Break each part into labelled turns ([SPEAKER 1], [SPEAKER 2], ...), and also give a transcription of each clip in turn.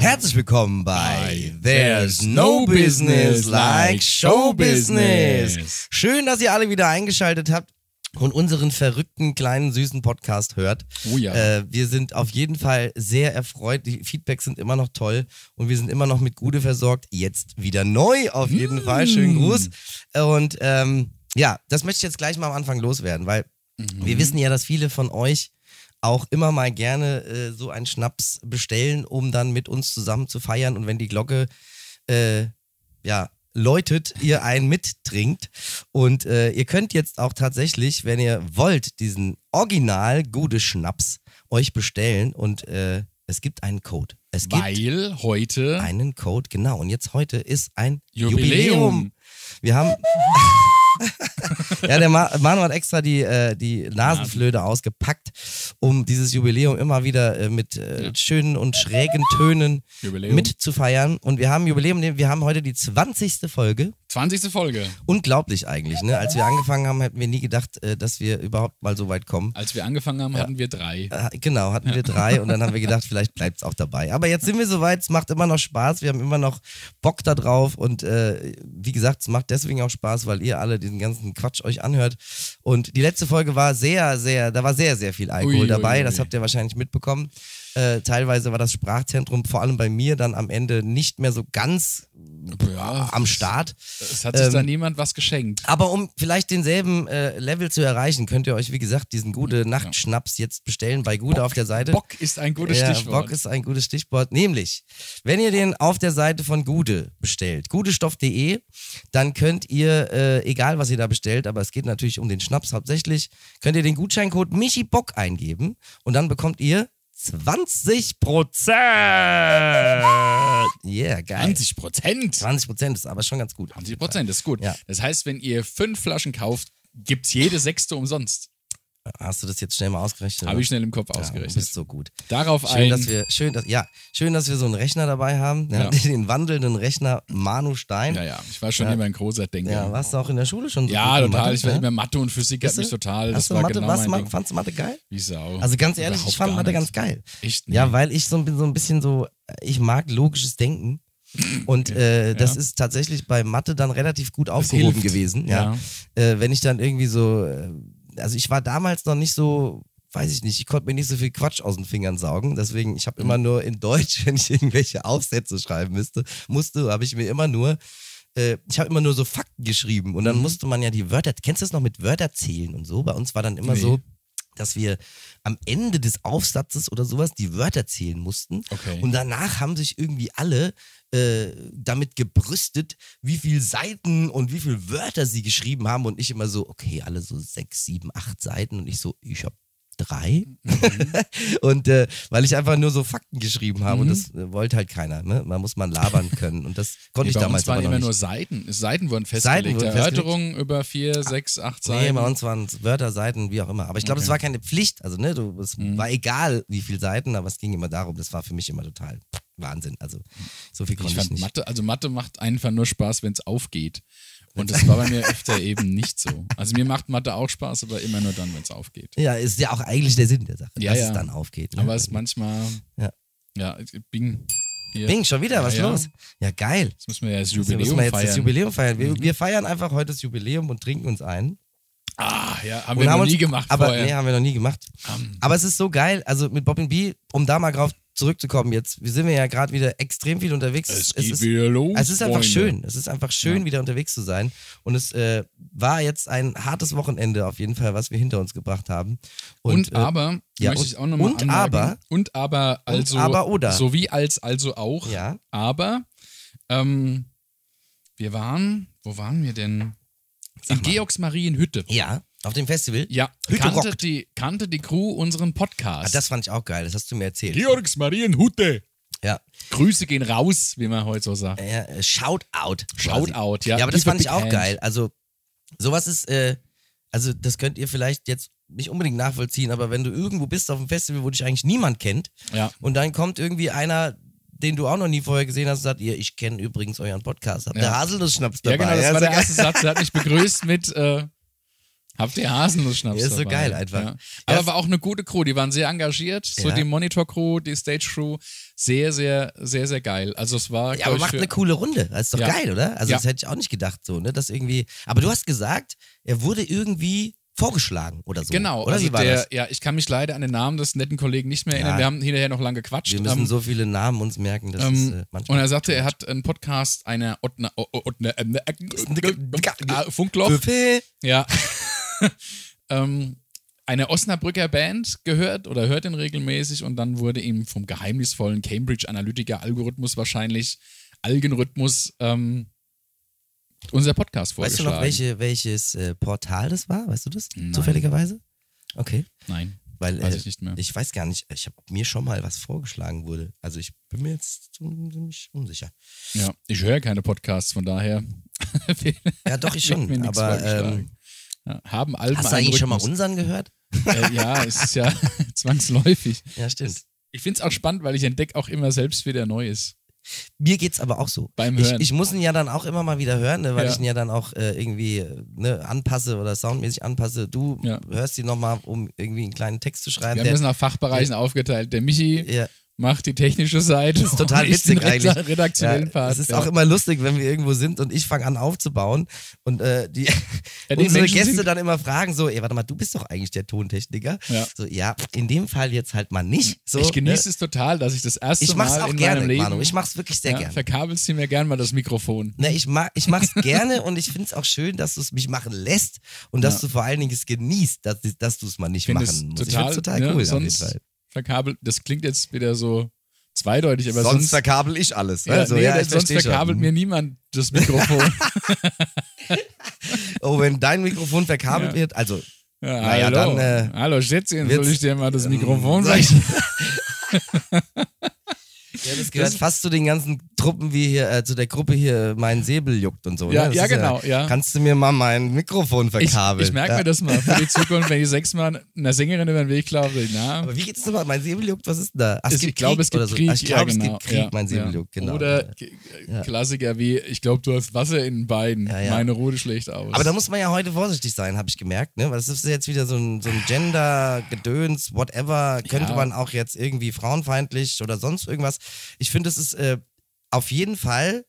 [SPEAKER 1] Herzlich willkommen bei There's No Business Like Show Business. Schön, dass ihr alle wieder eingeschaltet habt und unseren verrückten kleinen süßen Podcast hört.
[SPEAKER 2] Oh ja.
[SPEAKER 1] Äh, wir sind auf jeden Fall sehr erfreut. Die Feedbacks sind immer noch toll und wir sind immer noch mit Gude versorgt. Jetzt wieder neu auf jeden Fall. Schönen Gruß. Und ähm, ja, das möchte ich jetzt gleich mal am Anfang loswerden, weil wir wissen ja, dass viele von euch auch immer mal gerne äh, so einen Schnaps bestellen, um dann mit uns zusammen zu feiern und wenn die Glocke äh, ja, läutet, ihr einen mittrinkt. Und äh, ihr könnt jetzt auch tatsächlich, wenn ihr wollt, diesen original gute Schnaps euch bestellen und äh, es gibt einen Code. Es gibt
[SPEAKER 2] Weil heute
[SPEAKER 1] einen Code, genau. Und jetzt heute ist ein Jubiläum.
[SPEAKER 2] Mhm. Jubiläum.
[SPEAKER 1] Wir haben. ja, der Ma Manu hat extra die, äh, die Nasenflöte ausgepackt, um dieses Jubiläum immer wieder äh, mit äh,
[SPEAKER 2] Ja.
[SPEAKER 1] schönen und schrägen Tönen
[SPEAKER 2] Jubiläum.
[SPEAKER 1] mitzufeiern. Und wir haben Jubiläum, ne, wir haben heute die 20. Folge.
[SPEAKER 2] 20. Folge.
[SPEAKER 1] Unglaublich eigentlich, ne? Als wir angefangen haben, hätten wir nie gedacht, äh, dass wir überhaupt mal so weit kommen.
[SPEAKER 2] Als wir angefangen haben, hatten wir drei.
[SPEAKER 1] Ah, Genau, hatten wir drei und dann haben wir gedacht, vielleicht bleibt es auch dabei. Aber jetzt sind wir soweit, es macht immer noch Spaß, wir haben immer noch Bock da drauf und äh, wie gesagt, es macht deswegen auch Spaß, weil ihr alle diesen ganzen Quatsch euch anhört. Und die letzte Folge war sehr, sehr, da war sehr, sehr viel Alkohol
[SPEAKER 2] Ui, ui,
[SPEAKER 1] dabei, das
[SPEAKER 2] ui.
[SPEAKER 1] habt ihr wahrscheinlich mitbekommen. Äh, teilweise war das Sprachzentrum vor allem bei mir dann am Ende nicht mehr so ganz äh,
[SPEAKER 2] Ja,
[SPEAKER 1] am Start.
[SPEAKER 2] Es hat sich
[SPEAKER 1] Ähm,
[SPEAKER 2] da niemand was geschenkt.
[SPEAKER 1] Aber um vielleicht denselben äh, Level zu erreichen, könnt ihr euch, wie gesagt, diesen gute Nachtschnaps jetzt bestellen bei Gude auf der Seite.
[SPEAKER 2] Bock ist ein gutes
[SPEAKER 1] ja,
[SPEAKER 2] Stichwort.
[SPEAKER 1] Bock ist ein gutes Stichwort. Nämlich, wenn ihr den auf der Seite von Gude bestellt, gudestoff.de, dann könnt ihr, äh, egal was ihr da bestellt, aber es geht natürlich um den Schnaps hauptsächlich, könnt ihr den Gutscheincode MichiBock eingeben und dann bekommt ihr 20 Prozent. Yeah, geil.
[SPEAKER 2] 20 Prozent.
[SPEAKER 1] 20 Prozent ist aber schon ganz gut.
[SPEAKER 2] 20 Prozent ist gut.
[SPEAKER 1] Ja.
[SPEAKER 2] Das heißt, wenn ihr fünf Flaschen kauft, gibt's jede sechste umsonst.
[SPEAKER 1] Ah, Hast du das jetzt schnell mal ausgerechnet?
[SPEAKER 2] Habe ich schnell im Kopf
[SPEAKER 1] ja, Du
[SPEAKER 2] ausgerechnet.
[SPEAKER 1] bist so gut.
[SPEAKER 2] Darauf
[SPEAKER 1] Schön,
[SPEAKER 2] ein.
[SPEAKER 1] dass wir, schön, dass, ja, schön, dass wir so einen Rechner dabei haben. Ja,
[SPEAKER 2] Ja.
[SPEAKER 1] Den wandelnden Rechner Manu Stein.
[SPEAKER 2] ja, ja, ich war schon
[SPEAKER 1] Ja.
[SPEAKER 2] immer ein großer Denker.
[SPEAKER 1] Ja, warst du auch in der Schule schon? so
[SPEAKER 2] Ja,
[SPEAKER 1] gut in
[SPEAKER 2] total.
[SPEAKER 1] Mathe,
[SPEAKER 2] ich war
[SPEAKER 1] ja?
[SPEAKER 2] immer Mathe und Physik hat
[SPEAKER 1] Hast du-
[SPEAKER 2] mich total.
[SPEAKER 1] Hast
[SPEAKER 2] Das
[SPEAKER 1] du
[SPEAKER 2] war
[SPEAKER 1] Mathe,
[SPEAKER 2] genau
[SPEAKER 1] warst,
[SPEAKER 2] mein
[SPEAKER 1] du Ma-
[SPEAKER 2] Ding.
[SPEAKER 1] fandst du Mathe geil?
[SPEAKER 2] Wie Sau.
[SPEAKER 1] Also ganz ehrlich, ich
[SPEAKER 2] Überhaupt
[SPEAKER 1] fand
[SPEAKER 2] gar
[SPEAKER 1] Mathe ganz
[SPEAKER 2] nicht.
[SPEAKER 1] geil.
[SPEAKER 2] Echt?
[SPEAKER 1] Ja, weil ich so ein, bin so ein bisschen so, ich mag logisches Denken. Und äh, das
[SPEAKER 2] ja.
[SPEAKER 1] ist tatsächlich bei Mathe dann relativ gut aufgehoben
[SPEAKER 2] hilft.
[SPEAKER 1] gewesen. Ja. Äh, wenn ich dann irgendwie so, äh, also ich war damals noch nicht so, weiß ich nicht, ich konnte mir nicht so viel Quatsch aus den Fingern saugen. Deswegen, ich habe
[SPEAKER 2] Mhm.
[SPEAKER 1] immer nur in Deutsch, wenn ich irgendwelche Aufsätze schreiben müsste, musste, habe ich mir immer nur, äh, ich habe immer nur so Fakten geschrieben. Und
[SPEAKER 2] Mhm.
[SPEAKER 1] dann musste man ja die Wörter, kennst du das noch mit Wörter zählen und so? Bei uns war dann immer
[SPEAKER 2] Nee.
[SPEAKER 1] so, dass wir am Ende des Aufsatzes oder sowas die Wörter zählen mussten.
[SPEAKER 2] Okay.
[SPEAKER 1] Und danach haben sich irgendwie alle äh, damit gebrüstet, wie viele Seiten und wie viele Wörter sie geschrieben haben. Und ich immer so, okay, alle so sechs, sieben, acht Seiten. Und ich so, ich habe drei.
[SPEAKER 2] Mhm.
[SPEAKER 1] und äh, weil ich einfach nur so Fakten geschrieben habe. Und das äh, wollte halt keiner. Ne? Man muss man labern können. Und das konnte
[SPEAKER 2] Nee,
[SPEAKER 1] ich
[SPEAKER 2] bei
[SPEAKER 1] damals
[SPEAKER 2] uns waren
[SPEAKER 1] aber noch
[SPEAKER 2] immer
[SPEAKER 1] nicht.
[SPEAKER 2] nur Seiten. Seiten wurden festgelegt.
[SPEAKER 1] Seiten wurden Ah,
[SPEAKER 2] Erörterungen über vier, sechs, acht
[SPEAKER 1] Nee,
[SPEAKER 2] Seiten.
[SPEAKER 1] bei uns waren es Wörter, Seiten, wie auch immer. Aber ich glaube, es
[SPEAKER 2] Okay. Mhm.
[SPEAKER 1] war keine Pflicht. Also, ne, du, es war egal, wie viele Seiten, aber es ging immer darum. Das war für mich immer total Wahnsinn. Also, so viel konnte
[SPEAKER 2] ich
[SPEAKER 1] ich,
[SPEAKER 2] fand
[SPEAKER 1] nicht.
[SPEAKER 2] Mathe, also Mathe macht einfach nur Spaß, wenn es aufgeht. Und das war bei mir öfter eben nicht so. Also mir macht Mathe auch Spaß, aber immer nur dann, wenn es aufgeht.
[SPEAKER 1] Ja, ist ja auch eigentlich der Sinn der Sache,
[SPEAKER 2] Ja,
[SPEAKER 1] dass
[SPEAKER 2] ja.
[SPEAKER 1] es dann aufgeht. Ne?
[SPEAKER 2] Aber es manchmal.
[SPEAKER 1] Ja.
[SPEAKER 2] Ja, Bing. Hier.
[SPEAKER 1] Bing, schon wieder, was
[SPEAKER 2] Ja, ja.
[SPEAKER 1] los? Ja, geil.
[SPEAKER 2] Jetzt müssen wir ja das
[SPEAKER 1] Jubiläum müssen
[SPEAKER 2] Jubiläum
[SPEAKER 1] wir jetzt
[SPEAKER 2] feiern. Mhm.
[SPEAKER 1] das Jubiläum feiern. Wir, wir feiern einfach heute das Jubiläum und trinken uns ein.
[SPEAKER 2] Ah, ja, haben
[SPEAKER 1] Und
[SPEAKER 2] wir noch
[SPEAKER 1] uns-
[SPEAKER 2] nie gemacht
[SPEAKER 1] aber,
[SPEAKER 2] vorher.
[SPEAKER 1] Nee, haben wir noch nie gemacht. Aber es ist so geil, also mit Bobbin B, um da mal drauf zurückzukommen jetzt, wir sind wir ja gerade wieder extrem viel unterwegs.
[SPEAKER 2] es
[SPEAKER 1] Es
[SPEAKER 2] geht
[SPEAKER 1] ist-
[SPEAKER 2] wieder los.
[SPEAKER 1] Es ist einfach
[SPEAKER 2] Freunde.
[SPEAKER 1] schön. Es ist einfach schön, wieder unterwegs zu sein. Und es äh, war jetzt ein hartes Wochenende auf jeden Fall, was wir hinter uns gebracht haben.
[SPEAKER 2] Und,
[SPEAKER 1] äh,
[SPEAKER 2] aber,
[SPEAKER 1] ja,
[SPEAKER 2] möchte
[SPEAKER 1] und-
[SPEAKER 2] ich auch nochmal
[SPEAKER 1] und aber-
[SPEAKER 2] und aber, also,
[SPEAKER 1] aber oder.
[SPEAKER 2] sowie als, also auch,
[SPEAKER 1] ja,
[SPEAKER 2] aber, ähm, wir waren, wo waren wir denn?
[SPEAKER 1] Sag
[SPEAKER 2] in
[SPEAKER 1] mal.
[SPEAKER 2] Georgsmarienhütte.
[SPEAKER 1] ja, auf dem Festival.
[SPEAKER 2] Ja,
[SPEAKER 1] Hütte
[SPEAKER 2] kannte
[SPEAKER 1] rockt.
[SPEAKER 2] die, kannte die Crew unseren
[SPEAKER 1] Ah,
[SPEAKER 2] Podcast.
[SPEAKER 1] das fand ich auch geil. Das hast du mir erzählt.
[SPEAKER 2] Georgsmarienhütte.
[SPEAKER 1] Ja,
[SPEAKER 2] Grüße gehen raus, wie man heute so sagt.
[SPEAKER 1] äh, Shoutout. quasi.
[SPEAKER 2] Shoutout, ja.
[SPEAKER 1] Ja, aber das
[SPEAKER 2] Liebe
[SPEAKER 1] fand ich
[SPEAKER 2] Big
[SPEAKER 1] auch
[SPEAKER 2] Hand.
[SPEAKER 1] geil. Also, sowas ist, äh, also, das könnt ihr vielleicht jetzt nicht unbedingt nachvollziehen, aber wenn du irgendwo bist auf einem Festival, wo dich eigentlich niemand kennt,
[SPEAKER 2] Ja.
[SPEAKER 1] und dann kommt irgendwie einer, den du auch noch nie vorher gesehen hast, und sagt, ihr, ich kenne übrigens euren Podcast. Habt ihr
[SPEAKER 2] Ja.
[SPEAKER 1] Haselnuss-Schnaps dabei?
[SPEAKER 2] Ja, genau, das war
[SPEAKER 1] so
[SPEAKER 2] der
[SPEAKER 1] geil.
[SPEAKER 2] erste Satz. Er hat mich begrüßt mit, äh, Habt ihr Haselnuss-Schnaps
[SPEAKER 1] Ja, ist so
[SPEAKER 2] dabei.
[SPEAKER 1] geil einfach.
[SPEAKER 2] Ja.
[SPEAKER 1] Ja,
[SPEAKER 2] Aber
[SPEAKER 1] es-
[SPEAKER 2] war auch eine gute Crew, die waren sehr engagiert. So
[SPEAKER 1] Ja.
[SPEAKER 2] die Monitor-Crew, die Stage-Crew, sehr, sehr, sehr, sehr geil. Also es war,
[SPEAKER 1] Ja,
[SPEAKER 2] glaub
[SPEAKER 1] aber
[SPEAKER 2] ich,
[SPEAKER 1] macht
[SPEAKER 2] für-
[SPEAKER 1] eine coole Runde. Das ist doch
[SPEAKER 2] Ja.
[SPEAKER 1] geil, oder? Also
[SPEAKER 2] Ja.
[SPEAKER 1] das hätte ich auch nicht gedacht so, ne? Dass irgendwie. Aber du hast gesagt, er wurde irgendwie vorgeschlagen oder so.
[SPEAKER 2] Genau,
[SPEAKER 1] Oder
[SPEAKER 2] also
[SPEAKER 1] wie war
[SPEAKER 2] der,
[SPEAKER 1] das?
[SPEAKER 2] ja, ich kann mich leider an den Namen des netten Kollegen nicht mehr erinnern.
[SPEAKER 1] Ja.
[SPEAKER 2] Wir haben hinterher noch lange gequatscht.
[SPEAKER 1] Wir müssen
[SPEAKER 2] Ähm,
[SPEAKER 1] so viele Namen uns merken, das ist
[SPEAKER 2] ähm,
[SPEAKER 1] äh, manchmal.
[SPEAKER 2] und er sagte, er hat einen Podcast einer Ottner, O- O- Ottner, ähm, äh, äh, Funkloch,
[SPEAKER 1] Buffet.
[SPEAKER 2] ja, ähm, einer Osnabrücker Band gehört oder hört ihn regelmäßig und dann wurde ihm vom geheimnisvollen Cambridge Analytica Algorithmus wahrscheinlich Algenrhythmus ähm, unser Podcast
[SPEAKER 1] Weißt du
[SPEAKER 2] vorgeschlagen.
[SPEAKER 1] noch, welche, welches äh, Portal das war? Weißt du das?
[SPEAKER 2] Nein.
[SPEAKER 1] Zufälligerweise? Okay.
[SPEAKER 2] Nein,
[SPEAKER 1] Weil
[SPEAKER 2] weiß
[SPEAKER 1] äh,
[SPEAKER 2] ich nicht mehr.
[SPEAKER 1] ich weiß gar nicht, ich habe mir schon mal was vorgeschlagen wurde. Also ich bin mir jetzt ziemlich unsicher.
[SPEAKER 2] ja, ich höre keine Podcasts, von daher.
[SPEAKER 1] Ja, doch, ich schon.
[SPEAKER 2] Wird mir nix
[SPEAKER 1] aber ähm,
[SPEAKER 2] vorgeschlagen. ja, haben Alben
[SPEAKER 1] hast du eigentlich schon mal
[SPEAKER 2] Algorithmus.
[SPEAKER 1] unseren gehört?
[SPEAKER 2] äh, Ja, es ist ja zwangsläufig.
[SPEAKER 1] Ja, stimmt.
[SPEAKER 2] Ich finde es auch spannend, weil ich entdecke auch immer selbst wieder Neues.
[SPEAKER 1] Mir geht's aber auch so.
[SPEAKER 2] Beim
[SPEAKER 1] ich,
[SPEAKER 2] Hören.
[SPEAKER 1] ich muss ihn ja dann auch immer mal wieder hören, ne, weil
[SPEAKER 2] Ja.
[SPEAKER 1] ich ihn ja dann auch äh, irgendwie äh, ne, anpasse oder soundmäßig anpasse. Du
[SPEAKER 2] Ja.
[SPEAKER 1] hörst ihn nochmal, um irgendwie einen kleinen Text zu schreiben.
[SPEAKER 2] Wir haben das
[SPEAKER 1] Der,
[SPEAKER 2] nach Fachbereichen aufgeteilt. Der Michi
[SPEAKER 1] ja,
[SPEAKER 2] macht die technische Seite. Das
[SPEAKER 1] ist total witzig eigentlich.
[SPEAKER 2] redaktionellen
[SPEAKER 1] ja,
[SPEAKER 2] Part.
[SPEAKER 1] es ist
[SPEAKER 2] ja.
[SPEAKER 1] auch immer lustig, wenn wir irgendwo sind und ich fange an aufzubauen und äh, die,
[SPEAKER 2] Ja, die
[SPEAKER 1] unsere
[SPEAKER 2] Menschen
[SPEAKER 1] Gäste
[SPEAKER 2] sind-
[SPEAKER 1] dann immer fragen so, ey, warte mal, du bist doch eigentlich der Tontechniker.
[SPEAKER 2] Ja. Hm,
[SPEAKER 1] So, ja, in dem Fall jetzt halt mal nicht. So,
[SPEAKER 2] ich genieße
[SPEAKER 1] ne?
[SPEAKER 2] es total, dass ich das erste
[SPEAKER 1] Ich mach's
[SPEAKER 2] Mal
[SPEAKER 1] auch
[SPEAKER 2] in
[SPEAKER 1] gerne,
[SPEAKER 2] meinem Leben.
[SPEAKER 1] Manu. Ich mach's wirklich sehr
[SPEAKER 2] ja,
[SPEAKER 1] gerne.
[SPEAKER 2] Verkabelst du mir gerne mal das Mikrofon.
[SPEAKER 1] Na, ich, mag, ich mach's gerne und ich find's auch schön, dass du es mich machen lässt und dass
[SPEAKER 2] Ja.
[SPEAKER 1] du vor allen Dingen es genießt, dass, dass du es mal nicht
[SPEAKER 2] Ich finde es
[SPEAKER 1] machen musst. ich
[SPEAKER 2] total,
[SPEAKER 1] find's total
[SPEAKER 2] ne,
[SPEAKER 1] cool auf jeden
[SPEAKER 2] sonst
[SPEAKER 1] Fall.
[SPEAKER 2] verkabelt. Das klingt jetzt wieder so zweideutig, aber sonst,
[SPEAKER 1] verkabel ich alles. ne?
[SPEAKER 2] ja, nee,
[SPEAKER 1] also, ich
[SPEAKER 2] sonst
[SPEAKER 1] versteh schon.
[SPEAKER 2] verkabelt mir niemand das Mikrofon.
[SPEAKER 1] Oh, wenn dein Mikrofon verkabelt
[SPEAKER 2] Ja.
[SPEAKER 1] wird, also
[SPEAKER 2] Ja,
[SPEAKER 1] Na ja,
[SPEAKER 2] hallo.
[SPEAKER 1] dann, äh,
[SPEAKER 2] hallo Schätzchen,
[SPEAKER 1] wird's- ähm,
[SPEAKER 2] soll ich dir mal das Mikrofon
[SPEAKER 1] sag ich-
[SPEAKER 2] wechseln?
[SPEAKER 1] ja, das gehört fast zu den ganzen Truppen wie hier, äh, zu der Gruppe hier, mein Säbel juckt und so.
[SPEAKER 2] Ja,
[SPEAKER 1] ne? Das
[SPEAKER 2] ja,
[SPEAKER 1] ist
[SPEAKER 2] genau, ja.
[SPEAKER 1] Kannst du mir mal mein Mikrofon
[SPEAKER 2] Ich,
[SPEAKER 1] verkabeln?
[SPEAKER 2] ich merke
[SPEAKER 1] ja.
[SPEAKER 2] mir das mal für die Zukunft, wenn ich sechsmal einer Sängerin über den Weg laufe. Na,
[SPEAKER 1] Aber wie geht's nochmal? Mein Säbel juckt, was ist denn da? Ach,
[SPEAKER 2] es- ich glaube, es gibt
[SPEAKER 1] oder so.
[SPEAKER 2] Krieg.
[SPEAKER 1] Ach, ich glaube,
[SPEAKER 2] ja,
[SPEAKER 1] es
[SPEAKER 2] genau.
[SPEAKER 1] gibt Krieg,
[SPEAKER 2] ja,
[SPEAKER 1] mein Säbel
[SPEAKER 2] ja.
[SPEAKER 1] juckt, genau.
[SPEAKER 2] Oder K-
[SPEAKER 1] Ja.
[SPEAKER 2] Klassiker wie, ich glaube, du hast Wasser in den Beinen.
[SPEAKER 1] Ja, ja.
[SPEAKER 2] Meine Rode schlecht aus.
[SPEAKER 1] Aber da muss man ja heute vorsichtig sein, habe ich gemerkt, ne? Weil es ist jetzt wieder so ein, so ein Gender-Gedöns, whatever. Könnte
[SPEAKER 2] Ja.
[SPEAKER 1] man auch jetzt irgendwie frauenfeindlich oder sonst irgendwas. Ich finde, es ist äh, auf jeden Fall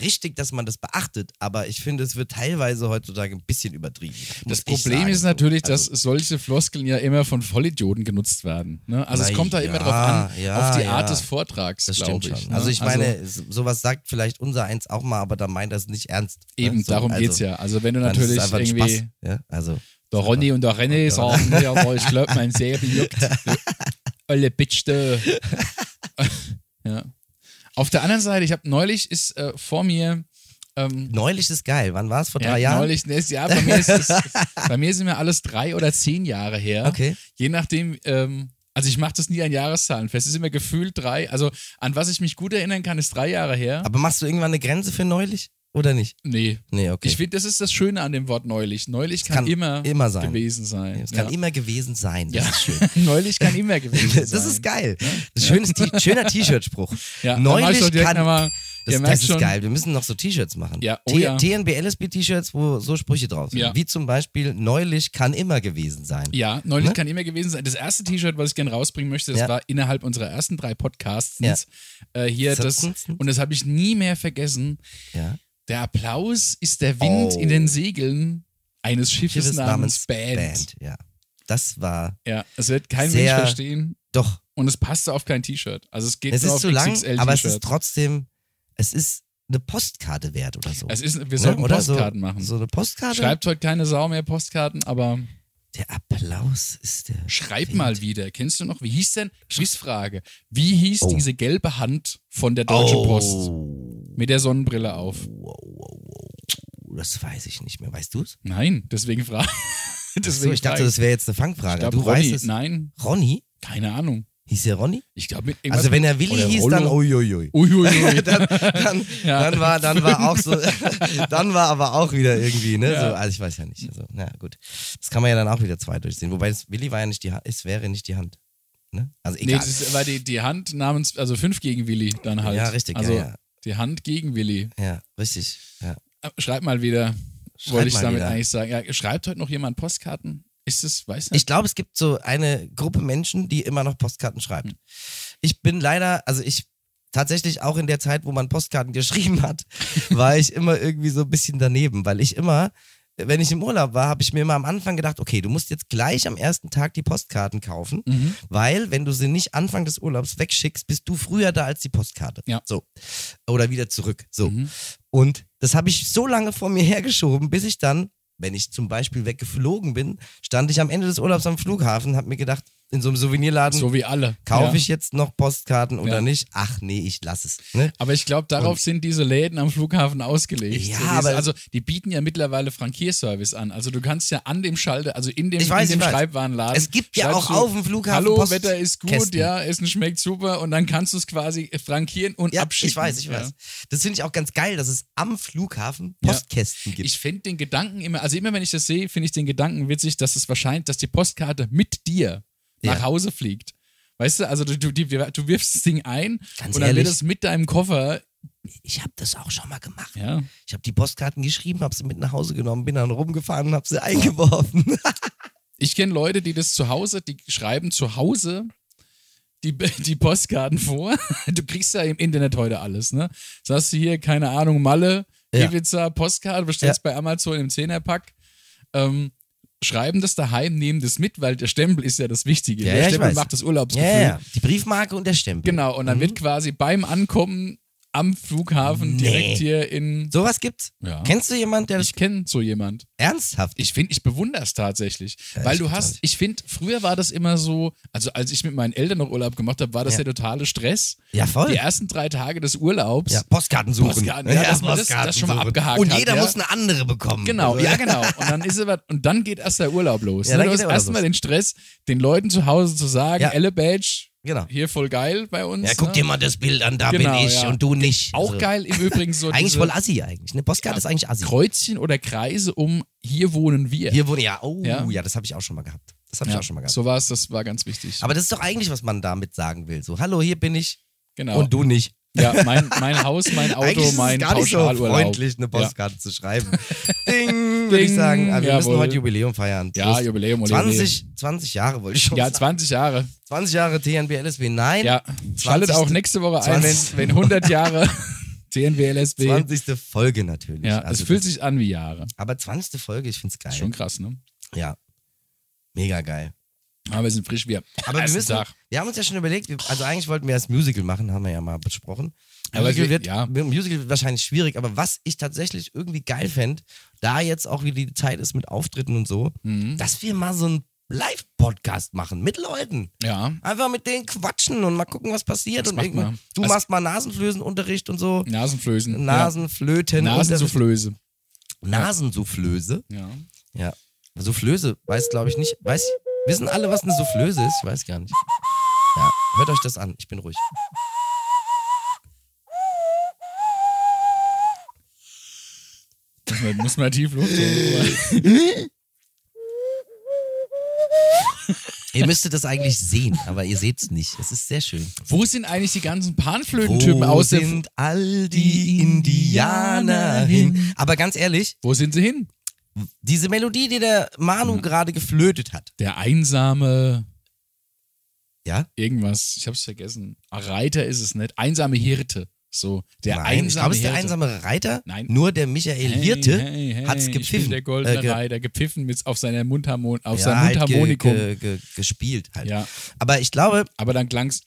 [SPEAKER 1] richtig, dass man das beachtet, aber ich finde, es wird teilweise heutzutage ein bisschen übertrieben.
[SPEAKER 2] das
[SPEAKER 1] muss ich
[SPEAKER 2] Problem
[SPEAKER 1] sagen.
[SPEAKER 2] ist natürlich, dass
[SPEAKER 1] Also,
[SPEAKER 2] solche Floskeln ja immer von Vollidioten genutzt werden. Ne? Also es
[SPEAKER 1] Na
[SPEAKER 2] kommt da immer
[SPEAKER 1] ja,
[SPEAKER 2] drauf an,
[SPEAKER 1] ja,
[SPEAKER 2] auf die
[SPEAKER 1] ja.
[SPEAKER 2] Art des Vortrags,
[SPEAKER 1] das
[SPEAKER 2] glaube
[SPEAKER 1] stimmt
[SPEAKER 2] ich.
[SPEAKER 1] schon.
[SPEAKER 2] ne?
[SPEAKER 1] Also ich meine, so- sowas sagt vielleicht unser Eins auch mal, aber da meint das nicht ernst. ne?
[SPEAKER 2] eben,
[SPEAKER 1] So,
[SPEAKER 2] darum
[SPEAKER 1] also,
[SPEAKER 2] geht's ja. Also wenn du
[SPEAKER 1] dann ist es
[SPEAKER 2] natürlich
[SPEAKER 1] einfach ein
[SPEAKER 2] irgendwie...
[SPEAKER 1] Spaß, ja? Also,
[SPEAKER 2] Der Ronny und der René sagen, ja, aber ich glaube, mein Säbel juckt. Du Olle Bitch, du. ja. Auf der anderen Seite, ich habe neulich ist äh, vor mir. Ähm,
[SPEAKER 1] neulich ist geil. Wann war es? Vor drei
[SPEAKER 2] ja,
[SPEAKER 1] Jahren?
[SPEAKER 2] Neulich, nee, ist- ja, bei mir, ist es, bei mir sind wir alles drei oder zehn Jahre her.
[SPEAKER 1] Okay.
[SPEAKER 2] Je nachdem, ähm, also ich mache das nie an Jahreszahlen fest. Es ist immer gefühlt drei. Also an was ich mich gut erinnern kann, ist drei Jahre her.
[SPEAKER 1] Aber machst du irgendwann eine Grenze für neulich? Oder nicht?
[SPEAKER 2] nee.
[SPEAKER 1] Nee, okay.
[SPEAKER 2] Ich finde, das ist das Schöne an dem Wort neulich. Neulich kann,
[SPEAKER 1] kann
[SPEAKER 2] immer,
[SPEAKER 1] immer sein.
[SPEAKER 2] gewesen sein.
[SPEAKER 1] es kann
[SPEAKER 2] ja.
[SPEAKER 1] immer gewesen sein. Das
[SPEAKER 2] Ja.
[SPEAKER 1] ist schön.
[SPEAKER 2] Neulich kann immer gewesen sein. ne?
[SPEAKER 1] Das ist geil. Schönes T schöner T-Shirt-Spruch.
[SPEAKER 2] Ja,
[SPEAKER 1] Neulich kann.
[SPEAKER 2] Aber,
[SPEAKER 1] das das ist geil. Wir müssen noch so T-Shirts machen.
[SPEAKER 2] Ja, oh
[SPEAKER 1] T-
[SPEAKER 2] ja.
[SPEAKER 1] TNBLSB-T-Shirts, wo so Sprüche drauf sind.
[SPEAKER 2] Ja.
[SPEAKER 1] Wie zum Beispiel, neulich kann immer gewesen sein.
[SPEAKER 2] Ja, neulich
[SPEAKER 1] Ne?
[SPEAKER 2] kann immer gewesen sein. Das erste T-Shirt, was ich gerne rausbringen möchte, das
[SPEAKER 1] Ja.
[SPEAKER 2] war innerhalb unserer ersten drei Podcasts.
[SPEAKER 1] Ja.
[SPEAKER 2] Äh, hier das,
[SPEAKER 1] Sitzens.
[SPEAKER 2] und das habe ich nie mehr vergessen.
[SPEAKER 1] Ja.
[SPEAKER 2] Der Applaus ist der Wind
[SPEAKER 1] Oh.
[SPEAKER 2] in den Segeln eines Schiffes
[SPEAKER 1] Schiffes
[SPEAKER 2] namens, Band.
[SPEAKER 1] Ja. Das war
[SPEAKER 2] Ja, es wird kein Mensch
[SPEAKER 1] Sehr-
[SPEAKER 2] verstehen.
[SPEAKER 1] doch.
[SPEAKER 2] Und es passte auf kein T-Shirt. Also es geht
[SPEAKER 1] Es
[SPEAKER 2] nur
[SPEAKER 1] ist
[SPEAKER 2] auf
[SPEAKER 1] zu lang,
[SPEAKER 2] XXL
[SPEAKER 1] aber es ist
[SPEAKER 2] T-Shirt.
[SPEAKER 1] trotzdem, es ist eine Postkarte wert oder so.
[SPEAKER 2] Es ist, Also, wir
[SPEAKER 1] Ne?
[SPEAKER 2] sollten
[SPEAKER 1] oder
[SPEAKER 2] Postkarten
[SPEAKER 1] so,
[SPEAKER 2] machen.
[SPEAKER 1] So eine Postkarte.
[SPEAKER 2] Schreibt heute keine Sau mehr Postkarten, aber
[SPEAKER 1] Der Applaus ist der.
[SPEAKER 2] Schreib
[SPEAKER 1] Wind.
[SPEAKER 2] mal wieder. Kennst du noch, wie hieß denn, Schlussfrage, wie hieß
[SPEAKER 1] Oh.
[SPEAKER 2] diese gelbe Hand von der Deutschen Post mit der Sonnenbrille auf?
[SPEAKER 1] Wow, wow, wow. oh, Das weiß ich nicht mehr. Weißt du es?
[SPEAKER 2] Nein, deswegen frage
[SPEAKER 1] So, ich dachte, das wäre jetzt eine Fangfrage.
[SPEAKER 2] glaub,
[SPEAKER 1] du
[SPEAKER 2] Ronny,
[SPEAKER 1] weißt es.
[SPEAKER 2] Nein,
[SPEAKER 1] Ronny?
[SPEAKER 2] keine Ahnung.
[SPEAKER 1] Hieß der Ronny?
[SPEAKER 2] Ich glaube, mit
[SPEAKER 1] Also wenn er Willi
[SPEAKER 2] oder
[SPEAKER 1] hieß,
[SPEAKER 2] Rollo.
[SPEAKER 1] dann uiuiui.
[SPEAKER 2] Uiuiui.
[SPEAKER 1] Dann, dann,
[SPEAKER 2] Ja.
[SPEAKER 1] dann, war, dann war auch so, dann war aber auch wieder irgendwie, ne?
[SPEAKER 2] Ja.
[SPEAKER 1] So, also ich weiß ja nicht. Also, na gut. Das kann man ja dann auch wieder zwei durchsehen. Wobei das Willi war ja nicht die Hand, es wäre nicht die Hand. Ne? Also
[SPEAKER 2] nee,
[SPEAKER 1] egal.
[SPEAKER 2] das ist, war die, die Hand namens, also fünf gegen Willi dann halt.
[SPEAKER 1] Ja, richtig, ja,
[SPEAKER 2] Also
[SPEAKER 1] ja.
[SPEAKER 2] die Hand gegen Willi. Ah,
[SPEAKER 1] ja, richtig. Ja.
[SPEAKER 2] Schreib mal wieder.
[SPEAKER 1] Schreibt
[SPEAKER 2] wollte ich
[SPEAKER 1] mal
[SPEAKER 2] damit
[SPEAKER 1] wieder.
[SPEAKER 2] eigentlich sagen. Ja, schreibt heute noch jemand Postkarten? Ist es, weiß nicht.
[SPEAKER 1] Ich glaube, es gibt so eine Gruppe Menschen, die immer noch Postkarten schreibt. Ich bin leider, also ich tatsächlich auch in der Zeit, wo man Postkarten geschrieben hat, war ich immer irgendwie so ein bisschen daneben, weil ich immer, wenn ich im Urlaub war, habe ich mir immer am Anfang gedacht, okay, du musst jetzt gleich am ersten Tag die Postkarten kaufen,
[SPEAKER 2] Mhm.
[SPEAKER 1] weil wenn du sie nicht Anfang des Urlaubs wegschickst, bist du früher da als die Postkarte.
[SPEAKER 2] Ja.
[SPEAKER 1] So. Oder wieder zurück. So.
[SPEAKER 2] Mhm.
[SPEAKER 1] Und das habe ich so lange vor mir hergeschoben, bis ich dann, wenn ich zum Beispiel weggeflogen bin, stand ich am Ende des Urlaubs am Flughafen, habe mir gedacht, in so einem Souvenirladen,
[SPEAKER 2] So wie alle.
[SPEAKER 1] kaufe
[SPEAKER 2] ja.
[SPEAKER 1] ich jetzt noch Postkarten oder
[SPEAKER 2] Ja.
[SPEAKER 1] nicht? Ach nee, ich lasse es. Ne?
[SPEAKER 2] Aber ich glaube, darauf sind diese Läden am Flughafen ausgelegt.
[SPEAKER 1] Ja,
[SPEAKER 2] so diese,
[SPEAKER 1] aber-
[SPEAKER 2] also die bieten ja mittlerweile Frankierservice an. Also du kannst ja an dem Schalter, also in dem,
[SPEAKER 1] Ich weiß,
[SPEAKER 2] in dem
[SPEAKER 1] ich weiß.
[SPEAKER 2] Schreibwarenladen.
[SPEAKER 1] Es gibt ja
[SPEAKER 2] schreibst
[SPEAKER 1] auch
[SPEAKER 2] du,
[SPEAKER 1] auf dem Flughafen
[SPEAKER 2] Hallo,
[SPEAKER 1] Post-
[SPEAKER 2] Wetter ist gut,
[SPEAKER 1] Kästen."
[SPEAKER 2] ja, Essen schmeckt super und dann kannst du es quasi frankieren und
[SPEAKER 1] Ja,
[SPEAKER 2] abschicken.
[SPEAKER 1] ich weiß, ich weiß.
[SPEAKER 2] Ja.
[SPEAKER 1] Das finde ich auch ganz geil, dass es am Flughafen
[SPEAKER 2] Ja.
[SPEAKER 1] Postkästen gibt.
[SPEAKER 2] Ich finde den Gedanken immer, also immer wenn ich das sehe, finde ich den Gedanken witzig, dass es wahrscheinlich, dass die Postkarte mit dir
[SPEAKER 1] Ja.
[SPEAKER 2] nach Hause fliegt. Weißt du, also du, du, die, du wirfst das Ding ein
[SPEAKER 1] Ganz
[SPEAKER 2] und dann
[SPEAKER 1] ehrlich.
[SPEAKER 2] wird es mit deinem Koffer.
[SPEAKER 1] ich habe das auch schon mal gemacht.
[SPEAKER 2] Ja.
[SPEAKER 1] Ich habe die Postkarten geschrieben, habe sie mit nach Hause genommen, bin dann rumgefahren und habe sie eingeworfen.
[SPEAKER 2] Ich kenne Leute, die das zu Hause, die schreiben zu Hause die, die Postkarten vor. Du kriegst ja im Internet heute alles, ne? Sagst du hier, keine Ahnung, Malle,
[SPEAKER 1] Ja.
[SPEAKER 2] Ibiza, Postkarte, bestellst bei Amazon im Zehnerpack. Ähm, schreiben das daheim, nehmen das mit, weil der Stempel ist ja das Wichtige.
[SPEAKER 1] Ja,
[SPEAKER 2] der
[SPEAKER 1] ja, ich
[SPEAKER 2] Stempel
[SPEAKER 1] weiß.
[SPEAKER 2] macht das Urlaubsgefühl.
[SPEAKER 1] Ja, Mhm. ja, die Briefmarke und der Stempel.
[SPEAKER 2] Genau, und dann wird quasi beim Ankommen am Flughafen
[SPEAKER 1] Nee.
[SPEAKER 2] direkt hier in.
[SPEAKER 1] Sowas gibt's.
[SPEAKER 2] Ja.
[SPEAKER 1] Kennst du jemanden, der das
[SPEAKER 2] Ich kenne so jemand.
[SPEAKER 1] ernsthaft
[SPEAKER 2] Ich finde, ich bewundere es tatsächlich.
[SPEAKER 1] Ja,
[SPEAKER 2] weil
[SPEAKER 1] ich
[SPEAKER 2] du
[SPEAKER 1] find's auch
[SPEAKER 2] hast,
[SPEAKER 1] nicht.
[SPEAKER 2] ich finde, früher war das immer so, also als ich mit meinen Eltern noch Urlaub gemacht habe, war das
[SPEAKER 1] Ja.
[SPEAKER 2] der totale Stress.
[SPEAKER 1] Ja, voll.
[SPEAKER 2] Die ersten drei Tage des Urlaubs.
[SPEAKER 1] Ja, Postkarten suchen.
[SPEAKER 2] Postkarten, ja, dass man das- das schon mal
[SPEAKER 1] suchen.
[SPEAKER 2] abgehakt
[SPEAKER 1] Und
[SPEAKER 2] hat,
[SPEAKER 1] jeder
[SPEAKER 2] ja.
[SPEAKER 1] muss eine andere bekommen.
[SPEAKER 2] Genau,
[SPEAKER 1] Also,
[SPEAKER 2] ja, genau. Und dann ist aber, und dann geht erst der Urlaub los.
[SPEAKER 1] Ja,
[SPEAKER 2] ne?
[SPEAKER 1] dann
[SPEAKER 2] Du
[SPEAKER 1] geht
[SPEAKER 2] hast
[SPEAKER 1] der Urlaub
[SPEAKER 2] erstmal
[SPEAKER 1] los.
[SPEAKER 2] den Stress, den Leuten zu Hause zu sagen,
[SPEAKER 1] Ja.
[SPEAKER 2] Elle Badge,
[SPEAKER 1] genau.
[SPEAKER 2] hier voll geil bei uns.
[SPEAKER 1] Ja, guck
[SPEAKER 2] ne?
[SPEAKER 1] dir mal das Bild an, da
[SPEAKER 2] Genau,
[SPEAKER 1] bin ich
[SPEAKER 2] ja.
[SPEAKER 1] und du nicht.
[SPEAKER 2] Auch
[SPEAKER 1] Also,
[SPEAKER 2] geil im Übrigen so
[SPEAKER 1] Eigentlich
[SPEAKER 2] diese
[SPEAKER 1] voll assi eigentlich. Eine Postkarte ist eigentlich assi.
[SPEAKER 2] Kreuzchen oder Kreise um hier wohnen wir.
[SPEAKER 1] Hier wurde ja, oh, ja,
[SPEAKER 2] Ja.
[SPEAKER 1] das habe ich auch schon mal gehabt. Das habe ich
[SPEAKER 2] ja,
[SPEAKER 1] auch schon mal gehabt.
[SPEAKER 2] so war es, das war ganz wichtig.
[SPEAKER 1] Aber das ist doch eigentlich, was man damit sagen will. So, hallo, hier bin ich
[SPEAKER 2] genau.
[SPEAKER 1] und du nicht.
[SPEAKER 2] Ja, mein, mein Haus, mein
[SPEAKER 1] eigentlich
[SPEAKER 2] Auto,
[SPEAKER 1] ist
[SPEAKER 2] mein
[SPEAKER 1] es gar nicht so
[SPEAKER 2] Pauschalurlaub.
[SPEAKER 1] freundlich, eine Postkarte zu schreiben. Ding, würde ich
[SPEAKER 2] Ding,
[SPEAKER 1] sagen. Aber wir müssen
[SPEAKER 2] jawohl.
[SPEAKER 1] heute Jubiläum feiern.
[SPEAKER 2] Ja,
[SPEAKER 1] Prost.
[SPEAKER 2] Jubiläum, ole, ole.
[SPEAKER 1] 20, 20 Jahre wollte ich schon
[SPEAKER 2] Ja,
[SPEAKER 1] sagen.
[SPEAKER 2] 20 Jahre.
[SPEAKER 1] 20 Jahre TNBLSW. Nein,
[SPEAKER 2] Ja. Schaltet
[SPEAKER 1] 20.
[SPEAKER 2] auch nächste Woche ein, wenn,
[SPEAKER 1] 20.
[SPEAKER 2] wenn 100 Jahre TNWLSB.
[SPEAKER 1] 20. Folge natürlich.
[SPEAKER 2] Ja,
[SPEAKER 1] Also
[SPEAKER 2] es fühlt
[SPEAKER 1] das-
[SPEAKER 2] sich an wie Jahre.
[SPEAKER 1] aber 20. Folge, ich find's geil.
[SPEAKER 2] Schon krass, ne?
[SPEAKER 1] Ja. Mega geil.
[SPEAKER 2] Aber wir sind frisch wie am
[SPEAKER 1] Aber wir
[SPEAKER 2] ersten
[SPEAKER 1] müssen,
[SPEAKER 2] Tag.
[SPEAKER 1] wir haben uns ja schon überlegt, wir, also eigentlich wollten wir erst Musical machen, haben wir ja mal besprochen.
[SPEAKER 2] Aber
[SPEAKER 1] Musical,
[SPEAKER 2] wir-
[SPEAKER 1] wird,
[SPEAKER 2] ja.
[SPEAKER 1] Musical wird wahrscheinlich schwierig, aber was ich tatsächlich irgendwie geil fänd, da jetzt auch wieder die Zeit ist mit Auftritten und so,
[SPEAKER 2] Mhm.
[SPEAKER 1] dass wir mal so einen Live-Podcast machen mit Leuten.
[SPEAKER 2] Ja.
[SPEAKER 1] Einfach mit denen quatschen und mal gucken, was passiert.
[SPEAKER 2] Das
[SPEAKER 1] und
[SPEAKER 2] macht
[SPEAKER 1] irgendwie-
[SPEAKER 2] man.
[SPEAKER 1] Du
[SPEAKER 2] Also-
[SPEAKER 1] machst mal Nasenflösenunterricht und so.
[SPEAKER 2] Nasenflößen.
[SPEAKER 1] Nasenflöten.
[SPEAKER 2] ja. Nasensoufflöse.
[SPEAKER 1] Nasensoufflöse.
[SPEAKER 2] Ja.
[SPEAKER 1] Ja. Soufflöse weiß, glaube ich, nicht. Weiß, wissen alle, was eine Soufflöse ist? Ich weiß gar nicht. Ja, hört euch das an. Ich bin ruhig.
[SPEAKER 2] Muss man, muss man tief Luft holen.
[SPEAKER 1] Ihr müsstet das eigentlich sehen, aber ihr seht es nicht. Es ist sehr schön.
[SPEAKER 2] Wo sind eigentlich die ganzen Panflötentypen aus der.
[SPEAKER 1] sind all die Indianer hin? Aber ganz ehrlich,
[SPEAKER 2] Wo sind sie hin?
[SPEAKER 1] diese Melodie, die der
[SPEAKER 2] Mhm.
[SPEAKER 1] Manu gerade geflötet hat,
[SPEAKER 2] Der einsame.
[SPEAKER 1] ja?
[SPEAKER 2] irgendwas, ich hab's vergessen. Ah, Reiter ist es nicht. Einsame Hirte. So, der
[SPEAKER 1] Nein,
[SPEAKER 2] einsame
[SPEAKER 1] ich glaube, es ist der
[SPEAKER 2] Hirte.
[SPEAKER 1] einsame Reiter.
[SPEAKER 2] Nein.
[SPEAKER 1] Nur der Michael Hirte
[SPEAKER 2] hey, hey,
[SPEAKER 1] hat's
[SPEAKER 2] ich
[SPEAKER 1] gepfiffen.
[SPEAKER 2] bin Der goldene
[SPEAKER 1] Äh, ge-
[SPEAKER 2] Reiter, gepfiffen mit auf seiner Mundharmon auf
[SPEAKER 1] ja,
[SPEAKER 2] seinem
[SPEAKER 1] halt ge-
[SPEAKER 2] Mundharmonikum.
[SPEAKER 1] ge- ge- gespielt halt.
[SPEAKER 2] Ja.
[SPEAKER 1] Aber ich glaube,
[SPEAKER 2] Aber dann klang's,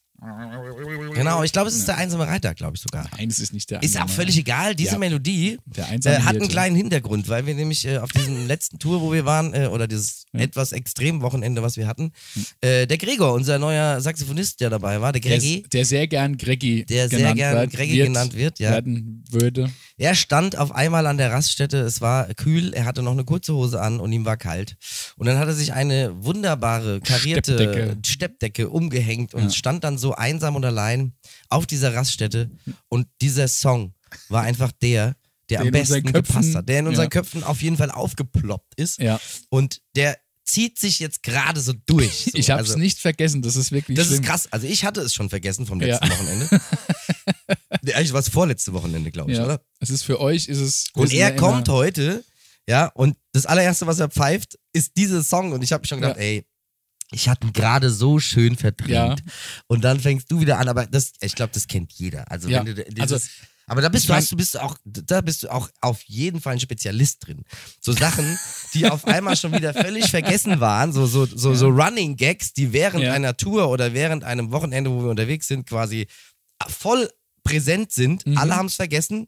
[SPEAKER 1] genau, ich glaube, es ist der einsame Reiter, glaube ich sogar.
[SPEAKER 2] nein, es ist nicht der
[SPEAKER 1] Ist auch
[SPEAKER 2] einsame.
[SPEAKER 1] völlig egal, diese
[SPEAKER 2] Ja.
[SPEAKER 1] Melodie
[SPEAKER 2] Der
[SPEAKER 1] äh,
[SPEAKER 2] einsame
[SPEAKER 1] hat einen
[SPEAKER 2] Hirte.
[SPEAKER 1] kleinen Hintergrund, weil wir nämlich äh, auf diesem letzten Tour, wo wir waren, äh, oder dieses etwas extrem Wochenende, was wir hatten, äh, der Gregor, unser neuer Saxophonist, der dabei war, der
[SPEAKER 2] Hm. der,
[SPEAKER 1] Greggy,
[SPEAKER 2] der sehr gern Greggy
[SPEAKER 1] Der sehr
[SPEAKER 2] genannt
[SPEAKER 1] gern
[SPEAKER 2] wird,
[SPEAKER 1] Greggy genannt wird, ja.
[SPEAKER 2] werden würde.
[SPEAKER 1] er stand auf einmal an der Raststätte, es war kühl, er hatte noch eine kurze Hose an und ihm war kalt. Und dann hat er sich eine wunderbare, karierte Steppdecke,
[SPEAKER 2] Steppdecke.
[SPEAKER 1] umgehängt und
[SPEAKER 2] Ja.
[SPEAKER 1] stand dann so einsam und allein auf dieser Raststätte. Und dieser Song war einfach der, der
[SPEAKER 2] Der
[SPEAKER 1] am
[SPEAKER 2] in unseren
[SPEAKER 1] besten gepasst
[SPEAKER 2] Köpfen-
[SPEAKER 1] hat, der in unseren
[SPEAKER 2] ja.
[SPEAKER 1] Köpfen auf jeden Fall aufgeploppt ist.
[SPEAKER 2] Ja.
[SPEAKER 1] Und der zieht sich jetzt gerade so durch. So.
[SPEAKER 2] ich hab's
[SPEAKER 1] also,
[SPEAKER 2] nicht vergessen, das ist wirklich
[SPEAKER 1] Das
[SPEAKER 2] schlimm.
[SPEAKER 1] ist krass. Also ich hatte es schon vergessen vom
[SPEAKER 2] Ja.
[SPEAKER 1] letzten Wochenende. Eigentlich war es vorletzte Wochenende, glaube ich,
[SPEAKER 2] ja.
[SPEAKER 1] oder?
[SPEAKER 2] Es ist für euch ist es
[SPEAKER 1] Und
[SPEAKER 2] wir sind ja
[SPEAKER 1] er
[SPEAKER 2] immer-
[SPEAKER 1] kommt heute Ja, und das allererste, was er pfeift, ist dieser Song. Und ich habe schon gedacht,
[SPEAKER 2] Ja.
[SPEAKER 1] ey, ich hatte ihn gerade so schön verdreht.
[SPEAKER 2] Ja.
[SPEAKER 1] Und dann fängst du wieder an, aber das, ich glaube, das kennt jeder. Also,
[SPEAKER 2] Ja.
[SPEAKER 1] wenn du dieses,
[SPEAKER 2] Also,
[SPEAKER 1] aber da bist
[SPEAKER 2] ich
[SPEAKER 1] du,
[SPEAKER 2] mein-
[SPEAKER 1] hast, du bist auch, da bist du auch auf jeden Fall ein Spezialist drin. So Sachen, die auf einmal schon wieder völlig vergessen waren, so, so, so, so Running Gags, die während
[SPEAKER 2] Ja.
[SPEAKER 1] einer Tour oder während einem Wochenende, wo wir unterwegs sind, quasi voll präsent sind.
[SPEAKER 2] Mhm.
[SPEAKER 1] Alle haben es vergessen.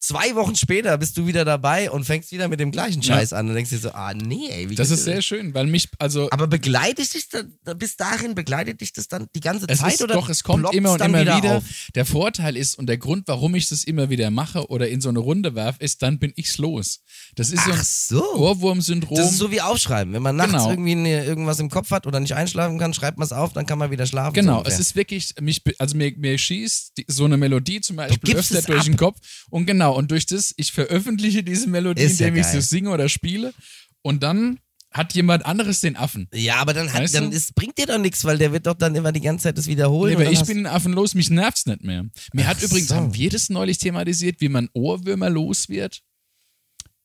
[SPEAKER 1] Zwei Wochen später bist du wieder dabei und fängst wieder mit dem gleichen
[SPEAKER 2] Ja.
[SPEAKER 1] Scheiß an und denkst dir so, ah nee, ey, wie
[SPEAKER 2] Das
[SPEAKER 1] geht
[SPEAKER 2] ist sehr schön, weil mich, also
[SPEAKER 1] aber begleitet dich das, bis dahin begleitet dich das dann die ganze
[SPEAKER 2] es
[SPEAKER 1] Zeit
[SPEAKER 2] ist
[SPEAKER 1] oder
[SPEAKER 2] doch, es kommt
[SPEAKER 1] ploppt's
[SPEAKER 2] immer und
[SPEAKER 1] dann
[SPEAKER 2] immer wieder.
[SPEAKER 1] auf?
[SPEAKER 2] Der Vorteil ist und der Grund, warum ich das immer wieder mache oder in so eine Runde werfe, ist, dann bin ich's los. Das ist
[SPEAKER 1] Ach
[SPEAKER 2] so
[SPEAKER 1] so.
[SPEAKER 2] ein Ohrwurmsyndrom.
[SPEAKER 1] Das ist so wie aufschreiben. Wenn man nachts
[SPEAKER 2] Genau.
[SPEAKER 1] irgendwie eine, irgendwas im Kopf hat oder nicht einschlafen kann, schreibt man es auf, dann kann man wieder schlafen.
[SPEAKER 2] Genau,
[SPEAKER 1] so ungefähr.
[SPEAKER 2] es ist wirklich, mich, be- also mir, mir schießt die, so eine Melodie zum Beispiel
[SPEAKER 1] gibst
[SPEAKER 2] öfter
[SPEAKER 1] es
[SPEAKER 2] durch
[SPEAKER 1] ab.
[SPEAKER 2] den Kopf. Und genau, und durch das, ich veröffentliche diese Melodie,
[SPEAKER 1] Ist ja
[SPEAKER 2] indem ich
[SPEAKER 1] geil.
[SPEAKER 2] sie singe oder spiele. Und dann hat jemand anderes den Affen.
[SPEAKER 1] Ja, aber dann, hat,
[SPEAKER 2] Weißt du?
[SPEAKER 1] dann ist, bringt dir doch nichts, weil der wird doch dann immer die ganze Zeit das wiederholen. und
[SPEAKER 2] Nee, aber
[SPEAKER 1] dann
[SPEAKER 2] ich
[SPEAKER 1] hast-
[SPEAKER 2] bin ein Affen los, mich nervt's nicht mehr. Mir hat
[SPEAKER 1] Ach
[SPEAKER 2] übrigens,
[SPEAKER 1] so.
[SPEAKER 2] haben wir das neulich thematisiert, wie man Ohrwürmer los wird?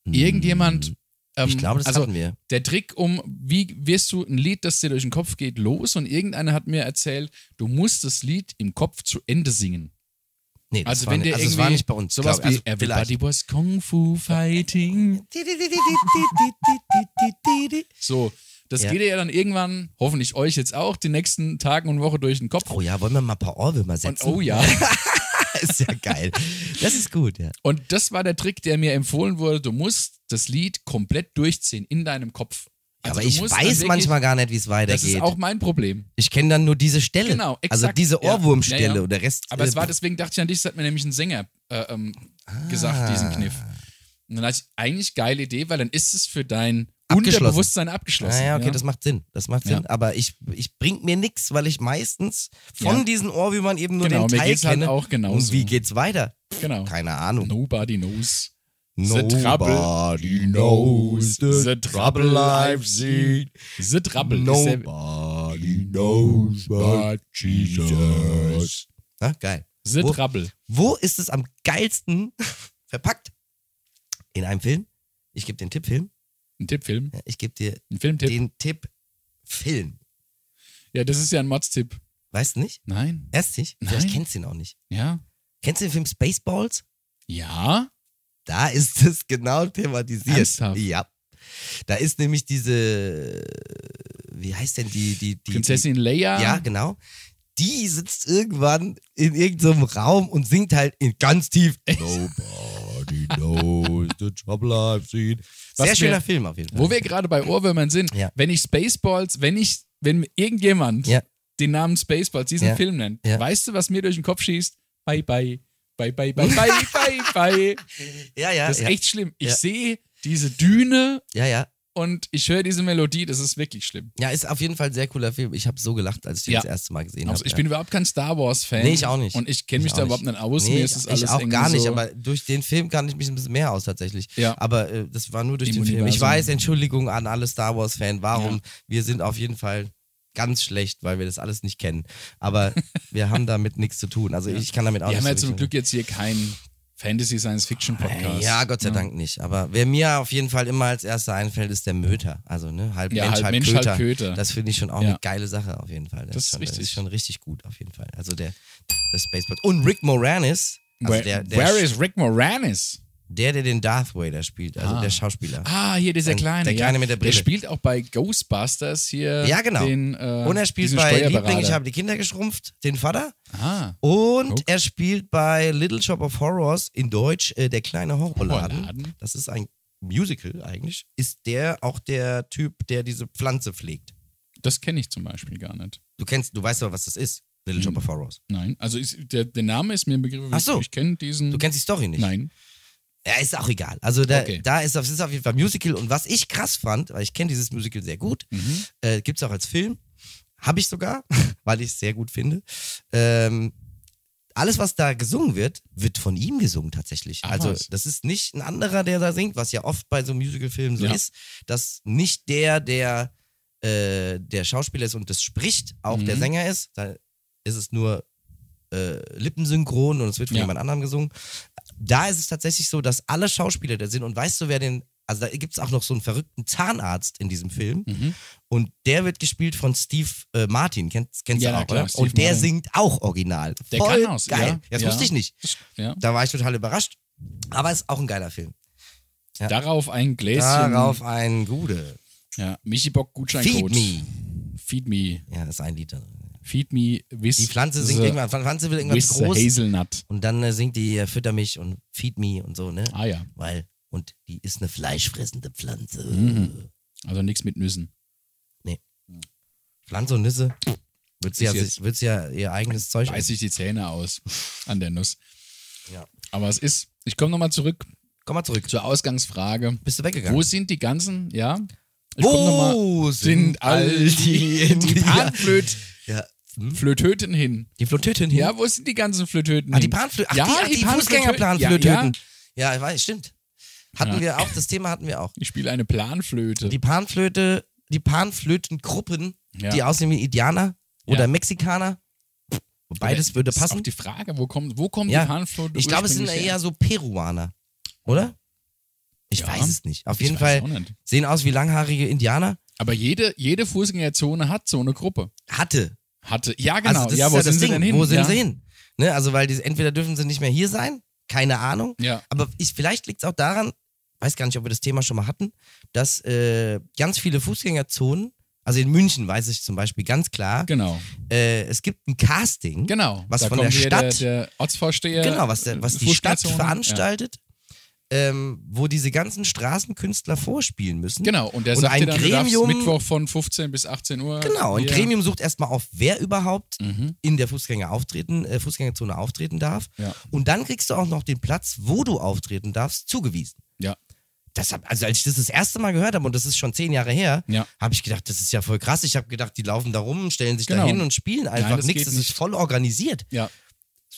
[SPEAKER 2] Irgendjemand. Ähm,
[SPEAKER 1] Hm. Ich glaube, das
[SPEAKER 2] also,
[SPEAKER 1] hatten wir.
[SPEAKER 2] der Trick um, wie wirst du ein Lied, das dir durch den Kopf geht, los? Und irgendeiner hat mir erzählt, du musst das Lied im Kopf zu Ende singen.
[SPEAKER 1] Nee, das
[SPEAKER 2] Also
[SPEAKER 1] war
[SPEAKER 2] wenn
[SPEAKER 1] nicht,
[SPEAKER 2] dir
[SPEAKER 1] also es
[SPEAKER 2] irgendwie
[SPEAKER 1] war nicht bei uns.
[SPEAKER 2] sowas
[SPEAKER 1] glaub, ich. Also
[SPEAKER 2] wie Everybody was Kung Fu Fighting.
[SPEAKER 1] vielleicht.
[SPEAKER 2] So, das
[SPEAKER 1] Ja.
[SPEAKER 2] geht dir ja dann irgendwann, hoffentlich euch jetzt auch, die nächsten Tagen und Woche durch den Kopf.
[SPEAKER 1] Oh ja, wollen wir mal ein paar Ohrwürmer
[SPEAKER 2] und
[SPEAKER 1] setzen?
[SPEAKER 2] oh ja.
[SPEAKER 1] ist ja geil. Das ist gut, ja.
[SPEAKER 2] Und das war der Trick, der mir empfohlen wurde. Du musst das Lied komplett durchziehen in deinem Kopf. Also
[SPEAKER 1] aber
[SPEAKER 2] du
[SPEAKER 1] ich
[SPEAKER 2] musst dann
[SPEAKER 1] weiß
[SPEAKER 2] wirklich-
[SPEAKER 1] manchmal gar nicht, wie es weitergeht.
[SPEAKER 2] Das ist auch mein Problem.
[SPEAKER 1] ich kenne dann nur diese Stelle.
[SPEAKER 2] Genau,
[SPEAKER 1] Also
[SPEAKER 2] exakt,
[SPEAKER 1] diese
[SPEAKER 2] ja.
[SPEAKER 1] Ohrwurmstelle
[SPEAKER 2] Ja, ja.
[SPEAKER 1] und der Rest.
[SPEAKER 2] Aber es
[SPEAKER 1] äh, Ah.
[SPEAKER 2] war, deswegen dachte ich an dich, das hat mir nämlich ein Sänger äh, ähm, gesagt, diesen Kniff. Und dann hatte ich eigentlich geile Idee, weil dann ist es für dein
[SPEAKER 1] Abgeschlossen.
[SPEAKER 2] Unterbewusstsein abgeschlossen.
[SPEAKER 1] Ah, ja, okay, das macht Sinn. Das macht Sinn.
[SPEAKER 2] Ja.
[SPEAKER 1] Aber ich, ich bringt mir nichts, weil ich meistens von
[SPEAKER 2] Ja.
[SPEAKER 1] diesen Ohrwürmern eben nur
[SPEAKER 2] genau,
[SPEAKER 1] den
[SPEAKER 2] mir
[SPEAKER 1] Teil
[SPEAKER 2] geht's halt
[SPEAKER 1] kenne.
[SPEAKER 2] auch genauso.
[SPEAKER 1] Und wie geht's weiter?
[SPEAKER 2] Genau.
[SPEAKER 1] Keine Ahnung.
[SPEAKER 2] Nobody knows.
[SPEAKER 1] Nobody
[SPEAKER 2] The trouble
[SPEAKER 1] knows the trouble I've
[SPEAKER 2] seen. The trouble ist der,
[SPEAKER 1] Nobody knows but Jesus. Ah, geil.
[SPEAKER 2] The
[SPEAKER 1] Wo-
[SPEAKER 2] trouble.
[SPEAKER 1] Wo ist es am geilsten verpackt? In einem Film? Ich gebe den Tipp Film.
[SPEAKER 2] Ein Tippfilm.
[SPEAKER 1] Ja, Ich gebe dir
[SPEAKER 2] Ein Filmtipp.
[SPEAKER 1] den Tipp Film.
[SPEAKER 2] Ja, das ist ja ein Mods-Tipp.
[SPEAKER 1] Weißt du nicht?
[SPEAKER 2] Nein.
[SPEAKER 1] Erst nicht? Vielleicht
[SPEAKER 2] Nein.
[SPEAKER 1] kennst du ihn auch nicht.
[SPEAKER 2] Ja.
[SPEAKER 1] Kennst du den Film Spaceballs?
[SPEAKER 2] Ja.
[SPEAKER 1] Da ist es genau thematisiert.
[SPEAKER 2] Ernsthaft?
[SPEAKER 1] Ja. Da ist nämlich diese, wie heißt denn die, die, die
[SPEAKER 2] Prinzessin
[SPEAKER 1] Die,
[SPEAKER 2] Leia.
[SPEAKER 1] ja, genau. Die sitzt irgendwann in irgendeinem Raum und singt halt in ganz tief. Nobody knows the trouble I've seen. Sehr
[SPEAKER 2] Was wir-
[SPEAKER 1] schöner Film auf jeden Fall.
[SPEAKER 2] Wo wir gerade bei Ohrwürmern sind,
[SPEAKER 1] Ja.
[SPEAKER 2] wenn ich Spaceballs, wenn ich, wenn irgendjemand
[SPEAKER 1] Ja.
[SPEAKER 2] den Namen Spaceballs diesen
[SPEAKER 1] Ja.
[SPEAKER 2] Film nennt,
[SPEAKER 1] Ja.
[SPEAKER 2] weißt du, was mir durch den Kopf schießt? Bye, bye. Bye, bye, bye, bye, bye, bye.
[SPEAKER 1] ja, ja,
[SPEAKER 2] Das ist
[SPEAKER 1] ja,
[SPEAKER 2] echt schlimm. Ich
[SPEAKER 1] Ja.
[SPEAKER 2] sehe diese Düne
[SPEAKER 1] ja, ja.
[SPEAKER 2] und ich höre diese Melodie, das ist wirklich schlimm.
[SPEAKER 1] Ja, ist auf jeden Fall ein sehr cooler Film. Ich habe so gelacht, als ich den
[SPEAKER 2] Ja.
[SPEAKER 1] das erste Mal gesehen
[SPEAKER 2] Also
[SPEAKER 1] habe. Genau,
[SPEAKER 2] ich
[SPEAKER 1] ja.
[SPEAKER 2] bin überhaupt kein Star Wars-Fan.
[SPEAKER 1] Nee, ich auch nicht.
[SPEAKER 2] Und ich kenne mich
[SPEAKER 1] Ich
[SPEAKER 2] da
[SPEAKER 1] auch
[SPEAKER 2] überhaupt
[SPEAKER 1] nicht.
[SPEAKER 2] nicht aus.
[SPEAKER 1] Nee,
[SPEAKER 2] Mir ist das alles
[SPEAKER 1] ich auch
[SPEAKER 2] irgendwie
[SPEAKER 1] gar nicht,
[SPEAKER 2] so,
[SPEAKER 1] aber durch den Film kann ich mich ein bisschen mehr aus tatsächlich.
[SPEAKER 2] Ja.
[SPEAKER 1] Aber äh, das war nur durch
[SPEAKER 2] Im
[SPEAKER 1] den Film. Ich
[SPEAKER 2] Universum.
[SPEAKER 1] weiß, Entschuldigung an alle Star Wars-Fan, warum?
[SPEAKER 2] Ja.
[SPEAKER 1] Wir sind auf jeden Fall ganz schlecht, weil wir das alles nicht kennen. Aber wir haben damit nichts zu tun. Also ich kann damit auch
[SPEAKER 2] Wir haben
[SPEAKER 1] nichts
[SPEAKER 2] ja zum Glück jetzt hier keinen Fantasy-Science-Fiction-Podcast.
[SPEAKER 1] ja, Gott sei Dank nicht. Aber wer mir auf jeden Fall immer als erster einfällt, ist der Möter. Also, ne, halb
[SPEAKER 2] Ja,
[SPEAKER 1] Mensch, halb, Köter.
[SPEAKER 2] Köter.
[SPEAKER 1] Das finde ich schon auch
[SPEAKER 2] Ja.
[SPEAKER 1] eine geile Sache auf jeden Fall.
[SPEAKER 2] Das ist
[SPEAKER 1] schon,
[SPEAKER 2] richtig.
[SPEAKER 1] ist schon richtig gut auf jeden Fall. Also der, der Spaceball. Und Rick Moranis. Also
[SPEAKER 2] where,
[SPEAKER 1] der, der,
[SPEAKER 2] where is Rick Moranis?
[SPEAKER 1] Der, der den Darth Vader spielt, also
[SPEAKER 2] Ah.
[SPEAKER 1] der Schauspieler.
[SPEAKER 2] Ah, hier dieser
[SPEAKER 1] Ein-
[SPEAKER 2] Kleine.
[SPEAKER 1] der Kleine
[SPEAKER 2] ja.
[SPEAKER 1] mit der Brille.
[SPEAKER 2] Der spielt auch bei Ghostbusters hier.
[SPEAKER 1] Ja, genau.
[SPEAKER 2] Den, äh,
[SPEAKER 1] Und er spielt
[SPEAKER 2] diesen
[SPEAKER 1] bei
[SPEAKER 2] Steuerberater.
[SPEAKER 1] Liebling, ich habe die Kinder geschrumpft, den Vater.
[SPEAKER 2] Ah,
[SPEAKER 1] Und
[SPEAKER 2] Guck.
[SPEAKER 1] er spielt bei Little Shop of Horrors in Deutsch, äh, der kleine Horrorladen.
[SPEAKER 2] Horrorladen.
[SPEAKER 1] Das ist ein Musical eigentlich. Ist der auch der Typ, der diese Pflanze pflegt?
[SPEAKER 2] das kenne ich zum Beispiel gar nicht.
[SPEAKER 1] Du kennst, du weißt aber, was das ist. Little
[SPEAKER 2] Hm.
[SPEAKER 1] Shop of Horrors.
[SPEAKER 2] Nein, also ist, der, der Name ist mir ein Begriff. aber
[SPEAKER 1] Ach so.
[SPEAKER 2] Ich kenne diesen.
[SPEAKER 1] Du kennst die Story nicht.
[SPEAKER 2] Nein.
[SPEAKER 1] Ja, ist auch egal. Also da,
[SPEAKER 2] Okay.
[SPEAKER 1] da ist, auf- es ist auf jeden Fall Musical. Und was ich krass fand, weil ich kenne dieses Musical sehr gut,
[SPEAKER 2] Mhm.
[SPEAKER 1] äh, gibt es auch als Film, habe ich sogar, weil ich es sehr gut finde. Ähm, alles, was da gesungen wird, wird von ihm gesungen tatsächlich.
[SPEAKER 2] Ach,
[SPEAKER 1] also
[SPEAKER 2] was.
[SPEAKER 1] das ist nicht ein anderer, der da singt, was ja oft bei so Musical-Filmen so
[SPEAKER 2] Ja.
[SPEAKER 1] ist, dass nicht der, der äh, der Schauspieler ist und das spricht, auch
[SPEAKER 2] Mhm.
[SPEAKER 1] der Sänger ist. Da ist es nur äh, lippensynchron und es wird von
[SPEAKER 2] Ja.
[SPEAKER 1] jemand anderem gesungen. Da ist es tatsächlich so, dass alle Schauspieler da sind und weißt du, wer den also da gibt es auch noch so einen verrückten Zahnarzt in diesem Film.
[SPEAKER 2] Mhm.
[SPEAKER 1] Und der wird gespielt von Steve äh, Martin. Kennst, kennst
[SPEAKER 2] Ja,
[SPEAKER 1] du
[SPEAKER 2] na
[SPEAKER 1] auch,
[SPEAKER 2] klar,
[SPEAKER 1] oder?
[SPEAKER 2] Steve
[SPEAKER 1] Und der
[SPEAKER 2] Martin.
[SPEAKER 1] singt auch original.
[SPEAKER 2] Der
[SPEAKER 1] Voll
[SPEAKER 2] kann aus,
[SPEAKER 1] geil.
[SPEAKER 2] ja,
[SPEAKER 1] das
[SPEAKER 2] ja.
[SPEAKER 1] wusste ich nicht.
[SPEAKER 2] Ja.
[SPEAKER 1] Da war ich total überrascht. Aber ist auch ein geiler Film. Ja.
[SPEAKER 2] Darauf ein Gläschen.
[SPEAKER 1] Darauf ein Gude.
[SPEAKER 2] Ja. Michi Bock Gutscheincode.
[SPEAKER 1] Feed me.
[SPEAKER 2] Feed me.
[SPEAKER 1] Ja, das ist ein Lied. da drin.
[SPEAKER 2] Feed me. With
[SPEAKER 1] Die Pflanze singt
[SPEAKER 2] the-
[SPEAKER 1] irgendwann, Pflanze will
[SPEAKER 2] With
[SPEAKER 1] irgendwas
[SPEAKER 2] the
[SPEAKER 1] groß.
[SPEAKER 2] Hazelnut.
[SPEAKER 1] Und dann äh, singt die äh, Fütter mich und Feed me und so, ne?
[SPEAKER 2] Ah ja.
[SPEAKER 1] Weil, und die ist eine fleischfressende Pflanze.
[SPEAKER 2] Mhm. Also nichts mit Nüssen.
[SPEAKER 1] Pflanze und Nüsse. Wird sie, ja,
[SPEAKER 2] Ist jetzt-
[SPEAKER 1] sich- wird sie ja ihr eigenes Zeug
[SPEAKER 2] Beiß ich die Zähne aus an der Nuss.
[SPEAKER 1] Ja.
[SPEAKER 2] Aber es ist, ich komme nochmal zurück
[SPEAKER 1] Komm mal zurück.
[SPEAKER 2] zur Ausgangsfrage.
[SPEAKER 1] Bist du
[SPEAKER 2] Wo
[SPEAKER 1] weggegangen?
[SPEAKER 2] sind die ganzen, ja? Ich komm noch mal-
[SPEAKER 1] Wo
[SPEAKER 2] sind all die, die Panflöt,
[SPEAKER 1] Ja. Hm?
[SPEAKER 2] Flötöten hin?
[SPEAKER 1] Die Flötöten hier.
[SPEAKER 2] Ja, wo sind die ganzen Flötöten
[SPEAKER 1] Hm? Ah, die
[SPEAKER 2] hin?
[SPEAKER 1] Panflö Ach,
[SPEAKER 2] Ja,
[SPEAKER 1] die, ach,
[SPEAKER 2] die
[SPEAKER 1] die,
[SPEAKER 2] Panflö-
[SPEAKER 1] Fußgängerplanflöten.
[SPEAKER 2] Ja, ja.
[SPEAKER 1] ja, ich weiß, stimmt. Hatten
[SPEAKER 2] Ja.
[SPEAKER 1] wir auch, das Thema hatten wir auch.
[SPEAKER 2] ich spiele eine Planflöte.
[SPEAKER 1] Die Panflöte, die Panflötengruppen,
[SPEAKER 2] Ja.
[SPEAKER 1] die aussehen wie Indianer
[SPEAKER 2] Ja.
[SPEAKER 1] oder Mexikaner. Beides würde
[SPEAKER 2] Das Ist auch
[SPEAKER 1] passen.
[SPEAKER 2] die Frage, wo kommt, wo kommt
[SPEAKER 1] Ja.
[SPEAKER 2] die Panflöte
[SPEAKER 1] Ich glaube, es sind
[SPEAKER 2] ursprünglich her?
[SPEAKER 1] eher so Peruaner, oder? Ich
[SPEAKER 2] Ja.
[SPEAKER 1] weiß es nicht. Auf
[SPEAKER 2] Ich
[SPEAKER 1] jeden
[SPEAKER 2] weiß
[SPEAKER 1] Fall
[SPEAKER 2] auch nicht.
[SPEAKER 1] sehen aus wie langhaarige Indianer.
[SPEAKER 2] Aber jede, jede Fußgängerzone hat so eine Gruppe.
[SPEAKER 1] Hatte.
[SPEAKER 2] Hatte. Ja, genau.
[SPEAKER 1] Also das
[SPEAKER 2] ja,
[SPEAKER 1] ist
[SPEAKER 2] wo
[SPEAKER 1] ja
[SPEAKER 2] sind
[SPEAKER 1] das
[SPEAKER 2] sie
[SPEAKER 1] Ding.
[SPEAKER 2] denn hin?
[SPEAKER 1] Wo sind
[SPEAKER 2] ja.
[SPEAKER 1] sie hin? Ne? Also, weil die, entweder dürfen sie nicht mehr hier sein, keine Ahnung.
[SPEAKER 2] Ja.
[SPEAKER 1] Aber ich, vielleicht liegt es auch daran, weiß gar nicht, ob wir das Thema schon mal hatten, dass äh, ganz viele Fußgängerzonen, also in München weiß ich zum Beispiel ganz klar,
[SPEAKER 2] Genau.
[SPEAKER 1] äh, es gibt ein Casting,
[SPEAKER 2] Genau.
[SPEAKER 1] Was
[SPEAKER 2] da
[SPEAKER 1] von
[SPEAKER 2] kommt
[SPEAKER 1] der
[SPEAKER 2] hier
[SPEAKER 1] Stadt-
[SPEAKER 2] Der, der Ortsvorsteher.
[SPEAKER 1] genau, was, der, was die Stadt
[SPEAKER 2] Fußgängerzone.
[SPEAKER 1] veranstaltet, ähm, wo diese ganzen Straßenkünstler vorspielen müssen.
[SPEAKER 2] Ja. Genau. Und der
[SPEAKER 1] Und
[SPEAKER 2] sagt
[SPEAKER 1] ein
[SPEAKER 2] dir dann, du
[SPEAKER 1] Gremium-
[SPEAKER 2] darfst Mittwoch von 15 bis 18 Uhr.
[SPEAKER 1] Genau, ein
[SPEAKER 2] hier-
[SPEAKER 1] Gremium sucht erstmal auf, wer überhaupt
[SPEAKER 2] Mhm.
[SPEAKER 1] in der Fußgänger auftreten, äh, Fußgängerzone auftreten darf.
[SPEAKER 2] Ja.
[SPEAKER 1] Und dann kriegst du auch noch den Platz, wo du auftreten darfst, zugewiesen.
[SPEAKER 2] Ja.
[SPEAKER 1] Das hab, also als ich das das erste Mal gehört habe, und das ist schon zehn Jahre her,
[SPEAKER 2] Ja.
[SPEAKER 1] habe ich gedacht, das ist ja voll krass. Ich habe gedacht, die laufen da rum, stellen sich da
[SPEAKER 2] Genau.
[SPEAKER 1] hin und spielen einfach
[SPEAKER 2] das
[SPEAKER 1] nichts.
[SPEAKER 2] geht
[SPEAKER 1] Das ist
[SPEAKER 2] nicht.
[SPEAKER 1] voll organisiert.
[SPEAKER 2] Ja.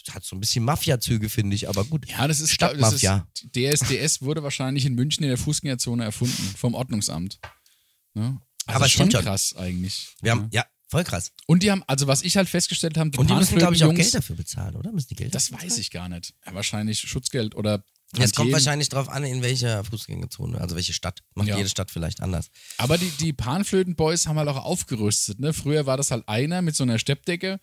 [SPEAKER 1] Das hat so ein bisschen Mafia-Züge, finde ich, aber gut.
[SPEAKER 2] Ja, das ist
[SPEAKER 1] Stadtmafia.
[SPEAKER 2] Das ist, DSDS wurde wahrscheinlich in München in der Fußgängerzone erfunden vom Ordnungsamt. Ne? Also
[SPEAKER 1] Aber
[SPEAKER 2] schon
[SPEAKER 1] stimmt schon.
[SPEAKER 2] krass eigentlich.
[SPEAKER 1] Wir haben,
[SPEAKER 2] Ja.
[SPEAKER 1] ja, voll krass.
[SPEAKER 2] Und die haben, also was ich halt festgestellt habe, die,
[SPEAKER 1] Und die müssen, glaube ich, auch
[SPEAKER 2] Panflöten-Jungs,
[SPEAKER 1] Geld dafür bezahlen, oder? Müssen die Geld
[SPEAKER 2] Das weiß ich gar nicht. Ja, wahrscheinlich Schutzgeld oder.
[SPEAKER 1] Es kommt
[SPEAKER 2] Tantiemen.
[SPEAKER 1] wahrscheinlich drauf an, in welcher Fußgängerzone, also welche Stadt. Macht
[SPEAKER 2] Ja.
[SPEAKER 1] jede Stadt vielleicht anders.
[SPEAKER 2] Aber die, die Panflöten-Boys haben halt auch aufgerüstet. Ne? Früher war das halt einer mit so einer Steppdecke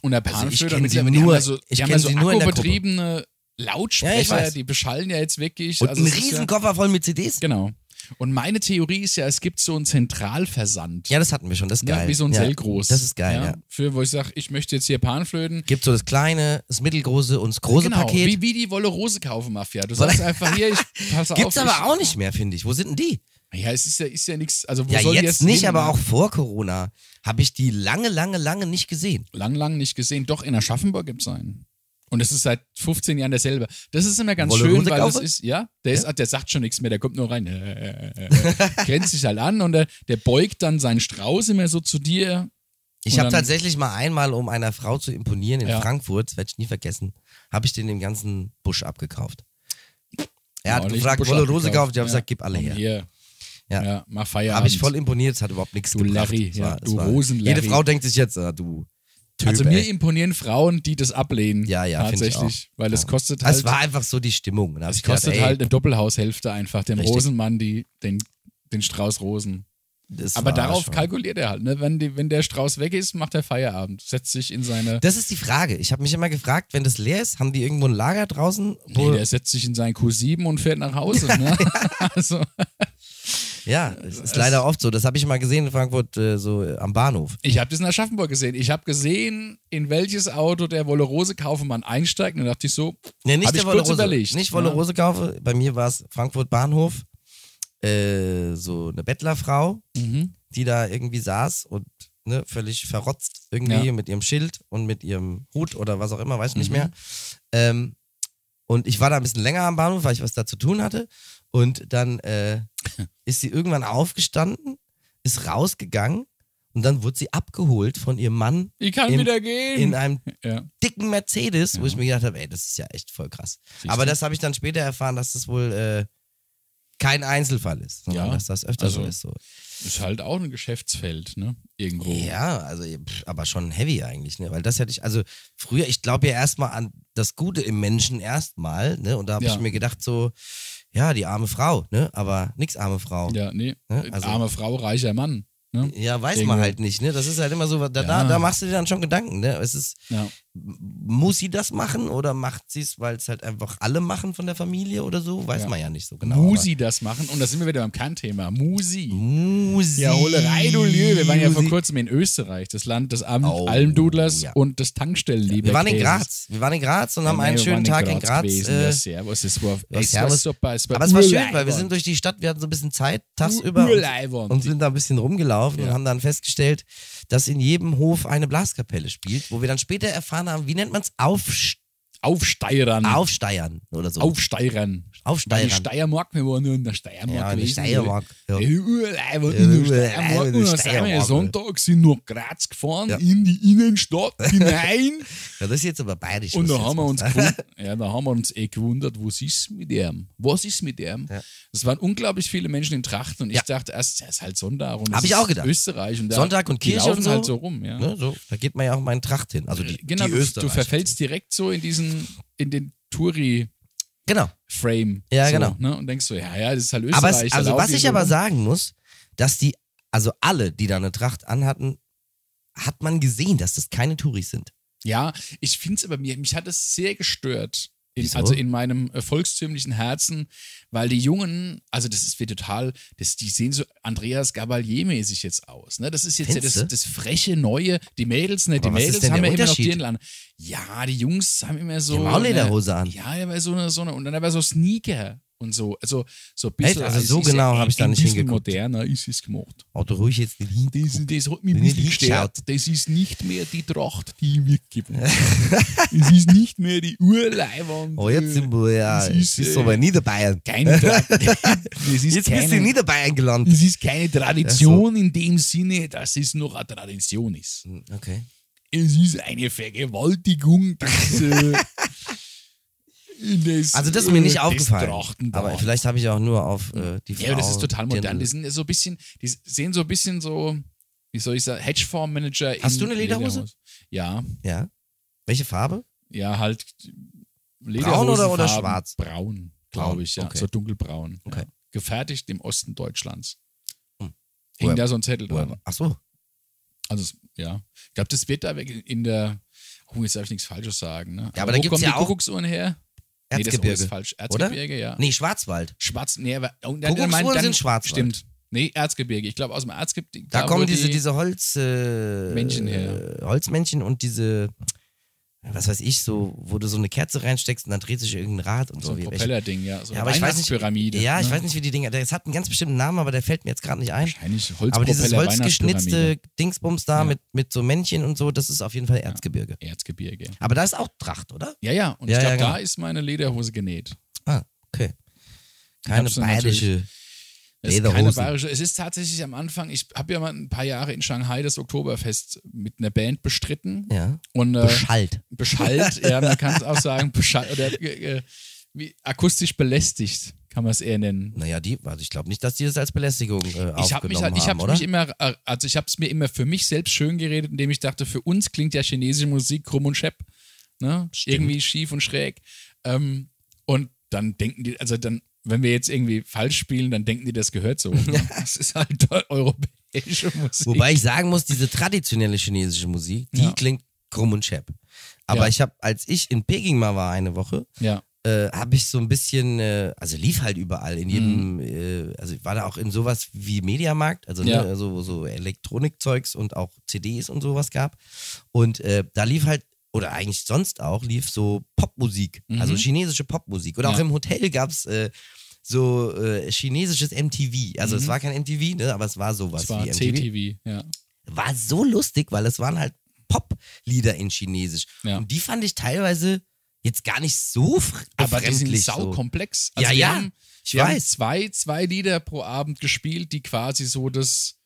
[SPEAKER 2] und der
[SPEAKER 1] Also ich
[SPEAKER 2] Panflöter
[SPEAKER 1] kenn
[SPEAKER 2] mit
[SPEAKER 1] sie
[SPEAKER 2] der die haben
[SPEAKER 1] nur-
[SPEAKER 2] ja so,
[SPEAKER 1] ich
[SPEAKER 2] die haben
[SPEAKER 1] kenn
[SPEAKER 2] ja so
[SPEAKER 1] sie nur in der Gruppe.
[SPEAKER 2] akkubetriebene Lautsprecher,
[SPEAKER 1] weiß.
[SPEAKER 2] die beschallen ja jetzt wirklich.
[SPEAKER 1] Und
[SPEAKER 2] also
[SPEAKER 1] ein
[SPEAKER 2] es ist ja,
[SPEAKER 1] Riesenkoffer voll mit CDs.
[SPEAKER 2] Genau. Und meine Theorie ist ja, es gibt so einen Zentralversand.
[SPEAKER 1] Ja, das hatten wir schon. Das ist
[SPEAKER 2] Ja,
[SPEAKER 1] geil.
[SPEAKER 2] wie so ein
[SPEAKER 1] ja.
[SPEAKER 2] Zellgroß.
[SPEAKER 1] Das ist geil, ja.
[SPEAKER 2] Für, wo ich sage, ich möchte jetzt hier Panflöten.
[SPEAKER 1] Gibt so das kleine, das mittelgroße und das große
[SPEAKER 2] Genau,
[SPEAKER 1] Paket.
[SPEAKER 2] wie, wie die Wolle Rose kaufen, Mafia. Du sagst einfach hier, ich pass auf.
[SPEAKER 1] Gibt's
[SPEAKER 2] ich,
[SPEAKER 1] aber auch nicht mehr, finde ich. Wo sind denn die?
[SPEAKER 2] Ja, es ist ja, ist ja nichts. Also, wo
[SPEAKER 1] ja,
[SPEAKER 2] soll die
[SPEAKER 1] jetzt nicht,
[SPEAKER 2] hin,
[SPEAKER 1] aber
[SPEAKER 2] ne?
[SPEAKER 1] auch vor Corona habe ich die lange, lange, lange nicht gesehen.
[SPEAKER 2] Lang, lang nicht gesehen. Doch, in Aschaffenburg gibt es einen. Und es ist seit 15 Jahren derselbe. Das ist immer ganz
[SPEAKER 1] Wolle
[SPEAKER 2] schön,
[SPEAKER 1] Rose
[SPEAKER 2] weil das
[SPEAKER 1] kaufen?
[SPEAKER 2] ist, ja, der, Ist, ah, der sagt schon nichts mehr, der kommt nur rein, äh, äh, äh, äh, grenzt sich halt an und der, der beugt dann seinen Strauß immer so zu dir.
[SPEAKER 1] Ich
[SPEAKER 2] Und
[SPEAKER 1] habe
[SPEAKER 2] dann-
[SPEAKER 1] tatsächlich mal einmal, um einer Frau zu imponieren in
[SPEAKER 2] Ja.
[SPEAKER 1] Frankfurt, das werde ich nie vergessen, habe ich den den ganzen Busch abgekauft. Er
[SPEAKER 2] Ja,
[SPEAKER 1] hat
[SPEAKER 2] ordentlich
[SPEAKER 1] gefragt,
[SPEAKER 2] Busch
[SPEAKER 1] Wolle Rose
[SPEAKER 2] abgekauft,
[SPEAKER 1] gekauft? Ich habe
[SPEAKER 2] ja.
[SPEAKER 1] gesagt, gib alle
[SPEAKER 2] Komm
[SPEAKER 1] her.
[SPEAKER 2] Hier.
[SPEAKER 1] Ja.
[SPEAKER 2] Ja. mach Feierabend.
[SPEAKER 1] Habe ich voll imponiert, es hat überhaupt nichts
[SPEAKER 2] Du
[SPEAKER 1] gebracht.
[SPEAKER 2] Larry,
[SPEAKER 1] Es
[SPEAKER 2] ja,
[SPEAKER 1] war- es
[SPEAKER 2] du
[SPEAKER 1] war-
[SPEAKER 2] Rosen-Larry.
[SPEAKER 1] Jede Frau denkt sich jetzt, ah, du Typ,
[SPEAKER 2] also mir
[SPEAKER 1] ey.
[SPEAKER 2] imponieren Frauen, die das ablehnen.
[SPEAKER 1] Ja, ja, find ich
[SPEAKER 2] tatsächlich. Weil es kostet halt,
[SPEAKER 1] Das war einfach so die Stimmung. Und da hab
[SPEAKER 2] es
[SPEAKER 1] ich gedacht,
[SPEAKER 2] kostet
[SPEAKER 1] ey,
[SPEAKER 2] halt eine Doppelhaushälfte einfach, den
[SPEAKER 1] Richtig.
[SPEAKER 2] Rosenmann, die, den, den Strauß Rosen.
[SPEAKER 1] das
[SPEAKER 2] Aber
[SPEAKER 1] war
[SPEAKER 2] darauf
[SPEAKER 1] schon-
[SPEAKER 2] kalkuliert er halt. Ne? Wenn, die, wenn der Strauß weg ist, macht er Feierabend, setzt sich in seine.
[SPEAKER 1] Das ist die Frage. Ich habe mich immer gefragt, wenn das leer ist, haben die irgendwo ein Lager draußen?
[SPEAKER 2] Nee,
[SPEAKER 1] Wo,
[SPEAKER 2] der setzt sich in sein Q7 und fährt nach Hause. Ne? also,
[SPEAKER 1] ja, es ist leider oft so. Das habe ich mal gesehen in Frankfurt, äh, so äh, am Bahnhof.
[SPEAKER 2] ich habe das in Aschaffenburg gesehen. Ich habe gesehen, in welches Auto der Wolle Rose Kaufmann einsteigt. Und dann dachte ich so,
[SPEAKER 1] Nee, nicht
[SPEAKER 2] Hab
[SPEAKER 1] der
[SPEAKER 2] ich
[SPEAKER 1] Wolle
[SPEAKER 2] kurz
[SPEAKER 1] Rose.
[SPEAKER 2] überlegt,
[SPEAKER 1] Nicht Wolle
[SPEAKER 2] ja.
[SPEAKER 1] Rose kaufe. Bei mir war es Frankfurt Bahnhof. Äh, so eine Bettlerfrau,
[SPEAKER 2] mhm.
[SPEAKER 1] die da irgendwie saß und ne, völlig verrotzt irgendwie
[SPEAKER 2] Ja.
[SPEAKER 1] mit ihrem Schild und mit ihrem Hut oder was auch immer, weiß ich nicht
[SPEAKER 2] Mhm.
[SPEAKER 1] mehr. Ähm, und ich war da ein bisschen länger am Bahnhof, weil ich was da zu tun hatte. Und dann äh, ist sie irgendwann aufgestanden, ist rausgegangen und dann wurde sie abgeholt von ihrem Mann
[SPEAKER 2] ich kann
[SPEAKER 1] In-
[SPEAKER 2] wieder gehen.
[SPEAKER 1] in einem
[SPEAKER 2] ja.
[SPEAKER 1] dicken Mercedes, wo
[SPEAKER 2] Mhm. Ja.
[SPEAKER 1] ich mir gedacht habe, ey, das ist ja echt voll krass.
[SPEAKER 2] du?
[SPEAKER 1] Aber das habe ich dann später erfahren, dass das wohl äh, kein Einzelfall ist, sondern
[SPEAKER 2] Ja.
[SPEAKER 1] dass das öfter so
[SPEAKER 2] Also-
[SPEAKER 1] ist. So.
[SPEAKER 2] Ist halt auch ein Geschäftsfeld, ne? Irgendwo.
[SPEAKER 1] Ja, also pff, aber schon heavy eigentlich, ne? Weil das hätte ich, also früher, ich glaube ja erstmal an das Gute im Menschen erstmal, ne? Und da habe
[SPEAKER 2] Ja.
[SPEAKER 1] ich mir gedacht, so, ja, die arme Frau, ne? Aber nix arme Frau.
[SPEAKER 2] Ja, nee.
[SPEAKER 1] Ne? Also-
[SPEAKER 2] Arme Frau, reicher Mann. Ne?
[SPEAKER 1] Ja, weiß
[SPEAKER 2] Irgendwo.
[SPEAKER 1] man halt nicht, ne? Das ist halt immer so, da, da,
[SPEAKER 2] Ja.
[SPEAKER 1] da machst du dir dann schon Gedanken, ne? Es ist,
[SPEAKER 2] Ja.
[SPEAKER 1] muss sie das machen oder macht sie es, weil es halt einfach alle machen von der Familie oder so? Weiß
[SPEAKER 2] Ja.
[SPEAKER 1] man ja nicht so genau.
[SPEAKER 2] Musi das machen. Und da sind wir wieder beim Kernthema. Musi.
[SPEAKER 1] aber- Musi.
[SPEAKER 2] Ja, Holerei, du Lüge. Wir waren ja vor
[SPEAKER 1] Musi.
[SPEAKER 2] kurzem in Österreich, das Land des Alm
[SPEAKER 1] Oh,
[SPEAKER 2] Almdudlers
[SPEAKER 1] ja.
[SPEAKER 2] und des Tankstellenliebers.
[SPEAKER 1] Wir waren in Graz. Wir waren in Graz und haben einen schönen Tag in Graz.
[SPEAKER 2] Gewesen.
[SPEAKER 1] äh,
[SPEAKER 2] ja, servus. Es war,
[SPEAKER 1] ey,
[SPEAKER 2] es war
[SPEAKER 1] servus.
[SPEAKER 2] super. Es war
[SPEAKER 1] aber es war schön,
[SPEAKER 2] Urlaub.
[SPEAKER 1] weil wir sind durch die Stadt, wir hatten so ein bisschen Zeit tagsüber
[SPEAKER 2] Urlaub.
[SPEAKER 1] und sind da ein bisschen rumgelaufen und
[SPEAKER 2] Ja.
[SPEAKER 1] haben dann festgestellt, dass in jedem Hof eine Blaskapelle spielt, wo wir dann später erfahren haben, wie nennt man es? Aufst
[SPEAKER 2] Aufsteirern.
[SPEAKER 1] Aufsteiern oder so.
[SPEAKER 2] Aufsteirern. Weil die
[SPEAKER 1] Aufsteiern.
[SPEAKER 2] Steiermark, wir waren nur in der Steiermark.
[SPEAKER 1] Ja, in der
[SPEAKER 2] gewesen.
[SPEAKER 1] Steiermark. Ja.
[SPEAKER 2] Ey, Urlaub und
[SPEAKER 1] Ja,
[SPEAKER 2] in der
[SPEAKER 1] Urlaub
[SPEAKER 2] Steiermark.
[SPEAKER 1] in der
[SPEAKER 2] Und dann sind wir
[SPEAKER 1] Steiermark,
[SPEAKER 2] Sonntag, sind nach Graz gefahren,
[SPEAKER 1] Ja.
[SPEAKER 2] in die Innenstadt hinein.
[SPEAKER 1] Ja, das ist jetzt aber bayerisch.
[SPEAKER 2] Und
[SPEAKER 1] was
[SPEAKER 2] da
[SPEAKER 1] du
[SPEAKER 2] haben, wir
[SPEAKER 1] jetzt
[SPEAKER 2] uns
[SPEAKER 1] machst.
[SPEAKER 2] gewund- ja, da haben wir uns eh gewundert, was ist mit dem? Was ist mit dem?
[SPEAKER 1] Ja.
[SPEAKER 2] Es waren unglaublich viele Menschen in Trachten und
[SPEAKER 1] Ja.
[SPEAKER 2] ich dachte erst, ja, ist halt Sonntag und
[SPEAKER 1] Hab
[SPEAKER 2] es
[SPEAKER 1] ich
[SPEAKER 2] ist
[SPEAKER 1] auch gedacht.
[SPEAKER 2] Österreich und da-
[SPEAKER 1] Sonntag und
[SPEAKER 2] die
[SPEAKER 1] Kirche
[SPEAKER 2] laufen
[SPEAKER 1] und so.
[SPEAKER 2] halt so rum. Ja.
[SPEAKER 1] Ne, so, da geht man ja auch mal in Tracht hin. Also die,
[SPEAKER 2] genau,
[SPEAKER 1] die
[SPEAKER 2] du, du
[SPEAKER 1] Österreicher.
[SPEAKER 2] verfällst direkt so in diesen, in den Touri-
[SPEAKER 1] Genau.
[SPEAKER 2] Frame.
[SPEAKER 1] Ja,
[SPEAKER 2] so,
[SPEAKER 1] genau.
[SPEAKER 2] Ne? Und denkst so, ja, ja, das ist halt
[SPEAKER 1] Aber
[SPEAKER 2] Österreich.
[SPEAKER 1] es,
[SPEAKER 2] da
[SPEAKER 1] also
[SPEAKER 2] laufen
[SPEAKER 1] was
[SPEAKER 2] die
[SPEAKER 1] ich
[SPEAKER 2] so
[SPEAKER 1] aber
[SPEAKER 2] rum.
[SPEAKER 1] sagen muss, dass die, also alle, die da eine Tracht anhatten, hat man gesehen, dass das keine Touris sind.
[SPEAKER 2] Ja, ich finde es aber, mir, mich hat es sehr gestört. In,
[SPEAKER 1] Wieso?
[SPEAKER 2] also in meinem äh, volkstümlichen Herzen, weil die Jungen, also das ist wie total, das, die sehen so Andreas Gabalier-mäßig jetzt aus. Ne? Das ist jetzt ja
[SPEAKER 1] Findste?
[SPEAKER 2] das, das freche Neue, die Mädels, ne? die
[SPEAKER 1] Aber was ist
[SPEAKER 2] Mädels
[SPEAKER 1] denn
[SPEAKER 2] haben
[SPEAKER 1] der
[SPEAKER 2] ja immer noch
[SPEAKER 1] Unterschied?
[SPEAKER 2] die an. Ja, die Jungs haben immer so.
[SPEAKER 1] Die haben auch Lederhose an.
[SPEAKER 2] Ne, ja, aber so eine, so eine, und dann aber so Sneaker und so. Also so ein
[SPEAKER 1] Echt?
[SPEAKER 2] bisschen.
[SPEAKER 1] Also so
[SPEAKER 2] es ist
[SPEAKER 1] genau
[SPEAKER 2] ja
[SPEAKER 1] hab ich da
[SPEAKER 2] ein
[SPEAKER 1] nicht
[SPEAKER 2] bisschen
[SPEAKER 1] hingeguckt.
[SPEAKER 2] Moderner ist es gemacht.
[SPEAKER 1] Auto ruhig jetzt nicht hin.
[SPEAKER 2] Das, das hat mich
[SPEAKER 1] Wenn
[SPEAKER 2] ein
[SPEAKER 1] ich
[SPEAKER 2] bisschen
[SPEAKER 1] nicht
[SPEAKER 2] gestört. Das ist nicht mehr die Tracht, die ich mitgebracht habe. Es ist nicht mehr die Urleiwand.
[SPEAKER 1] Oh, jetzt sind wir ja,
[SPEAKER 2] Das
[SPEAKER 1] jetzt
[SPEAKER 2] ist,
[SPEAKER 1] bist du
[SPEAKER 2] äh,
[SPEAKER 1] aber in Niederbayern.
[SPEAKER 2] keine Tracht. Das
[SPEAKER 1] Jetzt
[SPEAKER 2] ist
[SPEAKER 1] bist du in
[SPEAKER 2] keine,
[SPEAKER 1] Niederbayern gelandet.
[SPEAKER 2] das ist keine Tradition in dem Sinne, dass es noch eine Tradition ist.
[SPEAKER 1] Okay.
[SPEAKER 2] Es ist eine Vergewaltigung des, äh, des
[SPEAKER 1] Also das ist mir
[SPEAKER 2] äh,
[SPEAKER 1] nicht
[SPEAKER 2] des
[SPEAKER 1] aufgefallen.
[SPEAKER 2] Trachtenbauers.
[SPEAKER 1] Aber vielleicht habe ich auch nur auf äh, die Frau.
[SPEAKER 2] Ja, aber das ist total modern. Die
[SPEAKER 1] den-
[SPEAKER 2] sind ja so ein bisschen, die sehen so ein bisschen so, wie soll ich sagen, Hedgefondsmanager.
[SPEAKER 1] Hast
[SPEAKER 2] in
[SPEAKER 1] du eine Lederhose?
[SPEAKER 2] Ja,
[SPEAKER 1] Ja. Welche Farbe?
[SPEAKER 2] ja, halt
[SPEAKER 1] Braun oder- oder
[SPEAKER 2] Lederhosenfarben.
[SPEAKER 1] schwarz?
[SPEAKER 2] Braun,
[SPEAKER 1] Braun,
[SPEAKER 2] glaube ich, ja.
[SPEAKER 1] okay.
[SPEAKER 2] So dunkelbraun.
[SPEAKER 1] Okay.
[SPEAKER 2] Ja. Gefertigt im Osten Deutschlands.
[SPEAKER 1] Hm.
[SPEAKER 2] Hing
[SPEAKER 1] Woher-
[SPEAKER 2] da so ein Zettel
[SPEAKER 1] Oder-
[SPEAKER 2] dran.
[SPEAKER 1] Ach so.
[SPEAKER 2] Also, es- ja. Ich glaube, das wird da weg in der. Oh, jetzt darf ich nichts Falsches sagen. Ne?
[SPEAKER 1] Ja, aber da
[SPEAKER 2] wo
[SPEAKER 1] gibt's
[SPEAKER 2] kommen
[SPEAKER 1] ja
[SPEAKER 2] die
[SPEAKER 1] auch-
[SPEAKER 2] Kuckucksuhren her? Nee, das ist
[SPEAKER 1] Erzgebirge.
[SPEAKER 2] alles falsch.
[SPEAKER 1] oder?
[SPEAKER 2] Erzgebirge, ja.
[SPEAKER 1] Nee, Schwarzwald.
[SPEAKER 2] Schwarz, nee, aber. oh, und dann-
[SPEAKER 1] Kuckucksuhren
[SPEAKER 2] dann-
[SPEAKER 1] sind Schwarzwald.
[SPEAKER 2] Stimmt. Nee, Erzgebirge. Ich glaube, aus dem Erzgebirge.
[SPEAKER 1] Da kommen
[SPEAKER 2] wo
[SPEAKER 1] diese,
[SPEAKER 2] die-
[SPEAKER 1] diese Holz, äh,
[SPEAKER 2] Männchen her.
[SPEAKER 1] äh, Holzmännchen und diese, was weiß ich, so, wo du so eine Kerze reinsteckst und dann dreht sich irgendein Rad und so.
[SPEAKER 2] So ein
[SPEAKER 1] Wie-
[SPEAKER 2] Propellerding, ja. So
[SPEAKER 1] ja, aber ich weiß nicht,
[SPEAKER 2] Pyramide.
[SPEAKER 1] ja, ich
[SPEAKER 2] ne?
[SPEAKER 1] weiß nicht, wie die Dinger, das hat einen ganz bestimmten Namen, aber der fällt mir jetzt gerade nicht ein.
[SPEAKER 2] Wahrscheinlich
[SPEAKER 1] Aber dieses
[SPEAKER 2] Holzpropeller, Weihnachtspyramide.
[SPEAKER 1] holzgeschnitzte Dingsbums da
[SPEAKER 2] Ja.
[SPEAKER 1] mit, mit so Männchen und so, das ist auf jeden Fall Erzgebirge.
[SPEAKER 2] Erzgebirge.
[SPEAKER 1] Aber da ist auch Tracht, oder?
[SPEAKER 2] Ja, ja. Und
[SPEAKER 1] Ja,
[SPEAKER 2] ich
[SPEAKER 1] ja,
[SPEAKER 2] glaube,
[SPEAKER 1] genau.
[SPEAKER 2] da ist meine Lederhose genäht.
[SPEAKER 1] Ah, okay. Keine
[SPEAKER 2] hab's dann
[SPEAKER 1] bayerische
[SPEAKER 2] Es ist keine
[SPEAKER 1] Lederhosen.
[SPEAKER 2] bayerische. Es ist tatsächlich am Anfang, ich habe ja mal ein paar Jahre in Shanghai das Oktoberfest mit einer Band bestritten.
[SPEAKER 1] ja.
[SPEAKER 2] Und äh,
[SPEAKER 1] Beschallt.
[SPEAKER 2] beschallt, ja, man kann es auch sagen, beschallt oder äh, äh, wie, akustisch belästigt, kann man es eher nennen.
[SPEAKER 1] Naja, die, also ich glaube nicht, dass die das als Belästigung äh,
[SPEAKER 2] Ich habe mich
[SPEAKER 1] aufgenommen
[SPEAKER 2] halt, ich
[SPEAKER 1] haben,
[SPEAKER 2] habe
[SPEAKER 1] oder?
[SPEAKER 2] mich immer, äh, also ich habe es mir immer für mich selbst schön geredet, indem ich dachte, für uns klingt ja chinesische Musik krumm und schepp, ne?
[SPEAKER 1] Stimmt.
[SPEAKER 2] irgendwie schief und schräg. Ähm, und dann denken die, also dann, wenn wir jetzt irgendwie falsch spielen, dann denken die, das gehört so. Ne? das ist halt europäische Musik.
[SPEAKER 1] Wobei ich sagen muss, diese traditionelle chinesische Musik, die
[SPEAKER 2] Ja.
[SPEAKER 1] klingt krumm und schepp. Aber
[SPEAKER 2] Ja.
[SPEAKER 1] ich habe, als ich in Peking mal war eine Woche,
[SPEAKER 2] ja,
[SPEAKER 1] äh, habe ich so ein bisschen, äh, also lief halt überall in
[SPEAKER 2] Mhm.
[SPEAKER 1] jedem, äh, also ich war da auch in sowas wie Mediamarkt, also
[SPEAKER 2] Ja.
[SPEAKER 1] ne, so, so Elektronikzeugs und auch CDs und sowas gab. Und äh, da lief halt, oder eigentlich sonst auch, lief so Popmusik,
[SPEAKER 2] Mhm.
[SPEAKER 1] also chinesische Popmusik. Oder auch
[SPEAKER 2] Ja.
[SPEAKER 1] im Hotel gab es äh, so äh, chinesisches MTV. Also es
[SPEAKER 2] Mhm.
[SPEAKER 1] war kein MTV, ne, aber es war sowas
[SPEAKER 2] das war
[SPEAKER 1] wie MTV
[SPEAKER 2] CTV, ja.
[SPEAKER 1] war so lustig, weil es waren halt Pop-Lieder in Chinesisch.
[SPEAKER 2] Ja.
[SPEAKER 1] Und die fand ich teilweise jetzt gar nicht so fr-
[SPEAKER 2] Aber die sind
[SPEAKER 1] befremdlich so.
[SPEAKER 2] saukomplex. Also
[SPEAKER 1] Ja,
[SPEAKER 2] wir
[SPEAKER 1] ja,
[SPEAKER 2] Haben,
[SPEAKER 1] ich
[SPEAKER 2] wir Haben
[SPEAKER 1] weiß.
[SPEAKER 2] zwei, zwei Lieder pro Abend gespielt, die quasi so das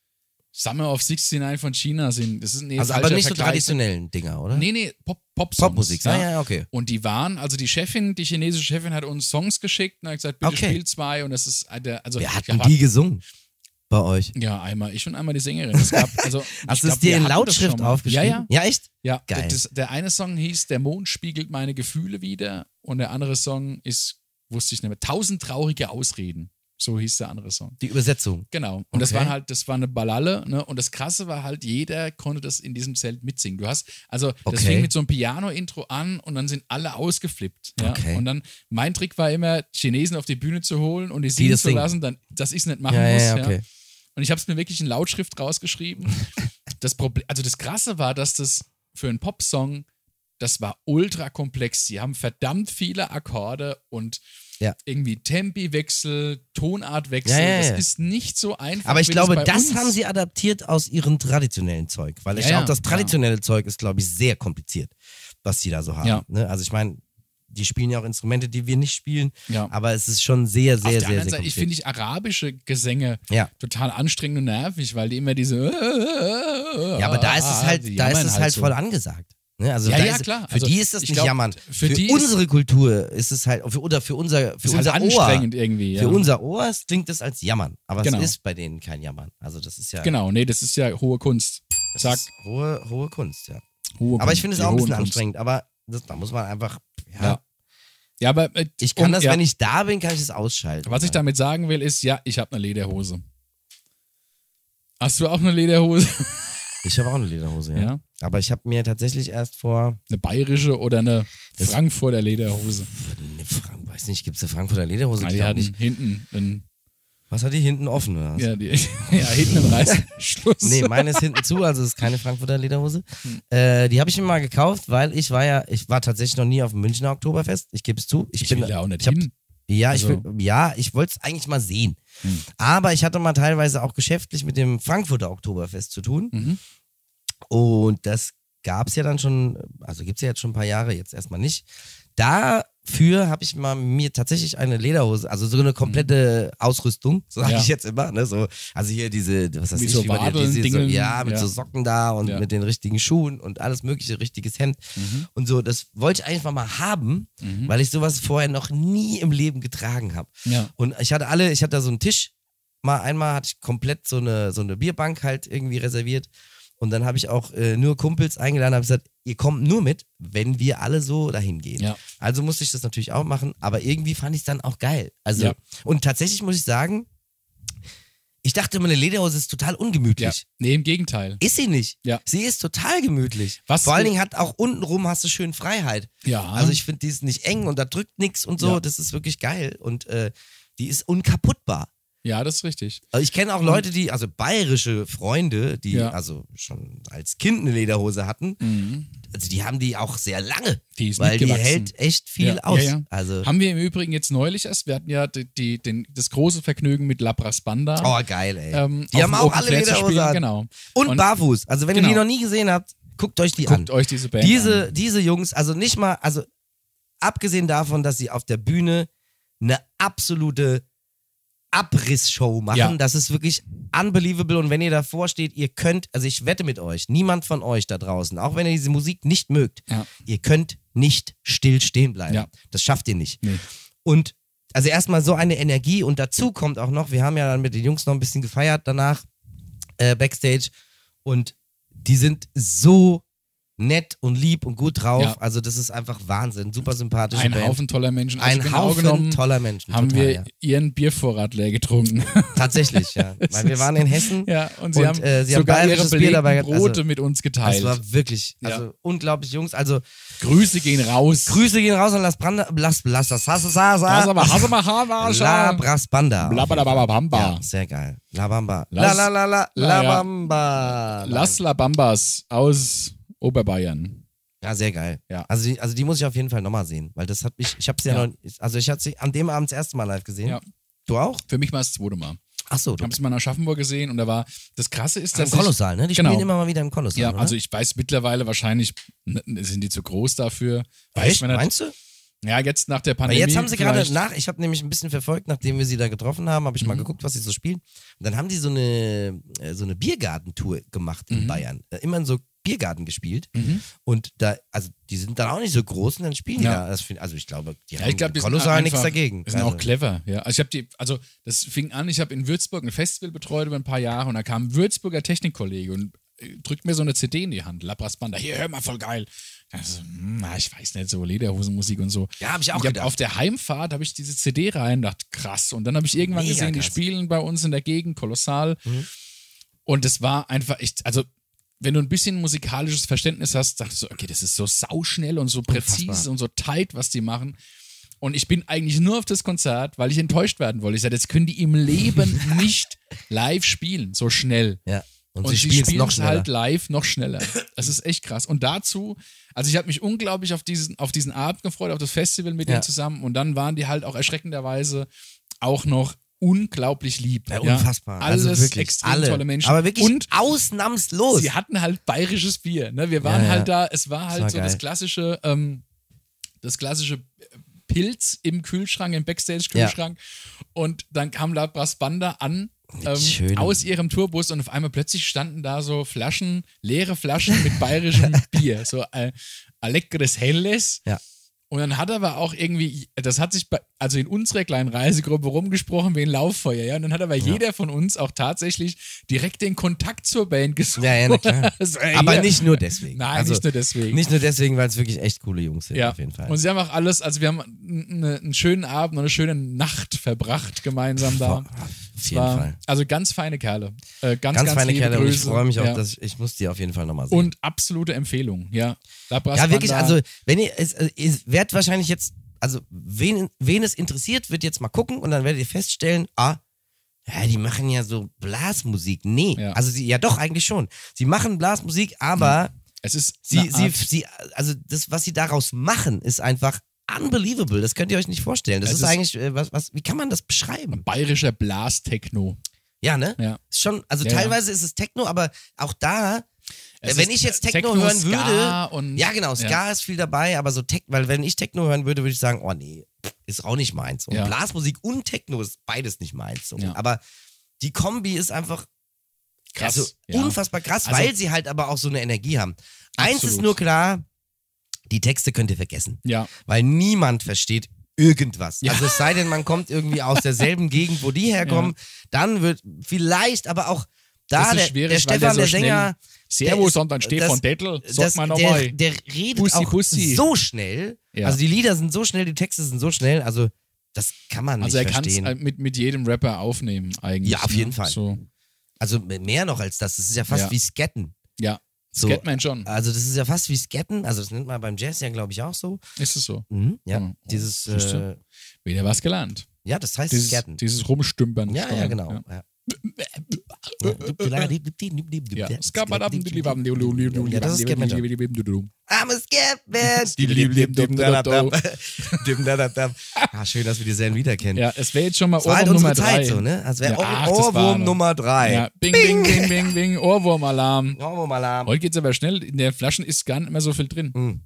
[SPEAKER 2] Summer of 69 von China sind. Das ist ein
[SPEAKER 1] Also aber
[SPEAKER 2] falscher
[SPEAKER 1] nicht so
[SPEAKER 2] Vergleich.
[SPEAKER 1] traditionellen Dinger, oder?
[SPEAKER 2] Nee, nee, Pop, Pop
[SPEAKER 1] Ne? Popmusik, ja, ja, okay.
[SPEAKER 2] Und die waren, also die Chefin, die chinesische Chefin hat uns Songs geschickt und hat gesagt, bitte
[SPEAKER 1] Okay.
[SPEAKER 2] spiel zwei und das ist äh, der, also
[SPEAKER 1] Wer hat
[SPEAKER 2] ja,
[SPEAKER 1] denn die gesungen bei euch?
[SPEAKER 2] ja, einmal ich und einmal die Sängerin. Es gab, also, ich
[SPEAKER 1] Hast du
[SPEAKER 2] glaub,
[SPEAKER 1] es dir
[SPEAKER 2] wir
[SPEAKER 1] in
[SPEAKER 2] hatten das schon
[SPEAKER 1] Lautschrift
[SPEAKER 2] mal.
[SPEAKER 1] aufgeschrieben?
[SPEAKER 2] Ja, ja.
[SPEAKER 1] echt?
[SPEAKER 2] Ja,
[SPEAKER 1] Geil.
[SPEAKER 2] Das, der eine Song hieß Der Mond spiegelt meine Gefühle wieder und der andere Song ist wusste ich nicht mehr. 1000 traurige Ausreden. So hieß der andere Song.
[SPEAKER 1] Die Übersetzung.
[SPEAKER 2] Genau. Und das
[SPEAKER 1] Okay.
[SPEAKER 2] waren halt, das war eine Ballale, ne? Und das krasse war halt, jeder konnte das in diesem Zelt mitsingen. Du hast, also das
[SPEAKER 1] Okay.
[SPEAKER 2] fing mit so einem Piano-Intro an und dann sind alle ausgeflippt. Ja?
[SPEAKER 1] Okay.
[SPEAKER 2] Und dann, mein Trick war immer, Chinesen auf die Bühne zu holen und die
[SPEAKER 1] Die
[SPEAKER 2] singen
[SPEAKER 1] das
[SPEAKER 2] zu
[SPEAKER 1] singen.
[SPEAKER 2] lassen, dann, dass ich es nicht machen
[SPEAKER 1] Ja,
[SPEAKER 2] muss.
[SPEAKER 1] ja, ja, okay.
[SPEAKER 2] Und ich habe es mir wirklich in Lautschrift rausgeschrieben. das Problem, also das Krasse war, dass das für einen Popsong, das war ultra komplex. Sie haben verdammt viele Akkorde und
[SPEAKER 1] Ja.
[SPEAKER 2] irgendwie Tempiwechsel, Tonartwechsel.
[SPEAKER 1] Ja, ja, ja.
[SPEAKER 2] Das ist nicht so einfach.
[SPEAKER 1] Aber ich
[SPEAKER 2] wie
[SPEAKER 1] glaube,
[SPEAKER 2] bei
[SPEAKER 1] das
[SPEAKER 2] uns.
[SPEAKER 1] haben sie adaptiert aus ihrem traditionellen Zeug. Weil ich
[SPEAKER 2] Ja, ja,
[SPEAKER 1] auch das
[SPEAKER 2] ja.
[SPEAKER 1] traditionelle Zeug ist, glaube ich, sehr kompliziert, was sie da so haben.
[SPEAKER 2] Ja.
[SPEAKER 1] Ne? Also ich meine, die spielen ja auch Instrumente, die wir nicht spielen,
[SPEAKER 2] Ja.
[SPEAKER 1] aber es ist schon sehr,
[SPEAKER 2] Auf
[SPEAKER 1] sehr,
[SPEAKER 2] der
[SPEAKER 1] sehr,
[SPEAKER 2] anderen
[SPEAKER 1] sehr
[SPEAKER 2] Seite, ich
[SPEAKER 1] kompliziert.
[SPEAKER 2] finde ich arabische Gesänge
[SPEAKER 1] Ja.
[SPEAKER 2] total anstrengend und nervig, weil die immer diese.
[SPEAKER 1] ja, aber da ist es
[SPEAKER 2] Äh, die
[SPEAKER 1] halt, da ist
[SPEAKER 2] jammern
[SPEAKER 1] es halt
[SPEAKER 2] so.
[SPEAKER 1] voll angesagt. Ne? Also
[SPEAKER 2] Ja,
[SPEAKER 1] da
[SPEAKER 2] ja,
[SPEAKER 1] ist,
[SPEAKER 2] klar.
[SPEAKER 1] Für
[SPEAKER 2] Also,
[SPEAKER 1] die ist das
[SPEAKER 2] ich
[SPEAKER 1] nicht
[SPEAKER 2] glaub,
[SPEAKER 1] jammern.
[SPEAKER 2] für die ist-
[SPEAKER 1] unsere Kultur ist es halt, für, oder für unser, für
[SPEAKER 2] Ist halt
[SPEAKER 1] unser Ohr.
[SPEAKER 2] anstrengend irgendwie. Ja.
[SPEAKER 1] Für unser Ohr es klingt das als Jammern, aber
[SPEAKER 2] Genau.
[SPEAKER 1] es ist bei denen kein Jammern. Also das ist ja
[SPEAKER 2] Genau, nee, das ist ja hohe Kunst.
[SPEAKER 1] das
[SPEAKER 2] Sag,
[SPEAKER 1] ist hohe, hohe Kunst, ja.
[SPEAKER 2] hohe
[SPEAKER 1] Aber ich
[SPEAKER 2] Kunst,
[SPEAKER 1] finde es
[SPEAKER 2] die
[SPEAKER 1] auch ein bisschen
[SPEAKER 2] hohen Kunst.
[SPEAKER 1] anstrengend, aber das, da muss man einfach. Ja.
[SPEAKER 2] Ja. Ja, aber äh,
[SPEAKER 1] Ich kann
[SPEAKER 2] um-
[SPEAKER 1] das,
[SPEAKER 2] ja,
[SPEAKER 1] wenn ich da bin, kann ich das ausschalten.
[SPEAKER 2] Was ich damit sagen will, ist, ja, ich habe eine Lederhose. Hast du auch eine Lederhose?
[SPEAKER 1] Ich habe auch eine Lederhose, ja.
[SPEAKER 2] Ja.
[SPEAKER 1] Aber ich habe mir tatsächlich erst vor.
[SPEAKER 2] Eine bayerische oder eine
[SPEAKER 1] Das-
[SPEAKER 2] Frankfurter Lederhose?
[SPEAKER 1] Ne, Frank, weiß nicht, gibt es eine Frankfurter Lederhose?
[SPEAKER 2] Ah,
[SPEAKER 1] Ich
[SPEAKER 2] die
[SPEAKER 1] glaub
[SPEAKER 2] hatten
[SPEAKER 1] nicht.
[SPEAKER 2] hinten einen,
[SPEAKER 1] Was hat die hinten offen? Oder was?
[SPEAKER 2] ja, die, ja, hinten einen Reißverschluss.
[SPEAKER 1] Nee, meine ist hinten zu, also ist keine Frankfurter Lederhose.
[SPEAKER 2] Hm.
[SPEAKER 1] Äh, die habe ich mir mal gekauft, weil ich war ja, ich war tatsächlich noch nie auf dem Münchner Oktoberfest. Ich gebe es zu. Ich,
[SPEAKER 2] ich
[SPEAKER 1] bin
[SPEAKER 2] will da auch nicht
[SPEAKER 1] ich hab-
[SPEAKER 2] hin.
[SPEAKER 1] Ja, ich
[SPEAKER 2] Also-
[SPEAKER 1] will, ja, ich wollte es eigentlich mal sehen.
[SPEAKER 2] Hm.
[SPEAKER 1] Aber ich hatte mal teilweise auch geschäftlich mit dem Frankfurter Oktoberfest zu tun.
[SPEAKER 2] Mhm.
[SPEAKER 1] Und das gab es ja dann schon, also gibt es ja jetzt schon ein paar Jahre, jetzt erstmal nicht. Dafür habe ich mal mir tatsächlich eine Lederhose, also so eine komplette Ausrüstung, so sage
[SPEAKER 2] Ja.
[SPEAKER 1] ich jetzt immer, ne? So, also hier diese, was weiß
[SPEAKER 2] Mit
[SPEAKER 1] ich,
[SPEAKER 2] so
[SPEAKER 1] wie man die-
[SPEAKER 2] Wadeln,
[SPEAKER 1] diese, so,
[SPEAKER 2] Dingeln,
[SPEAKER 1] ja, mit
[SPEAKER 2] ja.
[SPEAKER 1] so Socken da und
[SPEAKER 2] Ja. Mhm.
[SPEAKER 1] mit den richtigen Schuhen und alles mögliche, richtiges Hemd und so. Das wollte ich einfach mal haben, weil ich sowas vorher noch nie im Leben getragen habe.
[SPEAKER 2] Ja.
[SPEAKER 1] Und ich hatte alle, ich hatte da so einen Tisch. Mal einmal hatte ich komplett so eine, so eine Bierbank halt irgendwie reserviert. Und dann habe ich auch äh, nur Kumpels eingeladen, habe gesagt, ihr kommt nur mit, wenn wir alle so dahin gehen.
[SPEAKER 2] Ja.
[SPEAKER 1] Also musste ich das natürlich auch machen, aber irgendwie fand ich es dann auch geil. Also,
[SPEAKER 2] Ja.
[SPEAKER 1] und tatsächlich muss ich sagen, ich dachte immer, eine Lederhose ist total
[SPEAKER 2] ja.
[SPEAKER 1] ungemütlich.
[SPEAKER 2] Nee, im Gegenteil.
[SPEAKER 1] Ist sie nicht.
[SPEAKER 2] Ja.
[SPEAKER 1] Sie ist total gemütlich.
[SPEAKER 2] Was
[SPEAKER 1] Vor allen
[SPEAKER 2] du-
[SPEAKER 1] Dingen hat auch untenrum hast du schön Freiheit.
[SPEAKER 2] Ja.
[SPEAKER 1] Also ich finde, die ist nicht eng und da drückt nichts und so.
[SPEAKER 2] Ja.
[SPEAKER 1] Das ist wirklich geil. Und äh, die ist unkaputtbar.
[SPEAKER 2] ja, das ist richtig.
[SPEAKER 1] Also ich kenne auch Leute, die, also bayerische Freunde, die
[SPEAKER 2] Ja.
[SPEAKER 1] also schon als Kind eine Lederhose hatten,
[SPEAKER 2] Mhm.
[SPEAKER 1] also die haben die auch sehr lange,
[SPEAKER 2] Die ist
[SPEAKER 1] weil die
[SPEAKER 2] mitgewachsen.
[SPEAKER 1] hält echt viel
[SPEAKER 2] Ja,
[SPEAKER 1] aus.
[SPEAKER 2] ja, ja.
[SPEAKER 1] Also,
[SPEAKER 2] Haben wir im Übrigen jetzt neulich erst, wir hatten ja die, die, den, das große Vergnügen mit Labras Banda.
[SPEAKER 1] oh geil, ey.
[SPEAKER 2] ähm,
[SPEAKER 1] die
[SPEAKER 2] auf
[SPEAKER 1] haben
[SPEAKER 2] dem
[SPEAKER 1] auch
[SPEAKER 2] Open
[SPEAKER 1] alle
[SPEAKER 2] Flair zu
[SPEAKER 1] Lederhose
[SPEAKER 2] spielen,
[SPEAKER 1] an.
[SPEAKER 2] Genau.
[SPEAKER 1] Und,
[SPEAKER 2] Und-
[SPEAKER 1] barfuß. Also wenn ihr die
[SPEAKER 2] Genau.
[SPEAKER 1] noch nie gesehen habt, guckt euch die an.
[SPEAKER 2] Guckt euch diese Band
[SPEAKER 1] diese,
[SPEAKER 2] an.
[SPEAKER 1] diese Jungs, also nicht mal, also abgesehen davon, dass sie auf der Bühne eine absolute Abrissshow machen,
[SPEAKER 2] Ja.
[SPEAKER 1] das ist wirklich unbelievable. Und wenn ihr davor steht, ihr könnt, also ich wette mit euch, niemand von euch da draußen, auch wenn ihr diese Musik nicht mögt,
[SPEAKER 2] Ja.
[SPEAKER 1] ihr könnt nicht still stehen bleiben.
[SPEAKER 2] Ja.
[SPEAKER 1] Das schafft ihr nicht.
[SPEAKER 2] Nee.
[SPEAKER 1] Und also erstmal so eine Energie und dazu kommt auch noch, wir haben ja dann mit den Jungs noch ein bisschen gefeiert danach, äh, Backstage. Und die sind so nett und lieb und gut drauf.
[SPEAKER 2] Ja.
[SPEAKER 1] Also das ist einfach Wahnsinn. Super sympathische
[SPEAKER 2] Ein
[SPEAKER 1] Band.
[SPEAKER 2] Haufen toller Menschen. Also
[SPEAKER 1] ein
[SPEAKER 2] genau
[SPEAKER 1] Haufen
[SPEAKER 2] genommen
[SPEAKER 1] toller Menschen.
[SPEAKER 2] haben
[SPEAKER 1] total,
[SPEAKER 2] wir
[SPEAKER 1] ja.
[SPEAKER 2] ihren Biervorrat leer getrunken.
[SPEAKER 1] Tatsächlich, ja. Weil wir waren in Hessen.
[SPEAKER 2] ja, und sie
[SPEAKER 1] Und,
[SPEAKER 2] haben
[SPEAKER 1] äh, sie haben
[SPEAKER 2] sogar ihre
[SPEAKER 1] bayerisches Bier
[SPEAKER 2] belegten
[SPEAKER 1] dabei gehabt. Also,
[SPEAKER 2] Brote mit uns geteilt.
[SPEAKER 1] Das war wirklich,
[SPEAKER 2] Ja.
[SPEAKER 1] also unglaublich, Jungs. Also
[SPEAKER 2] Grüße gehen raus.
[SPEAKER 1] Grüße gehen raus an Las Branda, Las, Las, Las, Las, Las,
[SPEAKER 2] Lass
[SPEAKER 1] Las,
[SPEAKER 2] aber- Hasse mal Haarwascher.
[SPEAKER 1] La Brasbanda.
[SPEAKER 2] Blablabla.
[SPEAKER 1] Ja, sehr geil. La Bamba. La
[SPEAKER 2] Lass-
[SPEAKER 1] la la la, la
[SPEAKER 2] La- ja.
[SPEAKER 1] Bamba.
[SPEAKER 2] Las La Bambas aus Oberbayern.
[SPEAKER 1] Ja, sehr geil.
[SPEAKER 2] Ja.
[SPEAKER 1] Also, die, also die muss ich auf jeden Fall nochmal sehen, weil das hat mich, ich habe sie ja,
[SPEAKER 2] Ja.
[SPEAKER 1] noch, also ich hatte sie an dem Abend das erste Mal live gesehen.
[SPEAKER 2] Ja.
[SPEAKER 1] Du auch?
[SPEAKER 2] Für mich war es das zweite Mal.
[SPEAKER 1] Ach so,
[SPEAKER 2] Ich
[SPEAKER 1] du.
[SPEAKER 2] habe es mal in Aschaffenburg gesehen und da war, das Krasse ist,
[SPEAKER 1] Im
[SPEAKER 2] dass ich,
[SPEAKER 1] Kolossal, ne? Die
[SPEAKER 2] Genau.
[SPEAKER 1] spielen immer mal wieder im Kolossal.
[SPEAKER 2] ja,
[SPEAKER 1] oder?
[SPEAKER 2] also ich weiß mittlerweile wahrscheinlich, n- sind die zu groß dafür. Weiß
[SPEAKER 1] Echt?
[SPEAKER 2] man nicht.
[SPEAKER 1] Meinst du?
[SPEAKER 2] Ja, jetzt nach der
[SPEAKER 1] Weil
[SPEAKER 2] Pandemie.
[SPEAKER 1] jetzt haben sie gerade
[SPEAKER 2] vielleicht. Mhm.
[SPEAKER 1] nach, ich habe nämlich ein bisschen verfolgt, nachdem wir sie da getroffen haben, habe ich mal geguckt, was sie so spielen. Und dann haben die so eine, äh, so eine Biergartentour gemacht in Bayern. Äh, Immer in so Biergarten gespielt.
[SPEAKER 2] Mhm.
[SPEAKER 1] Und da, also die sind dann auch nicht so groß und dann spielen
[SPEAKER 2] Ja.
[SPEAKER 1] die da. Das find, also ich glaube, die
[SPEAKER 2] Ja,
[SPEAKER 1] haben
[SPEAKER 2] ich glaube, die sind
[SPEAKER 1] kolossal
[SPEAKER 2] einfach-
[SPEAKER 1] nichts dagegen.
[SPEAKER 2] Die sind
[SPEAKER 1] also,
[SPEAKER 2] auch clever, ja. Also ich habe die, also das fing an, ich habe in Würzburg ein Festival betreut über ein paar Jahre und da kam ein Würzburger Technikkollege und äh, drückt mir so eine CD in die Hand, Labras Banda, hier, hör mal, voll geil. Also, hm, na, ich weiß nicht, so Lederhosenmusik und so.
[SPEAKER 1] Ja, hab ich auch
[SPEAKER 2] ich hab
[SPEAKER 1] gedacht.
[SPEAKER 2] Auf der Heimfahrt habe ich diese CD rein, dachte krass. Und dann habe ich irgendwann
[SPEAKER 1] Mega
[SPEAKER 2] gesehen, die
[SPEAKER 1] krass. Mhm.
[SPEAKER 2] spielen bei uns in der Gegend, kolossal. Und das war einfach echt, also wenn du ein bisschen musikalisches Verständnis hast, dachtest du, okay, das ist so sauschnell und so präzise
[SPEAKER 1] Unfassbar.
[SPEAKER 2] und so tight, was die machen. Und ich bin eigentlich nur auf das Konzert, weil ich enttäuscht werden wollte. Ich sagte, jetzt können die im Leben nicht live spielen, so schnell.
[SPEAKER 1] Ja. Und,
[SPEAKER 2] Und
[SPEAKER 1] sie,
[SPEAKER 2] sie
[SPEAKER 1] spielen's
[SPEAKER 2] spielen
[SPEAKER 1] noch
[SPEAKER 2] es
[SPEAKER 1] schneller.
[SPEAKER 2] halt live noch schneller. Das ist echt krass. Und dazu, also ich habe mich unglaublich auf diesen, auf diesen Abend gefreut, auf das Festival mit
[SPEAKER 1] Ja.
[SPEAKER 2] denen zusammen. Und dann waren die halt auch erschreckenderweise auch noch unglaublich lieb.
[SPEAKER 1] ja,
[SPEAKER 2] ja.
[SPEAKER 1] unfassbar.
[SPEAKER 2] Alles
[SPEAKER 1] also wirklich,
[SPEAKER 2] extrem
[SPEAKER 1] alle.
[SPEAKER 2] tolle Menschen.
[SPEAKER 1] Aber wirklich
[SPEAKER 2] Und
[SPEAKER 1] ausnahmslos.
[SPEAKER 2] Sie hatten halt bayerisches Bier. Ne? Wir waren
[SPEAKER 1] Ja, ja.
[SPEAKER 2] halt da, es war halt
[SPEAKER 1] war
[SPEAKER 2] so das
[SPEAKER 1] geil.
[SPEAKER 2] klassische, ähm, das klassische Pilz im Kühlschrank, im Backstage-Kühlschrank. Und dann kam La Brasbanda an. Ähm,
[SPEAKER 1] schönem.
[SPEAKER 2] aus ihrem Tourbus und auf einmal plötzlich standen da so Flaschen, leere Flaschen mit bayerischem Bier, so äh, Alegres Helles.
[SPEAKER 1] Ja.
[SPEAKER 2] Und dann hat aber auch irgendwie, das hat sich bei, also in unserer kleinen Reisegruppe rumgesprochen wie ein Lauffeuer, ja. Und dann hat aber jeder von uns auch tatsächlich direkt den Kontakt zur Band gesucht.
[SPEAKER 1] Ja, ja, na klar.
[SPEAKER 2] Also, ey,
[SPEAKER 1] Aber
[SPEAKER 2] hier-
[SPEAKER 1] nicht nur deswegen.
[SPEAKER 2] Nein,
[SPEAKER 1] also,
[SPEAKER 2] nicht nur deswegen.
[SPEAKER 1] Nicht nur deswegen, weil es wirklich echt coole Jungs sind,
[SPEAKER 2] ja.
[SPEAKER 1] auf jeden Fall.
[SPEAKER 2] Und sie haben auch alles, also wir haben n- ne- einen schönen Abend und eine schöne Nacht verbracht gemeinsam da.
[SPEAKER 1] Auf
[SPEAKER 2] Es
[SPEAKER 1] jeden
[SPEAKER 2] war-
[SPEAKER 1] Fall.
[SPEAKER 2] Also ganz feine Kerle. Äh, ganz,
[SPEAKER 1] Ganz,
[SPEAKER 2] ganz
[SPEAKER 1] feine
[SPEAKER 2] liebe
[SPEAKER 1] Kerle und
[SPEAKER 2] Grüße.
[SPEAKER 1] ich freue mich auch,
[SPEAKER 2] ja.
[SPEAKER 1] dass ich, ich muss die auf jeden Fall nochmal sehen.
[SPEAKER 2] Und absolute Empfehlung, ja. La Brass
[SPEAKER 1] ja, wirklich,
[SPEAKER 2] Banda.
[SPEAKER 1] also wenn ihr, es, also, ihr werdet wahrscheinlich jetzt, also wen, wen es interessiert, wird jetzt mal gucken und dann werdet ihr feststellen, ah, ja, die machen ja so Blasmusik. Nee,
[SPEAKER 2] Ja.
[SPEAKER 1] also sie, ja doch, eigentlich schon. Sie machen Blasmusik, aber
[SPEAKER 2] es ist
[SPEAKER 1] sie,
[SPEAKER 2] eine
[SPEAKER 1] sie,
[SPEAKER 2] Art-
[SPEAKER 1] sie, also das, was sie daraus machen, ist einfach unbelievable. Das könnt ihr euch nicht vorstellen. Das
[SPEAKER 2] Es
[SPEAKER 1] ist,
[SPEAKER 2] ist-
[SPEAKER 1] eigentlich, äh, was, was, wie kann man das beschreiben?
[SPEAKER 2] bayerischer Blastechno.
[SPEAKER 1] Ja, ne?
[SPEAKER 2] Ja.
[SPEAKER 1] Ist schon, also
[SPEAKER 2] Ja, ja.
[SPEAKER 1] teilweise ist es Techno, aber auch da,
[SPEAKER 2] Es
[SPEAKER 1] wenn
[SPEAKER 2] ist
[SPEAKER 1] ich jetzt Techno,
[SPEAKER 2] Techno,
[SPEAKER 1] hören
[SPEAKER 2] Ska
[SPEAKER 1] würde,
[SPEAKER 2] und-
[SPEAKER 1] ja genau, Ska
[SPEAKER 2] Ja.
[SPEAKER 1] ist viel dabei, aber so Techno, weil wenn ich Techno hören würde, würde ich sagen, oh nee, ist auch nicht meins. Und
[SPEAKER 2] Ja.
[SPEAKER 1] Blasmusik und Techno ist beides nicht meins. So.
[SPEAKER 2] Ja.
[SPEAKER 1] Aber die Kombi ist einfach
[SPEAKER 2] Krass,
[SPEAKER 1] also,
[SPEAKER 2] ja.
[SPEAKER 1] unfassbar krass,
[SPEAKER 2] Also-
[SPEAKER 1] weil sie halt aber auch so eine Energie haben. Eins ist
[SPEAKER 2] Absolut.
[SPEAKER 1] nur klar, die Texte könnt ihr vergessen,
[SPEAKER 2] Ja,
[SPEAKER 1] weil niemand versteht irgendwas.
[SPEAKER 2] Ja.
[SPEAKER 1] Also es sei denn, man kommt irgendwie aus derselben Gegend, wo die herkommen, dann wird vielleicht aber auch da
[SPEAKER 2] Das ist
[SPEAKER 1] der,
[SPEAKER 2] schwierig,
[SPEAKER 1] der
[SPEAKER 2] weil
[SPEAKER 1] Stefan, der,
[SPEAKER 2] der so schnell-
[SPEAKER 1] Sänger,
[SPEAKER 2] Servus,
[SPEAKER 1] ist-
[SPEAKER 2] sondern Stefan
[SPEAKER 1] das-
[SPEAKER 2] Dettel, sagt
[SPEAKER 1] das,
[SPEAKER 2] man
[SPEAKER 1] der,
[SPEAKER 2] nochmal.
[SPEAKER 1] der redet
[SPEAKER 2] Bussi,
[SPEAKER 1] auch
[SPEAKER 2] Bussi.
[SPEAKER 1] so schnell.
[SPEAKER 2] Ja.
[SPEAKER 1] Also die Lieder sind so schnell, die Texte sind so schnell. Also das kann man
[SPEAKER 2] Also er
[SPEAKER 1] nicht
[SPEAKER 2] kann es
[SPEAKER 1] verstehen.
[SPEAKER 2] mit, mit jedem Rapper aufnehmen eigentlich.
[SPEAKER 1] Ja, auf
[SPEAKER 2] ne?
[SPEAKER 1] jeden Fall.
[SPEAKER 2] So.
[SPEAKER 1] also mehr noch als das. Das ist ja fast
[SPEAKER 2] Ja.
[SPEAKER 1] wie Sketten.
[SPEAKER 2] Ja,
[SPEAKER 1] So.
[SPEAKER 2] Scatman schon.
[SPEAKER 1] Also das ist ja fast wie Sketten. Also das nennt man beim Jazz ja, glaube ich, auch so.
[SPEAKER 2] Ist es so?
[SPEAKER 1] Mhm. Ja.
[SPEAKER 2] Mhm.
[SPEAKER 1] Dieses,
[SPEAKER 2] Siehst
[SPEAKER 1] äh,
[SPEAKER 2] du? Wieder was gelernt.
[SPEAKER 1] ja, das heißt
[SPEAKER 2] Dieses,
[SPEAKER 1] Sketten.
[SPEAKER 2] dieses Rumstümpern.
[SPEAKER 1] Ja, ja,
[SPEAKER 2] Steuern,
[SPEAKER 1] genau.
[SPEAKER 2] Ja.
[SPEAKER 1] Ja. Ja.
[SPEAKER 2] Ja.
[SPEAKER 1] Ja, das ist Scatman.
[SPEAKER 2] Ja.
[SPEAKER 1] I'm a Scatman. Ah, schön, dass wir die Serien wiederkennen.
[SPEAKER 2] ja, es wäre jetzt schon mal
[SPEAKER 1] Das war halt
[SPEAKER 2] Ohrwurm
[SPEAKER 1] unsere
[SPEAKER 2] Nummer
[SPEAKER 1] Zeit
[SPEAKER 2] 3.
[SPEAKER 1] so, ne? Also
[SPEAKER 2] Ja,
[SPEAKER 1] wäre
[SPEAKER 2] ach, das war
[SPEAKER 1] Ohrwurm
[SPEAKER 2] doch-
[SPEAKER 1] Nummer drei.
[SPEAKER 2] ja. Bing, bing, bing, bing, bing, Ohrwurmalarm.
[SPEAKER 1] Ohrwurmalarm.
[SPEAKER 2] Heute geht's aber schnell. In der Flaschen ist gar nicht mehr so viel drin,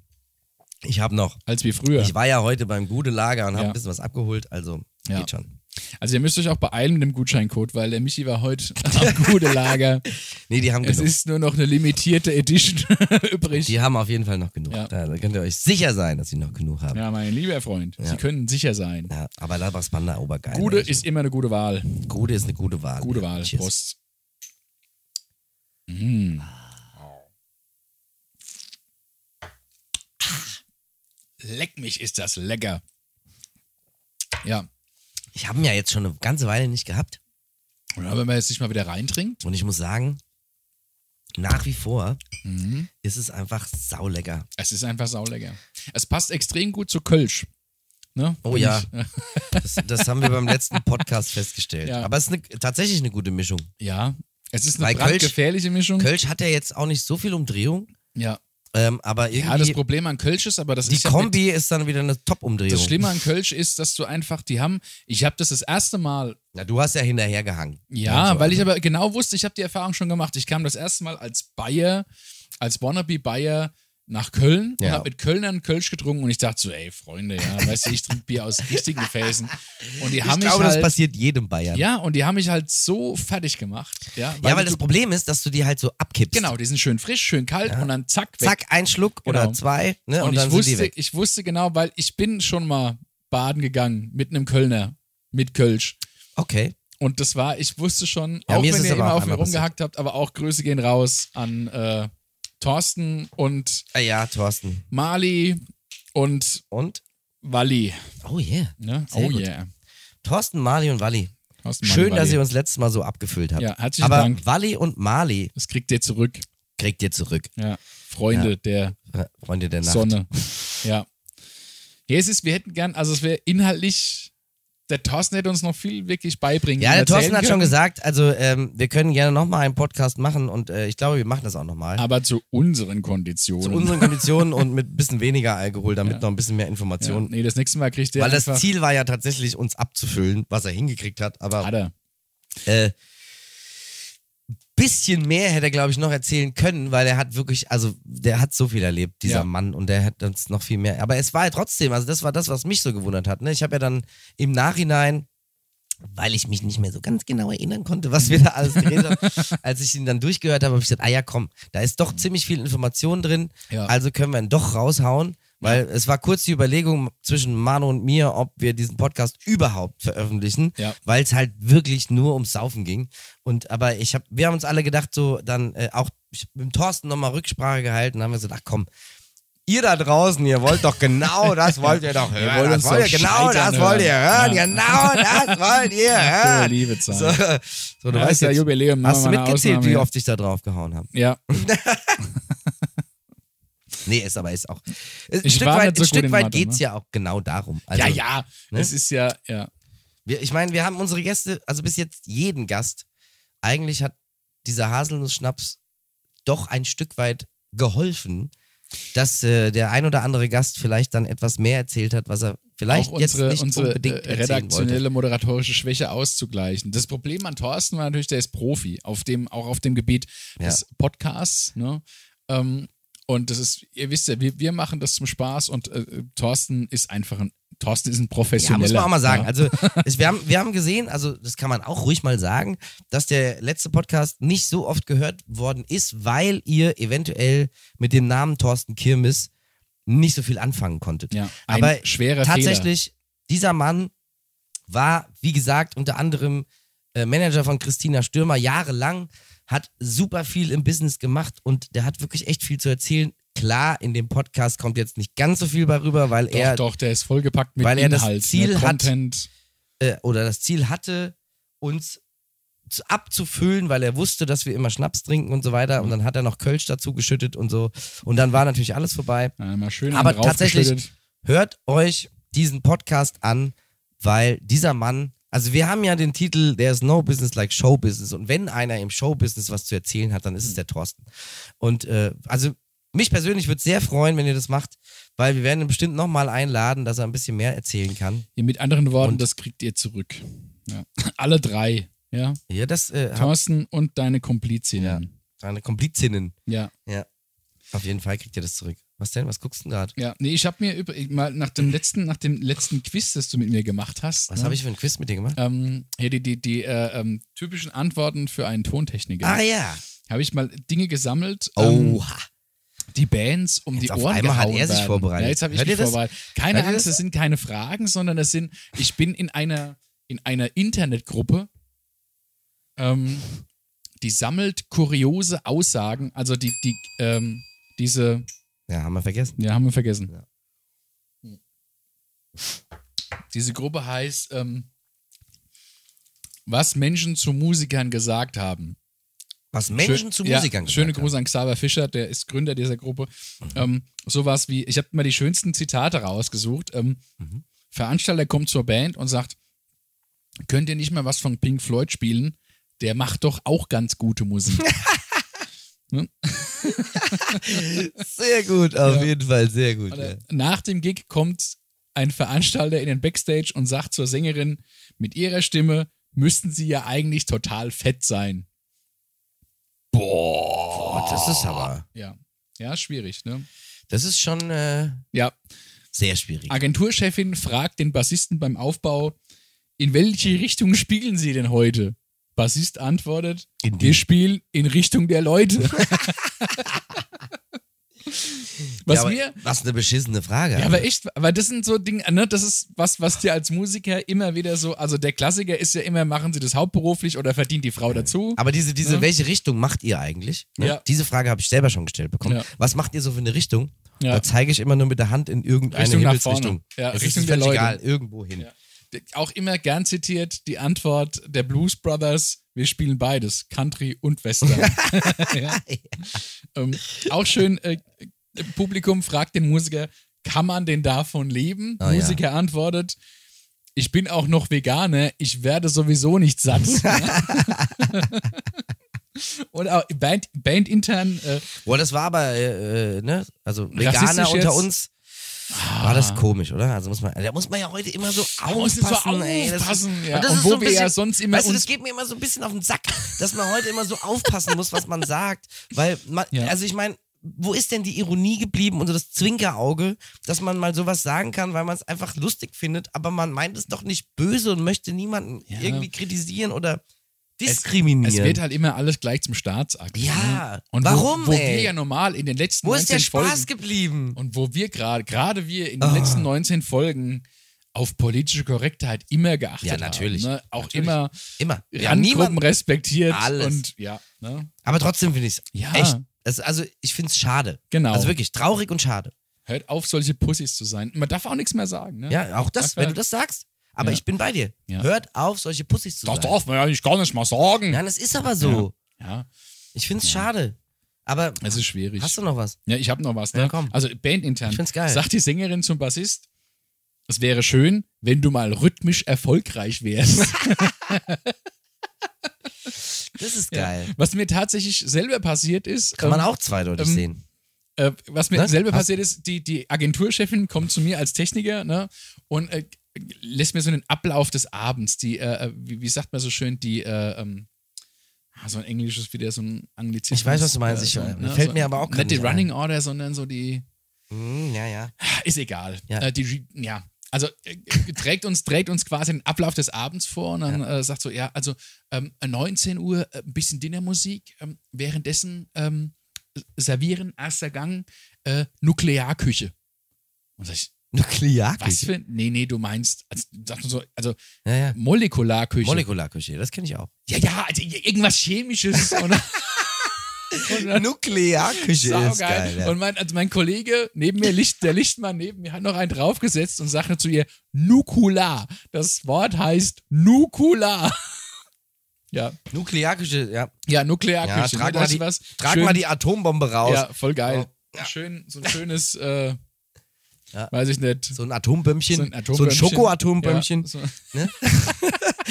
[SPEAKER 1] Ich habe noch.
[SPEAKER 2] als wie früher.
[SPEAKER 1] Mhm. Ich war ja heute beim Gude Lager und habe
[SPEAKER 2] Ja.
[SPEAKER 1] ein bisschen was abgeholt, also
[SPEAKER 2] Ja.
[SPEAKER 1] geht schon.
[SPEAKER 2] Also ihr müsst euch auch beeilen mit dem Gutscheincode, weil der Michi war heute am gute Lager.
[SPEAKER 1] Nee, die haben
[SPEAKER 2] Es
[SPEAKER 1] genug.
[SPEAKER 2] ist nur noch eine limitierte Edition übrig.
[SPEAKER 1] Die haben auf jeden Fall noch genug.
[SPEAKER 2] Ja.
[SPEAKER 1] Da, da könnt ihr euch sicher sein, dass sie noch genug haben. Ja.
[SPEAKER 2] Ja, mein lieber Freund, Sie können sicher sein.
[SPEAKER 1] aber da war Spanda obergeil.
[SPEAKER 2] Gute
[SPEAKER 1] Alter.
[SPEAKER 2] ist immer eine gute Wahl.
[SPEAKER 1] Gude ist eine gute Wahl.
[SPEAKER 2] Gute
[SPEAKER 1] Ja,
[SPEAKER 2] Wahl.
[SPEAKER 1] cheers.
[SPEAKER 2] Prost. Mm. Leck mich, ist das lecker. Ja,
[SPEAKER 1] Ich habe ihn ja jetzt schon eine ganze Weile nicht gehabt
[SPEAKER 2] und wenn man jetzt nicht mal wieder reintrinkt,
[SPEAKER 1] und ich muss sagen, nach wie vor
[SPEAKER 2] mhm.
[SPEAKER 1] ist es einfach saulecker.
[SPEAKER 2] es ist einfach saulecker. Es passt extrem gut zu Kölsch. Ne?
[SPEAKER 1] Oh
[SPEAKER 2] Wenn
[SPEAKER 1] ja.
[SPEAKER 2] ich- äh,
[SPEAKER 1] Das, das haben wir beim letzten Podcast festgestellt.
[SPEAKER 2] Ja.
[SPEAKER 1] Aber es ist eine, tatsächlich eine gute Mischung.
[SPEAKER 2] ja, es ist eine
[SPEAKER 1] Weil Kölsch-
[SPEAKER 2] brandgefährliche Mischung.
[SPEAKER 1] Kölsch hat ja jetzt auch nicht so viel Umdrehung,
[SPEAKER 2] ja.
[SPEAKER 1] ähm, aber irgendwie
[SPEAKER 2] ja, das Problem an Kölsch ist aber, das
[SPEAKER 1] die
[SPEAKER 2] ist ja mit-
[SPEAKER 1] Kombi ist dann wieder eine Top-Umdrehung.
[SPEAKER 2] Das Schlimme an Kölsch ist, dass du einfach, die haben, ich habe das das erste Mal,
[SPEAKER 1] Na, du hast ja hinterhergehangen.
[SPEAKER 2] ja,
[SPEAKER 1] so,
[SPEAKER 2] weil ich
[SPEAKER 1] also-
[SPEAKER 2] aber genau wusste, ich habe die Erfahrung schon gemacht. Ich kam das erste Mal als Bayer, als wannabe Bayer nach Köln und
[SPEAKER 1] Ja.
[SPEAKER 2] habe mit Kölnern Kölsch getrunken und ich dachte so, ey, Freunde, ja, weißt du, ich trinke Bier aus richtigen Gefäßen. Und die haben
[SPEAKER 1] also, ich glaube,
[SPEAKER 2] mich
[SPEAKER 1] das
[SPEAKER 2] halt,
[SPEAKER 1] passiert jedem Bayern.
[SPEAKER 2] ja, und die haben mich halt so fertig gemacht. Ja,
[SPEAKER 1] Ja, weil
[SPEAKER 2] du-
[SPEAKER 1] das Problem ist, dass du die halt so abkippst.
[SPEAKER 2] Genau, die sind schön frisch, schön kalt und dann zack, weg.
[SPEAKER 1] Zack, ein Schluck
[SPEAKER 2] Genau.
[SPEAKER 1] oder zwei ne, und, dann
[SPEAKER 2] und, ich,
[SPEAKER 1] sind die
[SPEAKER 2] wusste,
[SPEAKER 1] weg.
[SPEAKER 2] ich wusste genau, weil ich bin schon mal baden gegangen mit einem Kölner, mit Kölsch.
[SPEAKER 1] Okay.
[SPEAKER 2] Und das war, ich wusste schon,
[SPEAKER 1] Ja,
[SPEAKER 2] auch
[SPEAKER 1] mir ist
[SPEAKER 2] wenn
[SPEAKER 1] es
[SPEAKER 2] ihr
[SPEAKER 1] aber
[SPEAKER 2] immer
[SPEAKER 1] auch
[SPEAKER 2] auf mir
[SPEAKER 1] einmal
[SPEAKER 2] rumgehackt habt, aber auch Grüße gehen raus an äh, Thorsten und
[SPEAKER 1] Ah ja, Thorsten.
[SPEAKER 2] Mali und
[SPEAKER 1] Und?
[SPEAKER 2] Walli.
[SPEAKER 1] Oh yeah.
[SPEAKER 2] Ne?
[SPEAKER 1] Sehr
[SPEAKER 2] oh
[SPEAKER 1] gut.
[SPEAKER 2] yeah.
[SPEAKER 1] Thorsten, Mali und Walli.
[SPEAKER 2] Thorsten, Mali,
[SPEAKER 1] Schön, dass
[SPEAKER 2] Walli.
[SPEAKER 1] ihr uns letztes Mal so abgefüllt habt.
[SPEAKER 2] Ja, herzlichen
[SPEAKER 1] Aber
[SPEAKER 2] Dank.
[SPEAKER 1] Walli und Mali
[SPEAKER 2] Das kriegt ihr zurück.
[SPEAKER 1] kriegt ihr zurück.
[SPEAKER 2] Ja. Freunde der
[SPEAKER 1] Äh, Freunde der Nacht.
[SPEAKER 2] Sonne. Ja. Ja, es ist, wir hätten gern, also es wäre inhaltlich, der Thorsten hätte uns noch viel wirklich beibringen
[SPEAKER 1] Ja, der
[SPEAKER 2] und erzählen
[SPEAKER 1] Thorsten hat schon
[SPEAKER 2] können.
[SPEAKER 1] gesagt, also ähm, wir können gerne nochmal einen Podcast machen und äh, ich glaube, wir machen das auch nochmal.
[SPEAKER 2] Aber zu unseren Konditionen.
[SPEAKER 1] Zu unseren Konditionen und mit ein bisschen weniger Alkohol, damit
[SPEAKER 2] Ja.
[SPEAKER 1] noch ein bisschen mehr
[SPEAKER 2] ja,
[SPEAKER 1] Informationen.
[SPEAKER 2] nee, das nächste Mal kriegt ihr
[SPEAKER 1] Weil das
[SPEAKER 2] einfach
[SPEAKER 1] Ziel war ja tatsächlich, uns abzufüllen, was er hingekriegt hat, aber
[SPEAKER 2] Hat er.
[SPEAKER 1] äh, bisschen mehr hätte er, glaube ich, noch erzählen können, weil er hat wirklich, also der hat so viel erlebt, dieser
[SPEAKER 2] Ja.
[SPEAKER 1] Mann, und der hat uns noch viel mehr. Aber es war ja trotzdem, also das war das, was mich so gewundert hat. Ne? Ich habe ja dann im Nachhinein, weil ich mich nicht mehr so ganz genau erinnern konnte, was wir da alles geredet haben, als ich ihn dann durchgehört habe, habe ich gesagt, ah ja, komm, da ist doch ziemlich viel Information drin,
[SPEAKER 2] Ja.
[SPEAKER 1] also können wir ihn doch raushauen. Weil es war kurz die Überlegung zwischen Manu und mir, ob wir diesen Podcast überhaupt veröffentlichen
[SPEAKER 2] Ja.
[SPEAKER 1] weil es halt wirklich nur ums Saufen ging. Und aber ich habe, wir haben uns alle gedacht, so dann äh, auch ich hab mit dem Thorsten nochmal Rücksprache gehalten, haben wir gesagt, ach komm, ihr da draußen, ihr wollt doch genau das wollt ihr doch hören.
[SPEAKER 2] wollt uns
[SPEAKER 1] das wollt
[SPEAKER 2] doch
[SPEAKER 1] ihr, genau
[SPEAKER 2] scheitern
[SPEAKER 1] das wollt ihr
[SPEAKER 2] hören.
[SPEAKER 1] hören,
[SPEAKER 2] Ja.
[SPEAKER 1] genau das wollt ihr
[SPEAKER 2] Du
[SPEAKER 1] hören.
[SPEAKER 2] liebe Zeit.
[SPEAKER 1] So, so du
[SPEAKER 2] Ja,
[SPEAKER 1] weißt
[SPEAKER 2] ist ja
[SPEAKER 1] jetzt,
[SPEAKER 2] Jubiläum. machen
[SPEAKER 1] hast du
[SPEAKER 2] wir eine
[SPEAKER 1] mitgezählt,
[SPEAKER 2] Ausnahme.
[SPEAKER 1] wie oft ich da drauf gehauen habe?
[SPEAKER 2] Ja.
[SPEAKER 1] Nee, ist aber ist auch. Ein
[SPEAKER 2] Ich
[SPEAKER 1] Stück
[SPEAKER 2] war
[SPEAKER 1] weit,
[SPEAKER 2] nicht so
[SPEAKER 1] ein
[SPEAKER 2] gut
[SPEAKER 1] Stück
[SPEAKER 2] in
[SPEAKER 1] weit
[SPEAKER 2] Mathe,
[SPEAKER 1] geht es
[SPEAKER 2] ne?
[SPEAKER 1] ja auch genau darum. Also,
[SPEAKER 2] ja, ja.
[SPEAKER 1] ne?
[SPEAKER 2] Es ist ja, ja.
[SPEAKER 1] Wir, ich meine, wir haben unsere Gäste, also bis jetzt jeden Gast, eigentlich hat dieser Haselnuss-Schnaps doch ein Stück weit geholfen, dass äh, der ein oder andere Gast vielleicht dann etwas mehr erzählt hat, was er vielleicht
[SPEAKER 2] Auch
[SPEAKER 1] jetzt
[SPEAKER 2] unsere,
[SPEAKER 1] nicht
[SPEAKER 2] unsere
[SPEAKER 1] unbedingt
[SPEAKER 2] äh,
[SPEAKER 1] erzählen
[SPEAKER 2] redaktionelle, moderatorische Schwäche auszugleichen. Das Problem an Thorsten war natürlich, der ist Profi, auf dem, auch auf dem Gebiet des Podcasts. Ne? Ähm, und das ist, ihr wisst ja, wir, wir machen das zum Spaß und äh, äh, Thorsten ist einfach ein, Thorsten ist ein
[SPEAKER 1] wollte. Ja,
[SPEAKER 2] professioneller.
[SPEAKER 1] muss man auch mal sagen.
[SPEAKER 2] Ja.
[SPEAKER 1] Also es, wir, haben, wir haben gesehen, also das kann man auch ruhig mal sagen, dass der letzte Podcast nicht so oft gehört worden ist, weil ihr eventuell mit dem Namen Thorsten Kirmes nicht so viel anfangen konntet.
[SPEAKER 2] ja, ein
[SPEAKER 1] aber
[SPEAKER 2] schwerer Fehler.
[SPEAKER 1] tatsächlich, dieser Mann war, wie gesagt, unter anderem äh, Manager von Christina Stürmer jahrelang, hat super viel im Business gemacht und der hat wirklich echt viel zu erzählen. Klar, in dem Podcast kommt jetzt nicht ganz so viel bei rüber, weil
[SPEAKER 2] Doch,
[SPEAKER 1] er
[SPEAKER 2] doch, der ist vollgepackt mit
[SPEAKER 1] weil er das
[SPEAKER 2] Inhalt,
[SPEAKER 1] Ziel
[SPEAKER 2] ne,
[SPEAKER 1] hat,
[SPEAKER 2] Content.
[SPEAKER 1] äh, oder das Ziel hatte, uns zu- abzufüllen, weil er wusste, dass wir immer Schnaps trinken und so weiter. Und dann hat er noch Kölsch dazu geschüttet und so. Und dann war natürlich alles vorbei.
[SPEAKER 2] Ja, mal schön
[SPEAKER 1] Aber
[SPEAKER 2] einen draufgeschüttet.
[SPEAKER 1] tatsächlich- hört euch diesen Podcast an, weil dieser Mann, also wir haben ja den Titel There's no business like show business und wenn einer im Show business was zu erzählen hat, dann ist es der Thorsten. Und äh, also mich persönlich würde sehr freuen, wenn ihr das macht, weil wir werden ihn bestimmt nochmal einladen, dass er ein bisschen mehr erzählen kann.
[SPEAKER 2] Ja, Mit anderen Worten,
[SPEAKER 1] Und-
[SPEAKER 2] das kriegt ihr zurück. Ja. Alle drei. Ja.
[SPEAKER 1] Ja, das äh, haben
[SPEAKER 2] Thorsten und deine Komplizinnen.
[SPEAKER 1] seine Komplizinnen.
[SPEAKER 2] Ja.
[SPEAKER 1] Auf jeden Fall kriegt ihr das zurück. Was denn? Was guckst du denn gerade?
[SPEAKER 2] ja. Nee, ich habe mir über, ich- mal nach dem letzten, nach dem letzten Quiz, das du mit mir gemacht hast.
[SPEAKER 1] Was
[SPEAKER 2] ne,
[SPEAKER 1] habe ich für ein Quiz mit dir gemacht?
[SPEAKER 2] Ähm, hier die, die, die äh, ähm, typischen Antworten für einen Tontechniker.
[SPEAKER 1] Ah Oh. ja.
[SPEAKER 2] Habe ich mal Dinge gesammelt, ähm,
[SPEAKER 1] Oha.
[SPEAKER 2] die Bands um
[SPEAKER 1] Jetzt
[SPEAKER 2] die
[SPEAKER 1] auf
[SPEAKER 2] Ohren
[SPEAKER 1] einmal hat
[SPEAKER 2] gehauen
[SPEAKER 1] er sich
[SPEAKER 2] werden.
[SPEAKER 1] vorbereitet.
[SPEAKER 2] Ja, jetzt habe ich
[SPEAKER 1] Hört
[SPEAKER 2] mich
[SPEAKER 1] ihr das?
[SPEAKER 2] vorbereitet. Keine
[SPEAKER 1] Hört ihr
[SPEAKER 2] Angst,
[SPEAKER 1] das?
[SPEAKER 2] es sind keine Fragen, sondern es sind, ich bin in einer, in einer Internetgruppe, ähm, die sammelt kuriose Aussagen, also die, die, ähm, diese,
[SPEAKER 1] Ja, haben wir vergessen.
[SPEAKER 2] ja, haben wir vergessen.
[SPEAKER 1] Ja.
[SPEAKER 2] Diese Gruppe heißt, ähm, was Menschen zu Musikern gesagt haben.
[SPEAKER 1] Was Menschen
[SPEAKER 2] Schön-
[SPEAKER 1] zu
[SPEAKER 2] ja,
[SPEAKER 1] Musikern gesagt
[SPEAKER 2] Schöne
[SPEAKER 1] haben.
[SPEAKER 2] Grüße an Xaver Fischer, der ist Gründer dieser Gruppe. Ähm, sowas wie, ich habe mal die schönsten Zitate rausgesucht. Ähm,
[SPEAKER 1] Mhm.
[SPEAKER 2] Veranstalter kommt zur Band und sagt, könnt ihr nicht mal was von Pink Floyd spielen? Der macht doch auch ganz gute Musik.
[SPEAKER 1] Sehr gut, auf
[SPEAKER 2] Ja.
[SPEAKER 1] jeden Fall, sehr gut.
[SPEAKER 2] Oder
[SPEAKER 1] Ja.
[SPEAKER 2] Nach dem Gig kommt ein Veranstalter in den Backstage und sagt zur Sängerin, mit ihrer Stimme müssten sie ja eigentlich total fett sein.
[SPEAKER 1] Boah, Oh, das ist aber.
[SPEAKER 2] Ja. Ja, schwierig, ne?
[SPEAKER 1] Das ist schon äh,
[SPEAKER 2] Ja,
[SPEAKER 1] sehr schwierig.
[SPEAKER 2] Agenturchefin fragt den Bassisten beim Aufbau, in welche Richtung spielen sie denn heute? Bassist antwortet,
[SPEAKER 1] In die.
[SPEAKER 2] wir spielen in Richtung der Leute. Was
[SPEAKER 1] ja, aber,
[SPEAKER 2] mir.
[SPEAKER 1] was eine beschissene Frage.
[SPEAKER 2] Ja, aber echt, aber das sind so Dinge, ne, das ist was, was dir als Musiker immer wieder so, also der Klassiker ist ja immer, machen sie das hauptberuflich oder verdient die Frau dazu?
[SPEAKER 1] Aber diese, diese
[SPEAKER 2] Ja.
[SPEAKER 1] welche Richtung macht ihr eigentlich? Ne?
[SPEAKER 2] Ja.
[SPEAKER 1] Diese Frage habe ich selber schon gestellt bekommen.
[SPEAKER 2] Ja.
[SPEAKER 1] Was macht ihr so für eine Richtung?
[SPEAKER 2] Ja.
[SPEAKER 1] Da zeige ich immer nur mit der Hand in irgendeine
[SPEAKER 2] Richtung nach
[SPEAKER 1] Himmelsrichtung.
[SPEAKER 2] vorne. Ja,
[SPEAKER 1] es
[SPEAKER 2] Richtung
[SPEAKER 1] ist
[SPEAKER 2] der
[SPEAKER 1] völlig
[SPEAKER 2] Leute.
[SPEAKER 1] egal, irgendwo hin.
[SPEAKER 2] Ja. Auch immer gern zitiert die Antwort der Blues Brothers, wir spielen beides, Country und Western. ja. ähm, auch schön, äh, Publikum fragt den Musiker, kann man denn davon leben?
[SPEAKER 1] Ah, ja.
[SPEAKER 2] Musiker antwortet, ich bin auch noch Veganer, ich werde sowieso nicht satt. Und auch Band, Band intern, äh,
[SPEAKER 1] Boah, das war aber, äh, äh, ne, also Veganer
[SPEAKER 2] Rassistisch
[SPEAKER 1] unter
[SPEAKER 2] jetzt? Ah.
[SPEAKER 1] uns. War das komisch, oder? Also muss man, da muss man ja heute immer so
[SPEAKER 2] muss
[SPEAKER 1] aufpassen.
[SPEAKER 2] so
[SPEAKER 1] ey, das
[SPEAKER 2] aufpassen,
[SPEAKER 1] ist,
[SPEAKER 2] ja.
[SPEAKER 1] und das
[SPEAKER 2] Und
[SPEAKER 1] ist
[SPEAKER 2] wo
[SPEAKER 1] so ein
[SPEAKER 2] wir ja
[SPEAKER 1] bisschen,
[SPEAKER 2] sonst immer
[SPEAKER 1] weißt du,
[SPEAKER 2] uns-
[SPEAKER 1] das geht mir immer so ein bisschen auf den Sack, dass man heute immer so aufpassen muss, was man sagt, weil man,
[SPEAKER 2] Ja.
[SPEAKER 1] also ich meine, wo ist denn die Ironie geblieben und so das Zwinkerauge, dass man mal sowas sagen kann, weil man es einfach lustig findet, aber man meint es doch nicht böse und möchte niemanden
[SPEAKER 2] Ja.
[SPEAKER 1] irgendwie kritisieren oder
[SPEAKER 2] es
[SPEAKER 1] diskriminieren.
[SPEAKER 2] Es wird halt immer alles gleich zum Staatsakt.
[SPEAKER 1] Ja,
[SPEAKER 2] Ne? Und
[SPEAKER 1] warum,
[SPEAKER 2] Wo, wo
[SPEAKER 1] ey?
[SPEAKER 2] wir ja normal in den letzten
[SPEAKER 1] wo
[SPEAKER 2] 19
[SPEAKER 1] ist der Spaß
[SPEAKER 2] Folgen
[SPEAKER 1] geblieben?
[SPEAKER 2] und wo wir gerade, gerade wir in den
[SPEAKER 1] Ah.
[SPEAKER 2] letzten 19 Folgen auf politische Korrektheit immer geachtet
[SPEAKER 1] Ja, natürlich.
[SPEAKER 2] haben. Ne? Auch
[SPEAKER 1] Natürlich.
[SPEAKER 2] immer
[SPEAKER 1] Immer. Ja,
[SPEAKER 2] Randgruppen
[SPEAKER 1] niemand,
[SPEAKER 2] respektiert.
[SPEAKER 1] Alles.
[SPEAKER 2] Und ja, ne?
[SPEAKER 1] aber trotzdem finde ich es
[SPEAKER 2] Ja.
[SPEAKER 1] echt. Es, also ich finde es schade.
[SPEAKER 2] Genau.
[SPEAKER 1] Also wirklich traurig und schade.
[SPEAKER 2] hört auf, solche Pussys zu sein. Man darf auch nichts mehr sagen. Ne?
[SPEAKER 1] Ja, auch das,
[SPEAKER 2] Ach,
[SPEAKER 1] wenn
[SPEAKER 2] ja.
[SPEAKER 1] du das sagst. Aber
[SPEAKER 2] Ja.
[SPEAKER 1] ich bin bei dir.
[SPEAKER 2] Ja.
[SPEAKER 1] Hört auf, solche Pussys zu
[SPEAKER 2] Das
[SPEAKER 1] sein.
[SPEAKER 2] darf man ja eigentlich gar nicht mal sagen.
[SPEAKER 1] Nein, das ist aber so.
[SPEAKER 2] Ja,
[SPEAKER 1] Ich find's schade. Aber
[SPEAKER 2] es ist schwierig.
[SPEAKER 1] hast du noch was?
[SPEAKER 2] Ja, ich habe noch was. Ne?
[SPEAKER 1] Ja, komm.
[SPEAKER 2] Also bandintern.
[SPEAKER 1] Ich find's geil.
[SPEAKER 2] Sagt die Sängerin zum Bassist, es wäre schön, wenn du mal rhythmisch erfolgreich wärst.
[SPEAKER 1] Das ist geil.
[SPEAKER 2] was mir tatsächlich selber passiert ist,
[SPEAKER 1] Kann man
[SPEAKER 2] ähm,
[SPEAKER 1] auch zweideutig
[SPEAKER 2] ähm,
[SPEAKER 1] sehen.
[SPEAKER 2] äh, was mir
[SPEAKER 1] Ne?
[SPEAKER 2] selber
[SPEAKER 1] Hast-
[SPEAKER 2] passiert ist, die, die Agenturchefin kommt zu mir als Techniker ne? und äh, lässt mir so einen Ablauf des Abends, die, äh, wie, wie sagt man so schön, die, äh, ähm, ah, so ein englisches wieder, so ein Anglizismus.
[SPEAKER 1] Ich weiß, was du meinst.
[SPEAKER 2] äh,
[SPEAKER 1] Ich,
[SPEAKER 2] so,
[SPEAKER 1] äh,
[SPEAKER 2] ne?
[SPEAKER 1] fällt
[SPEAKER 2] so,
[SPEAKER 1] mir aber auch grad
[SPEAKER 2] Nicht die
[SPEAKER 1] nicht ein.
[SPEAKER 2] Running Order, sondern so die,
[SPEAKER 1] Hm, ja, ja.
[SPEAKER 2] Ah, Ist egal.
[SPEAKER 1] Ja.
[SPEAKER 2] Äh, die, ja. Also äh, trägt uns, trägt uns quasi den Ablauf des Abends vor und dann äh, sagt so, ja, also ähm, 19 Uhr äh, ein bisschen Dinnermusik, ähm, währenddessen ähm, servieren, erster Gang, äh, Nuklearküche. Und sag ich,
[SPEAKER 1] Nuklearküche.
[SPEAKER 2] was für, nee, nee, du meinst, also, sagt man so, also
[SPEAKER 1] Ja, ja.
[SPEAKER 2] Molekularküche.
[SPEAKER 1] Molekularküche, das kenne ich auch.
[SPEAKER 2] ja, ja, also, irgendwas Chemisches. und, und dann,
[SPEAKER 1] Nuklearküche ist geil. ja.
[SPEAKER 2] und mein, also mein Kollege neben mir, Licht, der Lichtmann neben mir, hat noch einen draufgesetzt und sagte zu ihr, Nukula. Das Wort heißt Nukula. Ja,
[SPEAKER 1] Nuklearküche, ja.
[SPEAKER 2] ja, Nuklearküche.
[SPEAKER 1] ja
[SPEAKER 2] ne,
[SPEAKER 1] trag
[SPEAKER 2] das
[SPEAKER 1] mal,
[SPEAKER 2] ist
[SPEAKER 1] die,
[SPEAKER 2] was.
[SPEAKER 1] trag
[SPEAKER 2] Schön-
[SPEAKER 1] mal die Atombombe raus.
[SPEAKER 2] Ja, voll geil. Schön, so ein schönes, äh,
[SPEAKER 1] Ja.
[SPEAKER 2] weiß ich nicht.
[SPEAKER 1] So ein Atombömmchen. So ein,
[SPEAKER 2] Atombömmchen.
[SPEAKER 1] Schoko-Atombömmchen. Ne?
[SPEAKER 2] Ja, so.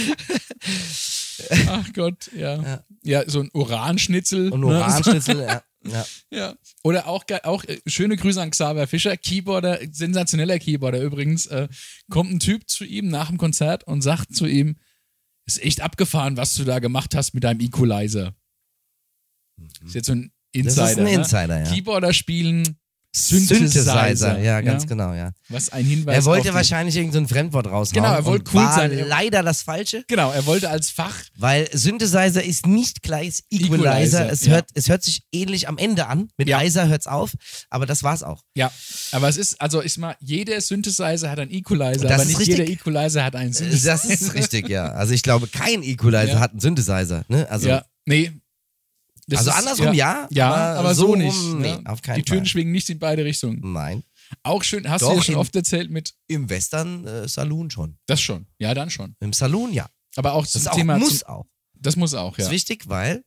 [SPEAKER 2] Ach Gott, ja.
[SPEAKER 1] Ja.
[SPEAKER 2] ja. so ein Uranschnitzel.
[SPEAKER 1] Und
[SPEAKER 2] ne?
[SPEAKER 1] Oranschnitzel, ja. ja.
[SPEAKER 2] Ja. Oder auch, ge- auch äh, schöne Grüße an Xaver Fischer, Keyboarder, sensationeller Keyboarder übrigens. Äh, kommt ein Typ zu ihm nach dem Konzert und sagt zu ihm: Ist echt abgefahren, was du da gemacht hast mit deinem Equalizer. Ist jetzt so
[SPEAKER 1] Mhm.
[SPEAKER 2] ein
[SPEAKER 1] Das
[SPEAKER 2] Insider.
[SPEAKER 1] ist ein Insider,
[SPEAKER 2] Ne?
[SPEAKER 1] ja.
[SPEAKER 2] Keyboarder spielen Synthesizer. ne?
[SPEAKER 1] ja, ganz genau, ja.
[SPEAKER 2] Was ein Hinweis.
[SPEAKER 1] Er wollte
[SPEAKER 2] auf die-
[SPEAKER 1] wahrscheinlich irgendein Fremdwort raushauen.
[SPEAKER 2] Genau, er wollte
[SPEAKER 1] und
[SPEAKER 2] cool
[SPEAKER 1] war
[SPEAKER 2] sein.
[SPEAKER 1] leider das Falsche,
[SPEAKER 2] Genau, er wollte als Fach.
[SPEAKER 1] weil Synthesizer ist nicht gleich Equalizer.
[SPEAKER 2] Equalizer,
[SPEAKER 1] es,
[SPEAKER 2] ja.
[SPEAKER 1] hört, es hört sich ähnlich am Ende an. Mit
[SPEAKER 2] Ja.
[SPEAKER 1] leiser hört's auf, aber das war's auch.
[SPEAKER 2] Ja, aber es ist, also ich mal, jeder Synthesizer hat einen Equalizer,
[SPEAKER 1] Das
[SPEAKER 2] aber
[SPEAKER 1] ist
[SPEAKER 2] nicht
[SPEAKER 1] richtig. Äh,
[SPEAKER 2] jeder Equalizer hat einen Synthesizer.
[SPEAKER 1] Das ist richtig, ja. Also ich glaube, kein Equalizer
[SPEAKER 2] Ja.
[SPEAKER 1] hat einen Synthesizer. Ne? Also,
[SPEAKER 2] ja, nee. Das
[SPEAKER 1] also
[SPEAKER 2] ist-
[SPEAKER 1] andersrum ja,
[SPEAKER 2] Ja, aber, so,
[SPEAKER 1] rum,
[SPEAKER 2] nicht.
[SPEAKER 1] Nee,
[SPEAKER 2] ne?
[SPEAKER 1] auf keinen
[SPEAKER 2] Die Türen
[SPEAKER 1] Fall.
[SPEAKER 2] schwingen nicht in beide Richtungen.
[SPEAKER 1] Nein.
[SPEAKER 2] Auch schön, hast
[SPEAKER 1] Doch,
[SPEAKER 2] du ja schon
[SPEAKER 1] in-
[SPEAKER 2] oft erzählt mit,
[SPEAKER 1] Im Western äh, Saloon schon.
[SPEAKER 2] das schon. Ja, dann schon.
[SPEAKER 1] Im Saloon ja.
[SPEAKER 2] Aber auch
[SPEAKER 1] Das
[SPEAKER 2] zum
[SPEAKER 1] ist auch,
[SPEAKER 2] Thema.
[SPEAKER 1] muss
[SPEAKER 2] zum,
[SPEAKER 1] auch.
[SPEAKER 2] das muss auch,
[SPEAKER 1] Das ist
[SPEAKER 2] ja.
[SPEAKER 1] wichtig, weil.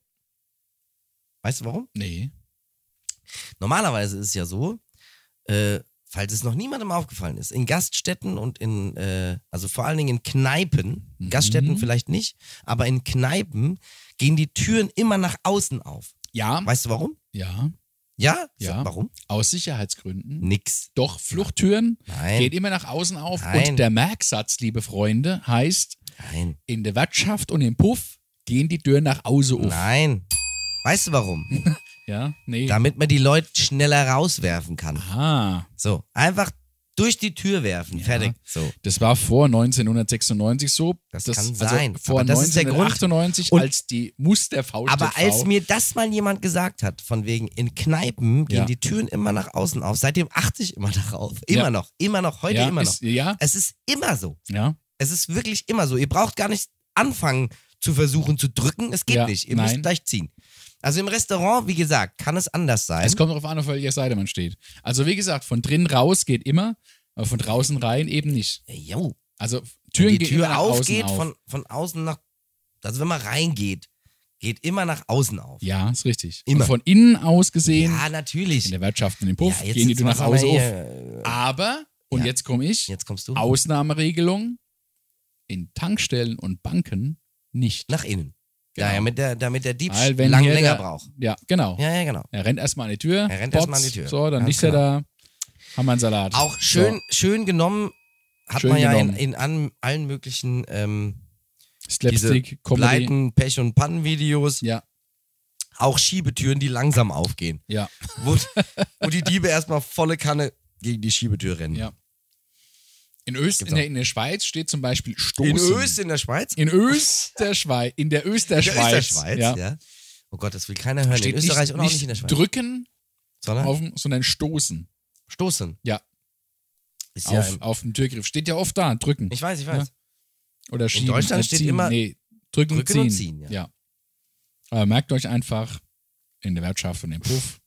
[SPEAKER 1] Weißt du warum?
[SPEAKER 2] Nee.
[SPEAKER 1] Normalerweise ist es ja so, äh, falls es noch niemandem aufgefallen ist, in Gaststätten und in, äh, also vor allen Dingen in Kneipen,
[SPEAKER 2] Mhm.
[SPEAKER 1] Gaststätten vielleicht nicht, aber in Kneipen gehen die Türen immer nach außen auf.
[SPEAKER 2] Ja,
[SPEAKER 1] Weißt du warum?
[SPEAKER 2] ja.
[SPEAKER 1] Ja?
[SPEAKER 2] Ja.
[SPEAKER 1] Warum?
[SPEAKER 2] Aus Sicherheitsgründen.
[SPEAKER 1] Nix.
[SPEAKER 2] Doch, Fluchttüren
[SPEAKER 1] Nein.
[SPEAKER 2] geht immer nach außen auf.
[SPEAKER 1] Nein.
[SPEAKER 2] Und der Merksatz, liebe Freunde, heißt,
[SPEAKER 1] Nein.
[SPEAKER 2] in der Wirtschaft und im Puff gehen die Türen nach außen auf.
[SPEAKER 1] Nein. Weißt du warum?
[SPEAKER 2] Ja, nee. Ah,
[SPEAKER 1] Damit man die Leute schneller rauswerfen kann.
[SPEAKER 2] Aha.
[SPEAKER 1] So, einfach durch die Tür werfen. Fertig. So.
[SPEAKER 2] Das war vor 1996 so.
[SPEAKER 1] Das kann sein.
[SPEAKER 2] Also vor
[SPEAKER 1] Aber das ist der Grund.
[SPEAKER 2] 1998,
[SPEAKER 1] Und-
[SPEAKER 2] als die Musterfaust
[SPEAKER 1] Aber
[SPEAKER 2] der
[SPEAKER 1] als
[SPEAKER 2] Frau,
[SPEAKER 1] mir das mal jemand gesagt hat, von wegen in Kneipen gehen
[SPEAKER 2] Ja.
[SPEAKER 1] die Türen immer nach außen auf, seitdem achte ich immer darauf. Immer
[SPEAKER 2] Ja.
[SPEAKER 1] noch, immer noch, heute
[SPEAKER 2] ja,
[SPEAKER 1] immer noch.
[SPEAKER 2] ist, ja,
[SPEAKER 1] es ist immer so.
[SPEAKER 2] ja,
[SPEAKER 1] Es ist wirklich immer so. Ihr braucht gar nicht anfangen zu versuchen zu drücken. Es geht
[SPEAKER 2] Ja,
[SPEAKER 1] nicht. Ihr
[SPEAKER 2] nein.
[SPEAKER 1] müsst gleich ziehen. Also im Restaurant, wie gesagt, kann es anders sein.
[SPEAKER 2] Es kommt darauf an, auf welcher Seite man steht. Also wie gesagt, von drinnen raus geht immer, aber von draußen rein eben nicht.
[SPEAKER 1] jo,
[SPEAKER 2] Also
[SPEAKER 1] wenn
[SPEAKER 2] Türen
[SPEAKER 1] die
[SPEAKER 2] gehen immer
[SPEAKER 1] Tür
[SPEAKER 2] nach
[SPEAKER 1] aufgeht,
[SPEAKER 2] außen auf.
[SPEAKER 1] Von, von außen nach. Also wenn man reingeht, geht immer nach außen auf.
[SPEAKER 2] ja, ist richtig.
[SPEAKER 1] Immer.
[SPEAKER 2] Und von innen aus gesehen,
[SPEAKER 1] Ja, natürlich.
[SPEAKER 2] in der Wirtschaft, in dem Puff,
[SPEAKER 1] ja, jetzt
[SPEAKER 2] gehen die
[SPEAKER 1] jetzt
[SPEAKER 2] Tür nach
[SPEAKER 1] machen wir
[SPEAKER 2] außen auf.
[SPEAKER 1] hier-
[SPEAKER 2] Aber, und
[SPEAKER 1] Ja.
[SPEAKER 2] jetzt komme ich,
[SPEAKER 1] Jetzt kommst du
[SPEAKER 2] Ausnahmeregelung in Tankstellen und Banken nicht.
[SPEAKER 1] nach innen.
[SPEAKER 2] Genau.
[SPEAKER 1] Ja, ja, mit der, damit der Dieb
[SPEAKER 2] Weil wenn
[SPEAKER 1] lang,
[SPEAKER 2] hier
[SPEAKER 1] länger
[SPEAKER 2] der-
[SPEAKER 1] braucht.
[SPEAKER 2] Ja, genau.
[SPEAKER 1] Ja, ja, genau.
[SPEAKER 2] Er rennt erstmal an die Tür.
[SPEAKER 1] Er rennt erstmal an die
[SPEAKER 2] Bops,
[SPEAKER 1] Tür.
[SPEAKER 2] So, dann
[SPEAKER 1] Ganz
[SPEAKER 2] liegt er da, haben wir einen Salat.
[SPEAKER 1] Auch schön,
[SPEAKER 2] So,
[SPEAKER 1] schön genommen hat
[SPEAKER 2] Schön
[SPEAKER 1] man ja
[SPEAKER 2] genommen.
[SPEAKER 1] in, in an, allen möglichen ähm, diese
[SPEAKER 2] Slapstick, Comedy.
[SPEAKER 1] Pleiten, Pech und Pannenvideos
[SPEAKER 2] Ja,
[SPEAKER 1] auch Schiebetüren, die langsam aufgehen,
[SPEAKER 2] ja,
[SPEAKER 1] wo, wo die Diebe erstmal volle Kanne gegen die Schiebetür rennen.
[SPEAKER 2] ja. In, Öst,
[SPEAKER 1] Gibt's
[SPEAKER 2] in, der, in der Schweiz steht zum Beispiel Stoßen.
[SPEAKER 1] In Öst, in der Schweiz?
[SPEAKER 2] In Österschweiz. In der
[SPEAKER 1] In
[SPEAKER 2] Österschweiz.
[SPEAKER 1] der Österschweiz, ja.
[SPEAKER 2] ja.
[SPEAKER 1] Oh Gott, das will keiner hören.
[SPEAKER 2] Steht
[SPEAKER 1] in Österreich
[SPEAKER 2] nicht,
[SPEAKER 1] und auch nicht in der Schweiz. Ah.
[SPEAKER 2] Drücken,
[SPEAKER 1] sondern
[SPEAKER 2] auf, dem- sondern Stoßen
[SPEAKER 1] stoßen.
[SPEAKER 2] Ja.
[SPEAKER 1] Ist ja
[SPEAKER 2] auf,
[SPEAKER 1] im-
[SPEAKER 2] auf den Türgriff. Steht ja oft da, drücken.
[SPEAKER 1] ich weiß, ich weiß.
[SPEAKER 2] Oder schieben.
[SPEAKER 1] Deutschland
[SPEAKER 2] äh,
[SPEAKER 1] steht
[SPEAKER 2] ziehen.
[SPEAKER 1] immer
[SPEAKER 2] Nee, drücken,
[SPEAKER 1] drücken und
[SPEAKER 2] und
[SPEAKER 1] ziehen,
[SPEAKER 2] ziehen.
[SPEAKER 1] ja.
[SPEAKER 2] Aber merkt euch einfach, in der Wirtschaft und im Puff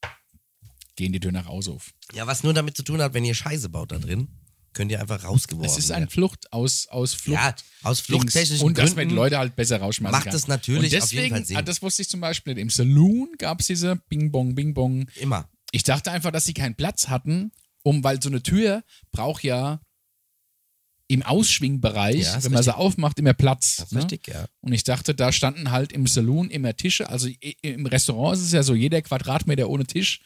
[SPEAKER 2] gehen die Tür nach Hause auf.
[SPEAKER 1] Ja, was nur damit zu tun hat, wenn ihr Scheiße baut da drin, könnt ihr einfach rausgeworfen
[SPEAKER 2] Es ist
[SPEAKER 1] werden.
[SPEAKER 2] ein Flucht aus, aus Flucht.
[SPEAKER 1] Ja, aus
[SPEAKER 2] Dings.
[SPEAKER 1] fluchttechnischen
[SPEAKER 2] Und dass man
[SPEAKER 1] Gründen.
[SPEAKER 2] die Leute halt besser rausschmeißen
[SPEAKER 1] macht
[SPEAKER 2] kann.
[SPEAKER 1] es natürlich
[SPEAKER 2] und
[SPEAKER 1] auf jeden
[SPEAKER 2] deswegen,
[SPEAKER 1] Fall Sinn.
[SPEAKER 2] ah, das wusste ich zum Beispiel nicht. Im Saloon gab es diese Bing Bong, Bing Bong.
[SPEAKER 1] Immer.
[SPEAKER 2] Ich dachte einfach, dass sie keinen Platz hatten, um, weil so eine Tür braucht ja im Ausschwingbereich,
[SPEAKER 1] Ja, ist
[SPEAKER 2] wenn man sie
[SPEAKER 1] richtig.
[SPEAKER 2] aufmacht, immer Platz.
[SPEAKER 1] Das ist
[SPEAKER 2] ne?
[SPEAKER 1] richtig, ja.
[SPEAKER 2] Und ich dachte, da standen halt im Saloon immer Tische. Also i- im Restaurant ist es ja so, jeder Quadratmeter ohne Tisch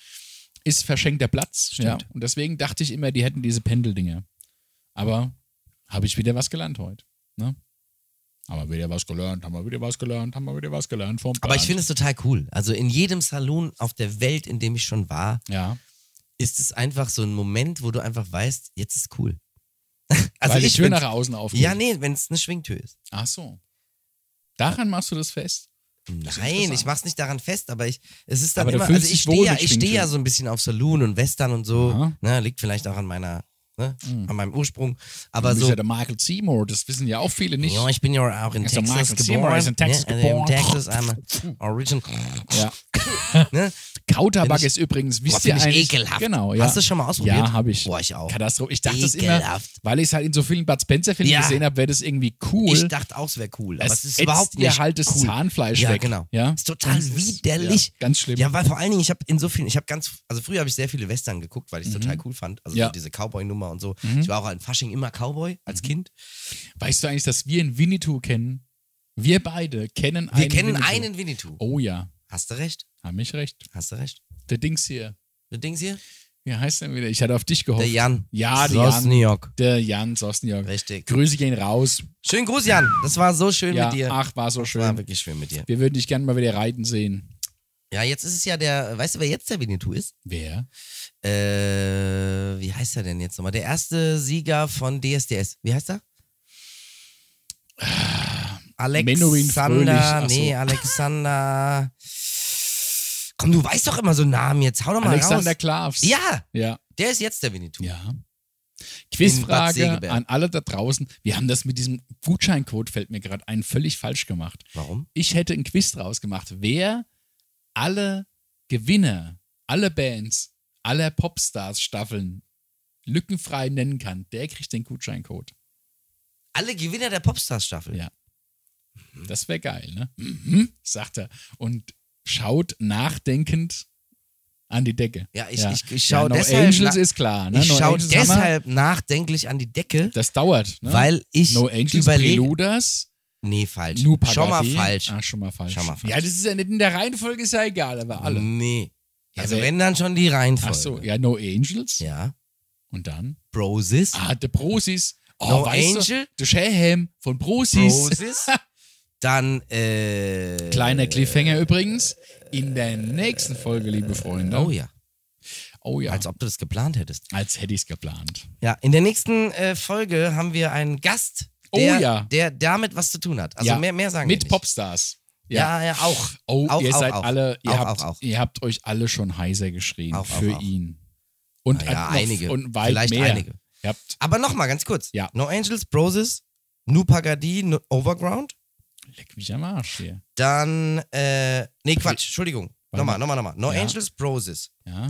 [SPEAKER 2] ist verschenkter Platz. Ja. Und deswegen dachte ich immer, die hätten diese Pendeldinger. Aber habe ich wieder was gelernt heute. Ne? Haben wir wieder was gelernt, haben wir wieder was gelernt, haben wir wieder was gelernt vom
[SPEAKER 1] Aber ich
[SPEAKER 2] Bernd.
[SPEAKER 1] finde es total cool. Also in jedem Salon auf der Welt, in dem ich schon war,
[SPEAKER 2] Ja,
[SPEAKER 1] ist es einfach so ein Moment, wo du einfach weißt, jetzt ist cool.
[SPEAKER 2] also weil die Tür
[SPEAKER 1] find's-
[SPEAKER 2] nach außen aufgeht.
[SPEAKER 1] Ja, nee, wenn es eine Schwingtür ist.
[SPEAKER 2] Ach so. Daran machst du das fest? Hm, ist
[SPEAKER 1] Nein,
[SPEAKER 2] interessant.
[SPEAKER 1] ich mach's nicht daran fest, aber ich, es ist dann
[SPEAKER 2] Aber du
[SPEAKER 1] immer,
[SPEAKER 2] fühlst
[SPEAKER 1] also
[SPEAKER 2] dich
[SPEAKER 1] ich
[SPEAKER 2] wohl
[SPEAKER 1] stehe ja,
[SPEAKER 2] mit
[SPEAKER 1] ich stehe ja
[SPEAKER 2] Schwingtüren.
[SPEAKER 1] so ein bisschen auf Saloon und Western und so,
[SPEAKER 2] Aha. Hm.
[SPEAKER 1] ne, liegt vielleicht auch an meiner, ne, an meinem Ursprung, aber
[SPEAKER 2] Das ist
[SPEAKER 1] so,
[SPEAKER 2] ja der Michael Seymour, das wissen ja auch viele nicht.
[SPEAKER 1] Also ja, ich bin ja auch in
[SPEAKER 2] Also
[SPEAKER 1] Texas
[SPEAKER 2] Michael Seymour
[SPEAKER 1] geboren,
[SPEAKER 2] ist in Texas
[SPEAKER 1] ne, also
[SPEAKER 2] geboren.
[SPEAKER 1] in Texas, I'm a origin,
[SPEAKER 2] Ja.
[SPEAKER 1] Ne? Find
[SPEAKER 2] Kautabak
[SPEAKER 1] ich-
[SPEAKER 2] ist übrigens,
[SPEAKER 1] Boah,
[SPEAKER 2] wisst ihr
[SPEAKER 1] find ich
[SPEAKER 2] eigentlich?
[SPEAKER 1] ekelhaft.
[SPEAKER 2] Genau, ja.
[SPEAKER 1] Hast du es schon mal ausprobiert?
[SPEAKER 2] Ja, habe ich.
[SPEAKER 1] Boah, ich auch.
[SPEAKER 2] Katastrophe. Ich dachte es immer,
[SPEAKER 1] Ekelhaft.
[SPEAKER 2] weil ich es halt in so vielen Bud Spencer-Filmen
[SPEAKER 1] Ja.
[SPEAKER 2] gesehen habe, wäre das irgendwie cool.
[SPEAKER 1] Ich dachte auch, es wäre cool, aber es, ist
[SPEAKER 2] ätzt
[SPEAKER 1] überhaupt
[SPEAKER 2] ihr
[SPEAKER 1] nicht
[SPEAKER 2] halt das
[SPEAKER 1] cool.
[SPEAKER 2] Zahnfleisch
[SPEAKER 1] ja,
[SPEAKER 2] weg.
[SPEAKER 1] genau.
[SPEAKER 2] Ja,
[SPEAKER 1] Ist total
[SPEAKER 2] Das ist-
[SPEAKER 1] widerlich.
[SPEAKER 2] Ja, ganz schlimm.
[SPEAKER 1] Ja, weil vor allen Dingen, ich habe in so vielen, ich habe ganz, also früher habe ich sehr viele Western geguckt, weil ich es total cool fand. Also
[SPEAKER 2] Mhm. Ja.
[SPEAKER 1] so
[SPEAKER 2] Mhm.
[SPEAKER 1] diese Cowboy-Nummer und so. Ich war auch in Fasching immer Cowboy als Kind.
[SPEAKER 2] Weißt du eigentlich, dass wir einen Winnetou kennen? Wir beide kennen einen
[SPEAKER 1] Wir kennen
[SPEAKER 2] Winnetou.
[SPEAKER 1] einen Winnetou.
[SPEAKER 2] Oh ja,
[SPEAKER 1] Hast du recht?
[SPEAKER 2] haben mich recht.
[SPEAKER 1] Hast du recht?
[SPEAKER 2] Der Dings hier.
[SPEAKER 1] Der Dings hier?
[SPEAKER 2] Wie heißt der wieder? Ich hatte auf dich
[SPEAKER 1] Der
[SPEAKER 2] gehofft.
[SPEAKER 1] Jan.
[SPEAKER 2] Oh. Ja, der
[SPEAKER 1] Aus
[SPEAKER 2] Jan.
[SPEAKER 1] New York.
[SPEAKER 2] Der Jan Sosniok.
[SPEAKER 1] Richtig.
[SPEAKER 2] Grüße gehen raus.
[SPEAKER 1] Schönen Gruß, Jan. Das war so schön
[SPEAKER 2] Ja,
[SPEAKER 1] mit dir.
[SPEAKER 2] ach, war so
[SPEAKER 1] das war
[SPEAKER 2] schön.
[SPEAKER 1] wirklich schön mit dir.
[SPEAKER 2] Wir würden dich gerne mal wieder reiten sehen.
[SPEAKER 1] Ja, jetzt ist es ja der, weißt du, wer jetzt der Winnetou ist?
[SPEAKER 2] Wer?
[SPEAKER 1] Äh, wie heißt er denn jetzt nochmal? Der erste Sieger von DSDS. Wie heißt er?
[SPEAKER 2] Ah, Menuhin Fröhlich.
[SPEAKER 1] Alexander.
[SPEAKER 2] Ach so.
[SPEAKER 1] Nee, Alexander. Komm, du weißt doch immer so Namen jetzt. Hau doch mal
[SPEAKER 2] Alexander
[SPEAKER 1] raus.
[SPEAKER 2] Klavs.
[SPEAKER 1] Ja,
[SPEAKER 2] Ja.
[SPEAKER 1] der ist jetzt der Winnetou.
[SPEAKER 2] Ja.
[SPEAKER 1] Bad
[SPEAKER 2] Quizfrage
[SPEAKER 1] Segeberg.
[SPEAKER 2] an alle da draußen. Wir haben das mit diesem Gutscheincode, fällt mir gerade ein, völlig falsch gemacht.
[SPEAKER 1] Warum?
[SPEAKER 2] Ich hätte einen Quiz draus gemacht, wer alle Gewinner, alle Bands, aller Popstars-Staffeln lückenfrei nennen kann, der kriegt den Gutscheincode.
[SPEAKER 1] Alle Gewinner der Popstars-Staffel.
[SPEAKER 2] Ja. Das wäre geil, ne? Mhm, sagt er. Und schaut nachdenkend an die Decke.
[SPEAKER 1] Ja, ich- ich- ich schau
[SPEAKER 2] no
[SPEAKER 1] deshalb
[SPEAKER 2] Angels
[SPEAKER 1] na-
[SPEAKER 2] ist klar. Ne?
[SPEAKER 1] Ich
[SPEAKER 2] no
[SPEAKER 1] schaue
[SPEAKER 2] Angels haben wir.
[SPEAKER 1] deshalb nachdenklich an die Decke,
[SPEAKER 2] Das dauert, ne?
[SPEAKER 1] weil ich
[SPEAKER 2] No Angels,
[SPEAKER 1] überlege.
[SPEAKER 2] Preluders,
[SPEAKER 1] Nee, falsch.
[SPEAKER 2] Nu
[SPEAKER 1] Schau mal
[SPEAKER 2] Pagadi.
[SPEAKER 1] falsch.
[SPEAKER 2] Ah, schon mal falsch.
[SPEAKER 1] Schon mal falsch. Hm,
[SPEAKER 2] Ja, das ist ja nicht in der Reihenfolge, ist ja egal, aber alle.
[SPEAKER 1] Nee.
[SPEAKER 2] Ja,
[SPEAKER 1] Also
[SPEAKER 2] wer-
[SPEAKER 1] wenn dann schon die Reihenfolge.
[SPEAKER 2] Ach so, ja, No Angels.
[SPEAKER 1] Ja.
[SPEAKER 2] Und dann?
[SPEAKER 1] Brosis.
[SPEAKER 2] Ah, The Prosis. Oh,
[SPEAKER 1] No
[SPEAKER 2] weißt
[SPEAKER 1] Angel?
[SPEAKER 2] Du, The Shaham von Prosis.
[SPEAKER 1] Brosis. Dann, äh.
[SPEAKER 2] Kleiner Cliffhanger übrigens. In der nächsten Folge, liebe Freunde.
[SPEAKER 1] Oh ja.
[SPEAKER 2] Oh ja.
[SPEAKER 1] Als ob du das geplant hättest.
[SPEAKER 2] Als hätte ich es geplant.
[SPEAKER 1] Ja, in der nächsten äh, Folge haben wir einen Gast,
[SPEAKER 2] Oh
[SPEAKER 1] der,
[SPEAKER 2] ja.
[SPEAKER 1] der damit was zu tun hat. Also
[SPEAKER 2] Ja.
[SPEAKER 1] mehr, mehr sagen
[SPEAKER 2] Mit
[SPEAKER 1] wir nicht.
[SPEAKER 2] Popstars.
[SPEAKER 1] Ja, ja, auch.
[SPEAKER 2] Oh,
[SPEAKER 1] auch,
[SPEAKER 2] ihr
[SPEAKER 1] auch,
[SPEAKER 2] seid
[SPEAKER 1] auch.
[SPEAKER 2] alle, ihr,
[SPEAKER 1] Auch,
[SPEAKER 2] habt,
[SPEAKER 1] auch, auch.
[SPEAKER 2] ihr habt euch alle schon heiser geschrien
[SPEAKER 1] Auch, auch,
[SPEAKER 2] für
[SPEAKER 1] auch.
[SPEAKER 2] ihn. Und
[SPEAKER 1] Na ja,
[SPEAKER 2] noch-
[SPEAKER 1] einige.
[SPEAKER 2] Und weit
[SPEAKER 1] Vielleicht
[SPEAKER 2] mehr.
[SPEAKER 1] einige.
[SPEAKER 2] Ihr habt,
[SPEAKER 1] Aber nochmal ganz kurz.
[SPEAKER 2] Ja.
[SPEAKER 1] No Angels, Broses, Nu Pagadi, Nu- Overground.
[SPEAKER 2] leck mich am Arsch hier.
[SPEAKER 1] Dann, äh, nee, Quatsch, Entschuldigung.
[SPEAKER 2] Warte
[SPEAKER 1] Nochmal, nochmal, nochmal. No
[SPEAKER 2] Ja.
[SPEAKER 1] Angels, Broses,
[SPEAKER 2] Ja.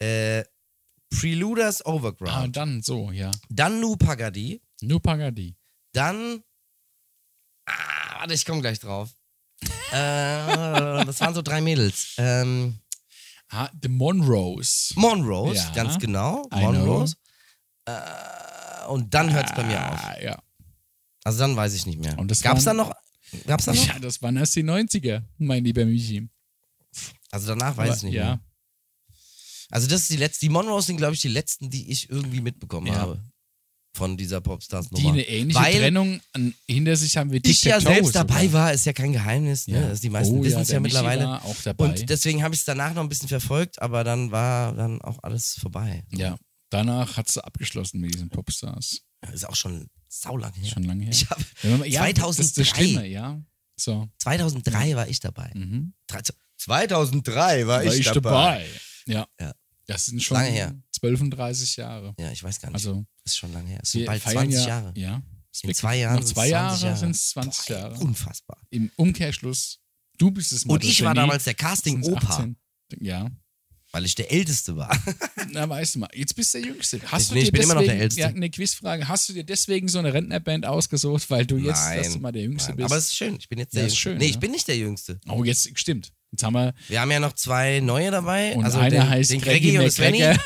[SPEAKER 1] äh, Preluders,
[SPEAKER 2] Ah,
[SPEAKER 1] Overground.
[SPEAKER 2] und dann so, ja.
[SPEAKER 1] Dann Nu Pagadi.
[SPEAKER 2] Nur Pagadi.
[SPEAKER 1] Dann. Ah, warte, ich komme gleich drauf. äh, das waren so drei Mädels. Ähm,
[SPEAKER 2] Ah, The Monroes.
[SPEAKER 1] Monrose,
[SPEAKER 2] Ja.
[SPEAKER 1] ganz genau.
[SPEAKER 2] I know.
[SPEAKER 1] Monrose. Äh, und dann hört es bei mir auf.
[SPEAKER 2] Ah, ja.
[SPEAKER 1] Also dann weiß ich nicht mehr.
[SPEAKER 2] Und das
[SPEAKER 1] Gab's da
[SPEAKER 2] waren-
[SPEAKER 1] noch? Gab's da noch?
[SPEAKER 2] ja, das waren erst die 90er, mein lieber Michi.
[SPEAKER 1] Also danach weiß
[SPEAKER 2] Aber-
[SPEAKER 1] ich nicht
[SPEAKER 2] ja.
[SPEAKER 1] mehr. Also das ist die letzte, die Monrose sind, glaube ich, die letzten, die ich irgendwie mitbekommen
[SPEAKER 2] Ja.
[SPEAKER 1] habe. Von dieser
[SPEAKER 2] Die
[SPEAKER 1] Popstars-Nummer.
[SPEAKER 2] eine ähnliche
[SPEAKER 1] Weil
[SPEAKER 2] Trennung an, hinter sich haben wir die
[SPEAKER 1] ich ja selbst dabei war, ist ja kein Geheimnis. Ne? Also die meisten
[SPEAKER 2] oh,
[SPEAKER 1] wissen
[SPEAKER 2] ja,
[SPEAKER 1] es ja
[SPEAKER 2] der Michi
[SPEAKER 1] mittlerweile.
[SPEAKER 2] War auch dabei.
[SPEAKER 1] Und äh, deswegen habe ich es danach noch ein bisschen verfolgt, aber dann war dann auch alles vorbei.
[SPEAKER 2] ja. Danach hat sie abgeschlossen mit diesen Popstars.
[SPEAKER 1] Ist auch schon saulang her.
[SPEAKER 2] Schon lange her.
[SPEAKER 1] Ich hab,
[SPEAKER 2] Wenn man- ja,
[SPEAKER 1] 2003.
[SPEAKER 2] Das ist das Schlimme, ja. So.
[SPEAKER 1] 2003 war ich dabei.
[SPEAKER 2] Mhm.
[SPEAKER 1] Drei- 2003 war,
[SPEAKER 2] War ich dabei. Ja.
[SPEAKER 1] Ja.
[SPEAKER 2] Das sind schon
[SPEAKER 1] Lange her.
[SPEAKER 2] 12 und 30 Jahre.
[SPEAKER 1] Ja, ich weiß gar nicht.
[SPEAKER 2] Also,
[SPEAKER 1] ist schon lange her. Ist
[SPEAKER 2] wir
[SPEAKER 1] bald
[SPEAKER 2] feiern
[SPEAKER 1] 20
[SPEAKER 2] ja,
[SPEAKER 1] Jahre.
[SPEAKER 2] Ja. Ist
[SPEAKER 1] In
[SPEAKER 2] wirklich-
[SPEAKER 1] zwei Jahren
[SPEAKER 2] Noch
[SPEAKER 1] sind's
[SPEAKER 2] zwei
[SPEAKER 1] 20
[SPEAKER 2] Jahre
[SPEAKER 1] Jahre.
[SPEAKER 2] sind es 20
[SPEAKER 1] Boah, ey,
[SPEAKER 2] Jahre.
[SPEAKER 1] Unfassbar.
[SPEAKER 2] Im Umkehrschluss, du bist es
[SPEAKER 1] Und ich war
[SPEAKER 2] Model-Genie,
[SPEAKER 1] damals der
[SPEAKER 2] sind's
[SPEAKER 1] Casting-Opa,
[SPEAKER 2] 18. Ja.
[SPEAKER 1] weil ich der Älteste war.
[SPEAKER 2] Na, weißt du mal, jetzt bist du der Jüngste. Hast du
[SPEAKER 1] Nee,
[SPEAKER 2] dir
[SPEAKER 1] ich bin immer noch der
[SPEAKER 2] deswegen-
[SPEAKER 1] Älteste.
[SPEAKER 2] Ja, eine Quizfrage. Hast du dir deswegen so eine Rentnerband ausgesucht, weil du jetzt
[SPEAKER 1] Nein.
[SPEAKER 2] dass du mal der Jüngste
[SPEAKER 1] Nein,
[SPEAKER 2] bist?
[SPEAKER 1] Aber es ist schön. Ich bin jetzt
[SPEAKER 2] Ja,
[SPEAKER 1] der
[SPEAKER 2] ist
[SPEAKER 1] Jüngste.
[SPEAKER 2] schön,
[SPEAKER 1] nee, ich
[SPEAKER 2] ja.
[SPEAKER 1] bin nicht der Jüngste.
[SPEAKER 2] oh, jetzt stimmt. Jetzt haben wir.
[SPEAKER 1] Wir haben ja noch zwei neue dabei.
[SPEAKER 2] Und
[SPEAKER 1] also
[SPEAKER 2] einer
[SPEAKER 1] den,
[SPEAKER 2] heißt
[SPEAKER 1] den
[SPEAKER 2] Greggy
[SPEAKER 1] Greggy und Svenny.
[SPEAKER 2] McGregor.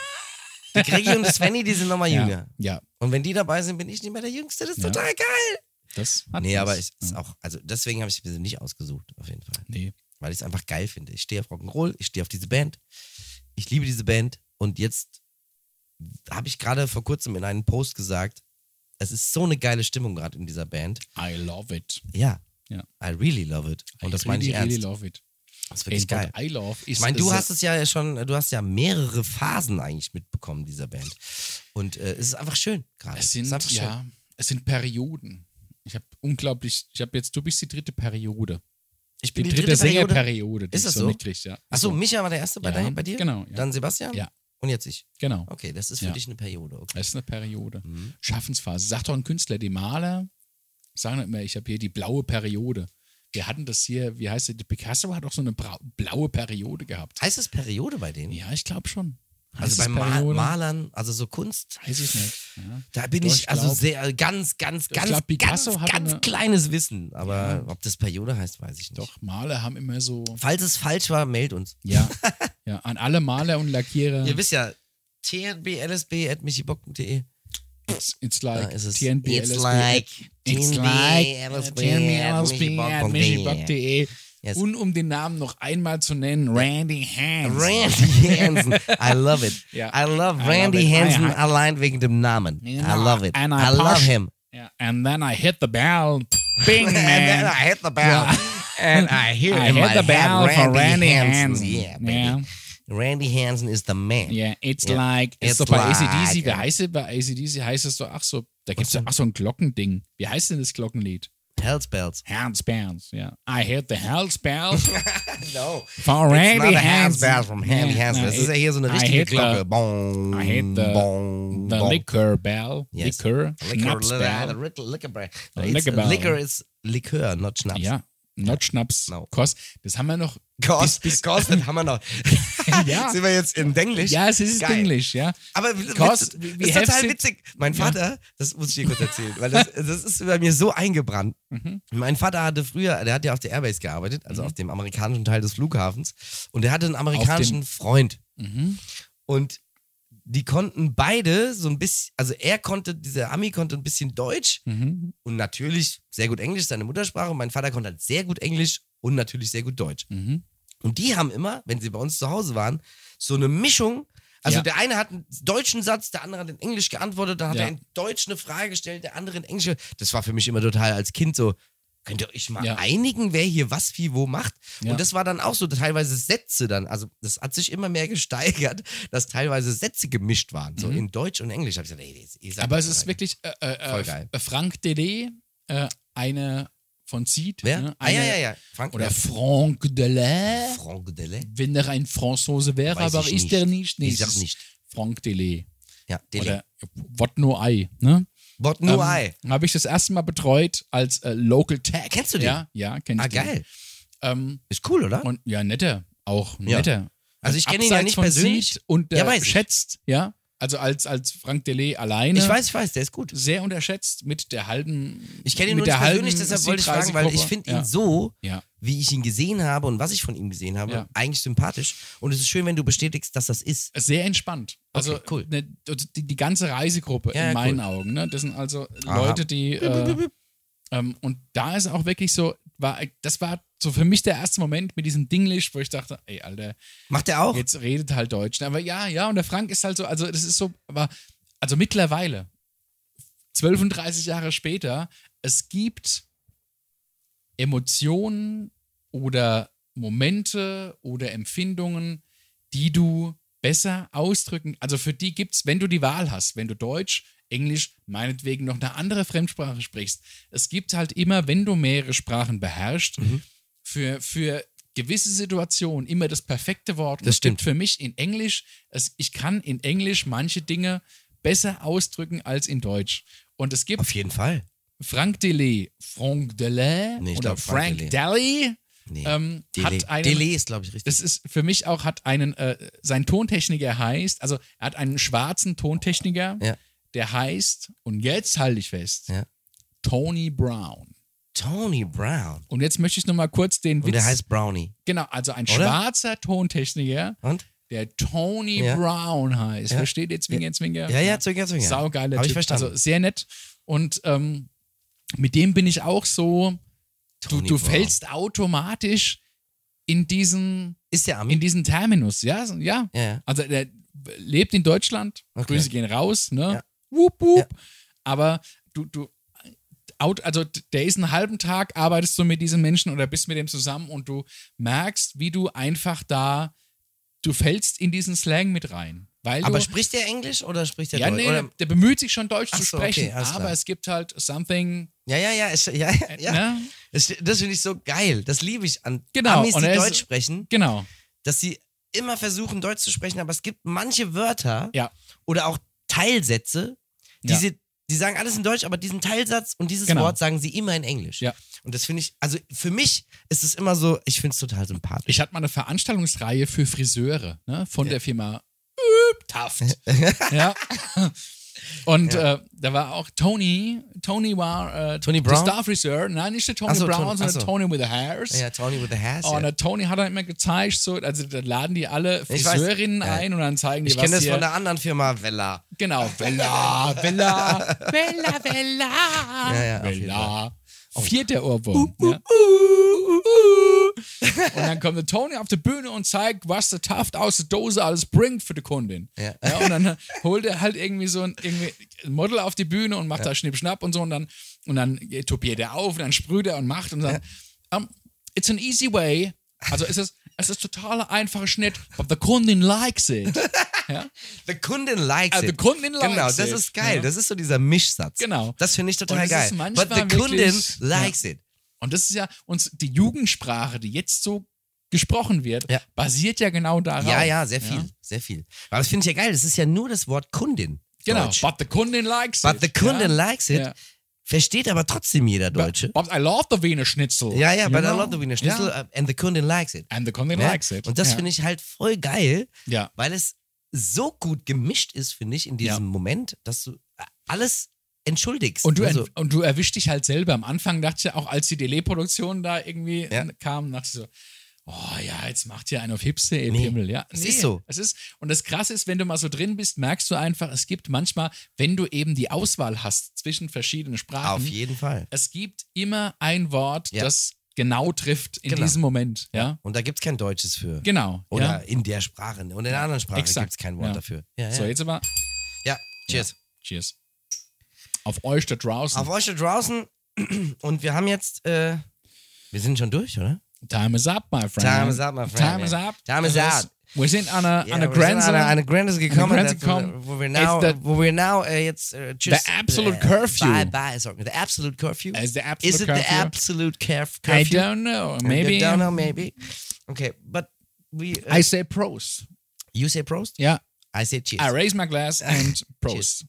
[SPEAKER 1] Die Greggy und Svenny, die sind nochmal jünger.
[SPEAKER 2] Ja, ja,
[SPEAKER 1] Und wenn die dabei sind, bin ich nicht mehr der Jüngste. Das ist
[SPEAKER 2] Ja.
[SPEAKER 1] total geil.
[SPEAKER 2] das hat
[SPEAKER 1] Nee,
[SPEAKER 2] was.
[SPEAKER 1] aber ich, ist
[SPEAKER 2] Ja.
[SPEAKER 1] auch, also deswegen habe ich sie nicht ausgesucht, auf jeden Fall.
[SPEAKER 2] Nee.
[SPEAKER 1] Weil ich es einfach geil finde. Ich stehe auf Rock'n'Roll, ich stehe auf diese Band. Ich liebe diese Band. Und jetzt habe ich gerade vor kurzem in einem Post gesagt, es ist so eine geile Stimmung gerade in dieser Band.
[SPEAKER 2] I love it.
[SPEAKER 1] Ja.
[SPEAKER 2] Ja.
[SPEAKER 1] I really love it. Und
[SPEAKER 2] I
[SPEAKER 1] das
[SPEAKER 2] really,
[SPEAKER 1] meine ich ernst.
[SPEAKER 2] Really love it.
[SPEAKER 1] das ist
[SPEAKER 2] Ey,
[SPEAKER 1] wirklich geil.
[SPEAKER 2] what I love is
[SPEAKER 1] Ich meine,
[SPEAKER 2] is
[SPEAKER 1] du
[SPEAKER 2] a-
[SPEAKER 1] hast es ja schon, du hast ja mehrere Phasen eigentlich mitbekommen dieser Band. Und äh, es ist einfach schön gerade.
[SPEAKER 2] Es
[SPEAKER 1] es
[SPEAKER 2] sind
[SPEAKER 1] ist einfach schön.
[SPEAKER 2] ja, es sind Perioden. Ich habe unglaublich, ich habe jetzt, du bist die dritte Periode.
[SPEAKER 1] Ich
[SPEAKER 2] Die,
[SPEAKER 1] bin die,
[SPEAKER 2] dritte,
[SPEAKER 1] Periode.
[SPEAKER 2] Sängerperiode, die
[SPEAKER 1] Ist
[SPEAKER 2] ich
[SPEAKER 1] das
[SPEAKER 2] so
[SPEAKER 1] so?
[SPEAKER 2] mitkrieg, ja.
[SPEAKER 1] Achso, Micha war der Erste bei,
[SPEAKER 2] Ja,
[SPEAKER 1] dein- bei dir?
[SPEAKER 2] Genau, ja.
[SPEAKER 1] Dann Sebastian?
[SPEAKER 2] Ja.
[SPEAKER 1] Und jetzt ich.
[SPEAKER 2] genau.
[SPEAKER 1] Okay, das ist für
[SPEAKER 2] Ja.
[SPEAKER 1] dich eine Periode. Okay.
[SPEAKER 2] Das ist eine Periode.
[SPEAKER 1] Mhm.
[SPEAKER 2] Schaffensphase. Sagt doch ein Künstler, die Maler sagen immer, ich habe hier die blaue Periode. Wir hatten das hier, wie heißt es, Picasso hat auch so eine bra- blaue Periode gehabt.
[SPEAKER 1] Heißt es Periode bei denen?
[SPEAKER 2] Ja, ich glaube schon.
[SPEAKER 1] Also
[SPEAKER 2] Heißt
[SPEAKER 1] bei
[SPEAKER 2] es
[SPEAKER 1] Ma
[SPEAKER 2] Periode?
[SPEAKER 1] Malern, also so Kunst,
[SPEAKER 2] Weiß ich nicht. Ja.
[SPEAKER 1] da bin
[SPEAKER 2] Doch,
[SPEAKER 1] ich
[SPEAKER 2] ich
[SPEAKER 1] also
[SPEAKER 2] glaub-
[SPEAKER 1] sehr ganz, ganz, ganz,
[SPEAKER 2] glaub, Picasso
[SPEAKER 1] ganz,
[SPEAKER 2] hatte
[SPEAKER 1] ganz
[SPEAKER 2] eine-
[SPEAKER 1] kleines Wissen. Aber
[SPEAKER 2] Ja.
[SPEAKER 1] ob das Periode heißt, weiß ich nicht.
[SPEAKER 2] Doch, Maler haben immer so.
[SPEAKER 1] Falls es falsch war, meld uns.
[SPEAKER 2] Ja. ja, an alle Maler und Lackierer.
[SPEAKER 1] Ihr wisst ja, tnblsb.michibock.de.
[SPEAKER 2] it's, it's
[SPEAKER 1] e. Da
[SPEAKER 2] like
[SPEAKER 1] ist es.
[SPEAKER 2] TNB,
[SPEAKER 1] It's
[SPEAKER 2] LSB,
[SPEAKER 1] like
[SPEAKER 2] it's
[SPEAKER 1] TNB,
[SPEAKER 2] like
[SPEAKER 1] LSB,
[SPEAKER 2] TNB,
[SPEAKER 1] e.
[SPEAKER 2] at michibock.de.
[SPEAKER 1] Yes.
[SPEAKER 2] Und um den Namen noch einmal zu nennen, Randy Hans.
[SPEAKER 1] Randy Hansen. I love it.
[SPEAKER 2] Ja.
[SPEAKER 1] I love
[SPEAKER 2] I love
[SPEAKER 1] Randy
[SPEAKER 2] it.
[SPEAKER 1] Hansen
[SPEAKER 2] I- I-
[SPEAKER 1] allein wegen dem Namen.
[SPEAKER 2] Ja,
[SPEAKER 1] I love it.
[SPEAKER 2] and I
[SPEAKER 1] I love
[SPEAKER 2] push-
[SPEAKER 1] him.
[SPEAKER 2] Yeah. And then I hit the bell. Bing,
[SPEAKER 1] And then
[SPEAKER 2] man.
[SPEAKER 1] I hit the bell.
[SPEAKER 2] Yeah.
[SPEAKER 1] And I hear
[SPEAKER 2] I
[SPEAKER 1] in
[SPEAKER 2] hit
[SPEAKER 1] my
[SPEAKER 2] the bell
[SPEAKER 1] head,
[SPEAKER 2] for Randy
[SPEAKER 1] Hansen.
[SPEAKER 2] Hansen.
[SPEAKER 1] Yeah, baby.
[SPEAKER 2] Yeah.
[SPEAKER 1] Randy Hansen is the man.
[SPEAKER 2] Yeah, it's
[SPEAKER 1] Yeah.
[SPEAKER 2] like,
[SPEAKER 1] It's
[SPEAKER 2] it's so bei
[SPEAKER 1] like-
[SPEAKER 2] ACDC, wie heißt es bei ACDC? Heißt es doch, ach so, da gibt es doch, ach so ein Glockending. Wie heißt denn das Glockenlied?
[SPEAKER 1] Hells bells.
[SPEAKER 2] Hans Bells, yeah. I hit the Hells Bells.
[SPEAKER 1] No.
[SPEAKER 2] For
[SPEAKER 1] It's not
[SPEAKER 2] Randy
[SPEAKER 1] a Hans
[SPEAKER 2] Hansen.
[SPEAKER 1] Bell from Randy
[SPEAKER 2] Yeah,
[SPEAKER 1] Hansen.
[SPEAKER 2] no,
[SPEAKER 1] Das ist ja
[SPEAKER 2] it-
[SPEAKER 1] hier so eine
[SPEAKER 2] I
[SPEAKER 1] richtige
[SPEAKER 2] hit the-
[SPEAKER 1] Glocke. Bong,
[SPEAKER 2] I hit the-
[SPEAKER 1] bong,
[SPEAKER 2] The
[SPEAKER 1] bong.
[SPEAKER 2] Liquor Bell.
[SPEAKER 1] Yes.
[SPEAKER 2] Liquor.
[SPEAKER 1] Liquor,
[SPEAKER 2] Schnaps
[SPEAKER 1] liquor,
[SPEAKER 2] Bell.
[SPEAKER 1] liquor, liquor, Bell.
[SPEAKER 2] A
[SPEAKER 1] It's-
[SPEAKER 2] liquor bell.
[SPEAKER 1] Liquor is Likör, not Schnaps.
[SPEAKER 2] Ja, not Schnaps.
[SPEAKER 1] No.
[SPEAKER 2] Kost. Das haben wir noch.
[SPEAKER 1] Kost, Kost, das haben wir noch.
[SPEAKER 2] Ja.
[SPEAKER 1] Sind wir jetzt in Denglisch?
[SPEAKER 2] Ja, es ist
[SPEAKER 1] Geil.
[SPEAKER 2] Englisch, ja.
[SPEAKER 1] Aber w-
[SPEAKER 2] Kost,
[SPEAKER 1] witz-
[SPEAKER 2] we- we
[SPEAKER 1] ist
[SPEAKER 2] have
[SPEAKER 1] total
[SPEAKER 2] sit-
[SPEAKER 1] witzig. Mein Vater, das muss ich dir kurz erzählen, weil das, das ist bei mir so eingebrannt.
[SPEAKER 2] Mhm.
[SPEAKER 1] Mein Vater hatte früher, der hat ja auf der Airbase gearbeitet, also auf dem amerikanischen Teil des Flughafens. Und er hatte einen amerikanischen Freund.
[SPEAKER 2] Mhm.
[SPEAKER 1] Und die konnten beide so ein bisschen, also er konnte, dieser Ami konnte ein bisschen Deutsch
[SPEAKER 2] Mhm.
[SPEAKER 1] und natürlich sehr gut Englisch, seine Muttersprache. Und mein Vater konnte halt sehr gut Englisch und natürlich sehr gut Deutsch.
[SPEAKER 2] Mhm.
[SPEAKER 1] Und die haben immer, wenn sie bei uns zu Hause waren, so eine Mischung. Also
[SPEAKER 2] Ja.
[SPEAKER 1] der eine hat einen deutschen Satz, der andere hat in Englisch geantwortet, dann hat
[SPEAKER 2] Ja.
[SPEAKER 1] er in Deutsch eine Frage gestellt, der andere in Englisch. Das war für mich immer total als Kind so, könnt ihr euch mal
[SPEAKER 2] Ja.
[SPEAKER 1] einigen, wer hier was wie wo macht?
[SPEAKER 2] Ja.
[SPEAKER 1] Und das war dann auch so, teilweise Sätze dann, also das hat sich immer mehr gesteigert, dass teilweise Sätze gemischt waren, so
[SPEAKER 2] Mhm.
[SPEAKER 1] in Deutsch und Englisch. Hab ich gesagt, ey, ihr- ihr seid
[SPEAKER 2] Aber es
[SPEAKER 1] doch
[SPEAKER 2] ist
[SPEAKER 1] bereit.
[SPEAKER 2] wirklich äh, äh,
[SPEAKER 1] Voll
[SPEAKER 2] äh,
[SPEAKER 1] geil.
[SPEAKER 2] F- Frank Delay, äh, eine von Seed.
[SPEAKER 1] Wer?
[SPEAKER 2] Ne?
[SPEAKER 1] ah,
[SPEAKER 2] Eine,
[SPEAKER 1] ja, ja, ja. Frank
[SPEAKER 2] Oder
[SPEAKER 1] ja.
[SPEAKER 2] Frank Delay.
[SPEAKER 1] Franck Delay?
[SPEAKER 2] Wenn er ein Franzose wäre,
[SPEAKER 1] Weiß
[SPEAKER 2] aber
[SPEAKER 1] ich
[SPEAKER 2] ist
[SPEAKER 1] nicht.
[SPEAKER 2] er nicht.
[SPEAKER 1] Ich
[SPEAKER 2] es
[SPEAKER 1] sag
[SPEAKER 2] ist
[SPEAKER 1] nicht.
[SPEAKER 2] Frank Delay.
[SPEAKER 1] Ja, Delay.
[SPEAKER 2] Oder What No Ei. Ne?
[SPEAKER 1] What no
[SPEAKER 2] ähm,
[SPEAKER 1] I.
[SPEAKER 2] Habe ich das erste Mal betreut als äh, Local Tag.
[SPEAKER 1] Kennst du den?
[SPEAKER 2] Ja, ja kenn ich
[SPEAKER 1] Ah,
[SPEAKER 2] den.
[SPEAKER 1] geil.
[SPEAKER 2] Ähm,
[SPEAKER 1] Ist cool, oder?
[SPEAKER 2] und ja, netter. Auch
[SPEAKER 1] Ja.
[SPEAKER 2] netter.
[SPEAKER 1] Also ich kenne ihn ja
[SPEAKER 2] Abseits
[SPEAKER 1] nicht
[SPEAKER 2] von
[SPEAKER 1] persönlich.
[SPEAKER 2] Seed Und äh,
[SPEAKER 1] Ja, weiß ich.
[SPEAKER 2] schätzt, ja. Also als, als Frank Delay alleine.
[SPEAKER 1] Ich weiß, ich weiß, der ist gut.
[SPEAKER 2] sehr unterschätzt mit der halben.
[SPEAKER 1] Ich kenne ihn
[SPEAKER 2] mit
[SPEAKER 1] nur
[SPEAKER 2] der
[SPEAKER 1] nicht persönlich,
[SPEAKER 2] halben
[SPEAKER 1] deshalb wollte ich fragen, weil ich
[SPEAKER 2] Siegreisekurve.
[SPEAKER 1] finde ihn
[SPEAKER 2] ja.
[SPEAKER 1] so,
[SPEAKER 2] Ja.
[SPEAKER 1] wie ich ihn gesehen habe und was ich von ihm gesehen habe,
[SPEAKER 2] Ja.
[SPEAKER 1] eigentlich sympathisch. Und es ist schön, wenn du bestätigst, dass das ist.
[SPEAKER 2] Sehr entspannt. Also
[SPEAKER 1] Okay, cool.
[SPEAKER 2] ne, die, die ganze Reisegruppe
[SPEAKER 1] Ja, ja,
[SPEAKER 2] in meinen Augen. Ne? Das sind also
[SPEAKER 1] Aha.
[SPEAKER 2] Leute, die. Äh, ähm, und da ist auch wirklich so, war, das war so für mich der erste Moment mit diesem Dinglish, wo ich dachte, ey, Alter,
[SPEAKER 1] Macht er auch?
[SPEAKER 2] jetzt redet halt Deutsch. Aber ja, ja, und der Frank ist halt so, also das ist so, aber also mittlerweile, 12 und 30 Jahre später, es gibt Emotionen oder Momente oder Empfindungen, die du besser ausdrücken. Also für die gibt's, wenn du die Wahl hast, wenn du Deutsch, Englisch, meinetwegen noch eine andere Fremdsprache sprichst. Es gibt halt immer, wenn du mehrere Sprachen beherrschst,
[SPEAKER 1] Mhm.
[SPEAKER 2] für, für gewisse Situationen immer das perfekte Wort. Und
[SPEAKER 1] Das
[SPEAKER 2] es gibt
[SPEAKER 1] stimmt.
[SPEAKER 2] Für mich in Englisch, es, ich kann in Englisch manche Dinge besser ausdrücken als in Deutsch. Und es gibt
[SPEAKER 1] Auf jeden Fall.
[SPEAKER 2] Frank Delay, Frank Delay
[SPEAKER 1] Nee, ich
[SPEAKER 2] oder
[SPEAKER 1] glaub, Frank
[SPEAKER 2] Frank Delay,
[SPEAKER 1] Nee.
[SPEAKER 2] ähm,
[SPEAKER 1] Delay.
[SPEAKER 2] hat einen,
[SPEAKER 1] Delay ist, glaube ich, richtig.
[SPEAKER 2] das ist für mich auch, hat einen, äh, sein Tontechniker heißt, also er hat einen schwarzen Tontechniker,
[SPEAKER 1] Ja.
[SPEAKER 2] der heißt, und jetzt halte ich fest,
[SPEAKER 1] Ja.
[SPEAKER 2] Tony Brown.
[SPEAKER 1] Tony Brown.
[SPEAKER 2] Und jetzt möchte ich nochmal kurz den
[SPEAKER 1] Und
[SPEAKER 2] Witz,
[SPEAKER 1] der heißt Brownie.
[SPEAKER 2] genau, also ein
[SPEAKER 1] Oder?
[SPEAKER 2] schwarzer Tontechniker,
[SPEAKER 1] Und?
[SPEAKER 2] der Tony
[SPEAKER 1] Ja.
[SPEAKER 2] Brown heißt,
[SPEAKER 1] Ja.
[SPEAKER 2] versteht ihr, Zwinger, Zwinger?
[SPEAKER 1] Ja, ja, Zwinger, Zwinger.
[SPEAKER 2] Saugeiler
[SPEAKER 1] Hab ich
[SPEAKER 2] Typ.
[SPEAKER 1] verstanden.
[SPEAKER 2] Also sehr nett. Und ähm, mit dem bin ich auch so, du,
[SPEAKER 1] Tony
[SPEAKER 2] du
[SPEAKER 1] Brown.
[SPEAKER 2] fällst automatisch in diesen,
[SPEAKER 1] Ist der Ami?
[SPEAKER 2] in diesen Terminus, ja? so- ja.
[SPEAKER 1] ja, ja.
[SPEAKER 2] Also der lebt in Deutschland,
[SPEAKER 1] Okay.
[SPEAKER 2] Grüße gehen raus, ne?
[SPEAKER 1] Ja.
[SPEAKER 2] Wup, wup. Aber du, du, out, also d- der ist einen halben Tag, arbeitest du mit diesem Menschen oder bist mit dem zusammen und du merkst, wie du einfach da, du fällst in diesen Slang mit rein. Weil
[SPEAKER 1] Aber
[SPEAKER 2] du,
[SPEAKER 1] spricht der Englisch oder spricht der
[SPEAKER 2] ja,
[SPEAKER 1] Deutsch?
[SPEAKER 2] nee,
[SPEAKER 1] Oder,
[SPEAKER 2] der bemüht sich schon Deutsch
[SPEAKER 1] Ach
[SPEAKER 2] zu
[SPEAKER 1] so,
[SPEAKER 2] sprechen,
[SPEAKER 1] okay, alles
[SPEAKER 2] aber
[SPEAKER 1] klar.
[SPEAKER 2] es gibt halt something,
[SPEAKER 1] ja, ja, ja. Ist, ja, ja,
[SPEAKER 2] äh,
[SPEAKER 1] ja.
[SPEAKER 2] ne?
[SPEAKER 1] Es- Das finde ich so geil. Das liebe ich an
[SPEAKER 2] Genau,
[SPEAKER 1] Amis,
[SPEAKER 2] und
[SPEAKER 1] die
[SPEAKER 2] er ist-
[SPEAKER 1] Deutsch sprechen,
[SPEAKER 2] Genau.
[SPEAKER 1] dass sie immer versuchen, Deutsch zu sprechen, aber es gibt manche Wörter
[SPEAKER 2] Ja.
[SPEAKER 1] oder auch Teilsätze, die
[SPEAKER 2] Ja.
[SPEAKER 1] sie, die sagen alles in Deutsch, aber diesen Teilsatz und dieses
[SPEAKER 2] Genau.
[SPEAKER 1] Wort sagen sie immer in Englisch.
[SPEAKER 2] Ja.
[SPEAKER 1] Und das finde ich, also für mich ist es immer so, ich finde es total sympathisch.
[SPEAKER 2] Ich hatte mal eine Veranstaltungsreihe für Friseure, ne? Von
[SPEAKER 1] Ja.
[SPEAKER 2] der Firma Übtaft. ja. Und Äh, da war auch Tony, Tony war äh,
[SPEAKER 1] Tony
[SPEAKER 2] der
[SPEAKER 1] Brown?
[SPEAKER 2] Starfriseur. Nein, nicht der Tony
[SPEAKER 1] Ach so,
[SPEAKER 2] Brown,
[SPEAKER 1] Tony- ach
[SPEAKER 2] sondern
[SPEAKER 1] so.
[SPEAKER 2] Tony with the Hairs.
[SPEAKER 1] ja, Tony with the Hass.
[SPEAKER 2] Und
[SPEAKER 1] ja.
[SPEAKER 2] der Tony hat dann immer gezeigt, so, also da laden die alle
[SPEAKER 1] Ich weiß.
[SPEAKER 2] Friseurinnen
[SPEAKER 1] Ja.
[SPEAKER 2] ein und dann zeigen die
[SPEAKER 1] Ich
[SPEAKER 2] was
[SPEAKER 1] kenne das
[SPEAKER 2] hier.
[SPEAKER 1] von der anderen Firma, Vella.
[SPEAKER 2] Genau, Bella, Bella, Bella, Bella.
[SPEAKER 1] Ja, ja, auf jeden Oh. Uh,
[SPEAKER 2] Bella. Vierter Ohrwurm. ja. Und dann kommt der Tony auf die Bühne und zeigt, was der Taft aus der Dose alles bringt für die Kundin.
[SPEAKER 1] Ja.
[SPEAKER 2] und dann holt er halt irgendwie so ein irgendwie ein Model auf die Bühne und macht da Schnipp-Schnapp und so und dann, und dann topiert er auf und dann sprüht er und macht und dann, um, it's an easy way. Also es ist, es ist totaler einfacher Schnitt, but the Kundin likes it.
[SPEAKER 1] The Kundin likes
[SPEAKER 2] Ah, the
[SPEAKER 1] it.
[SPEAKER 2] Kundin likes
[SPEAKER 1] Genau,
[SPEAKER 2] it.
[SPEAKER 1] das ist geil.
[SPEAKER 2] Ja.
[SPEAKER 1] Das ist so dieser Mischsatz.
[SPEAKER 2] Genau.
[SPEAKER 1] Das finde ich
[SPEAKER 2] Und
[SPEAKER 1] total
[SPEAKER 2] es
[SPEAKER 1] geil.
[SPEAKER 2] ist manchmal
[SPEAKER 1] But the Kundin
[SPEAKER 2] wirklich-
[SPEAKER 1] likes it.
[SPEAKER 2] Und das ist ja uns die Jugendsprache, die jetzt so gesprochen wird,
[SPEAKER 1] Ja.
[SPEAKER 2] basiert ja genau darauf.
[SPEAKER 1] Ja, ja, sehr viel, sehr viel. Aber das finde ich ja geil. Das ist ja nur das Wort Kundin.
[SPEAKER 2] Genau.
[SPEAKER 1] Deutsch.
[SPEAKER 2] But the Kundin likes
[SPEAKER 1] But
[SPEAKER 2] it.
[SPEAKER 1] the Kundin
[SPEAKER 2] ja.
[SPEAKER 1] likes it.
[SPEAKER 2] Ja.
[SPEAKER 1] Versteht aber trotzdem jeder Deutsche.
[SPEAKER 2] But I love the Wiener Schnitzel.
[SPEAKER 1] Ja, ja,
[SPEAKER 2] You
[SPEAKER 1] but I
[SPEAKER 2] know?
[SPEAKER 1] love the Wiener Schnitzel
[SPEAKER 2] Ja.
[SPEAKER 1] uh, and the Kundin likes it.
[SPEAKER 2] And the Kundin
[SPEAKER 1] Ne?
[SPEAKER 2] likes it.
[SPEAKER 1] Und das
[SPEAKER 2] ja.
[SPEAKER 1] finde ich halt voll geil,
[SPEAKER 2] Ja.
[SPEAKER 1] weil es so gut gemischt ist, finde ich, in diesem
[SPEAKER 2] Ja.
[SPEAKER 1] Moment, dass du äh, alles entschuldigst.
[SPEAKER 2] Und du,
[SPEAKER 1] also,
[SPEAKER 2] en- und du erwischst dich halt selber. Am Anfang dachte ich ja auch, als die Delay-Produktion da irgendwie
[SPEAKER 1] Ja.
[SPEAKER 2] n- kam, dachte ich so, oh ja, jetzt macht hier einer auf Hipster im
[SPEAKER 1] Nee,
[SPEAKER 2] Himmel. Ja,
[SPEAKER 1] es ist so.
[SPEAKER 2] Es ist, und das Krasse ist, wenn du mal so drin bist, merkst du einfach, es gibt manchmal, wenn du eben die Auswahl hast zwischen verschiedenen Sprachen,
[SPEAKER 1] auf jeden Fall.
[SPEAKER 2] es gibt immer ein Wort,
[SPEAKER 1] Ja.
[SPEAKER 2] das genau trifft in
[SPEAKER 1] Genau.
[SPEAKER 2] diesem Moment. Ja,
[SPEAKER 1] Und da gibt es kein Deutsches für.
[SPEAKER 2] genau.
[SPEAKER 1] Oder
[SPEAKER 2] ja.
[SPEAKER 1] in der Sprache. Und in der anderen Sprache gibt
[SPEAKER 2] Exakt.
[SPEAKER 1] es kein Wort
[SPEAKER 2] Ja.
[SPEAKER 1] dafür. Ja, ja.
[SPEAKER 2] So, jetzt aber,
[SPEAKER 1] ja. cheers.
[SPEAKER 2] cheers. Auf euch da draußen.
[SPEAKER 1] Auf euch da draußen, Und wir haben jetzt, äh, wir sind schon durch, oder?
[SPEAKER 2] Time is up, my friend.
[SPEAKER 1] Time is up, my friend.
[SPEAKER 2] Time is
[SPEAKER 1] yeah.
[SPEAKER 2] up.
[SPEAKER 1] Time is up.
[SPEAKER 2] Das ist- Wir sind an einer
[SPEAKER 1] Yeah,
[SPEAKER 2] an einer
[SPEAKER 1] wir sind
[SPEAKER 2] Grenze.
[SPEAKER 1] An eine, eine Grenze gekommen,
[SPEAKER 2] Grenze
[SPEAKER 1] dass wir-
[SPEAKER 2] gekommen.
[SPEAKER 1] wo wir now,
[SPEAKER 2] It's the-
[SPEAKER 1] wo wir now äh, jetzt äh, tschüss.
[SPEAKER 2] The absolute
[SPEAKER 1] äh,
[SPEAKER 2] curfew.
[SPEAKER 1] Bye, bye, sorry. The absolute curfew.
[SPEAKER 2] Is the absolute
[SPEAKER 1] Is it the
[SPEAKER 2] curfew?
[SPEAKER 1] absolute curf-
[SPEAKER 2] I
[SPEAKER 1] curfew?
[SPEAKER 2] don't know. Maybe.
[SPEAKER 1] I don't know, maybe. Okay, but we, uh,
[SPEAKER 2] I say pros.
[SPEAKER 1] you say prost,
[SPEAKER 2] Yeah.
[SPEAKER 1] I say cheers.
[SPEAKER 2] I raise my glass and pros.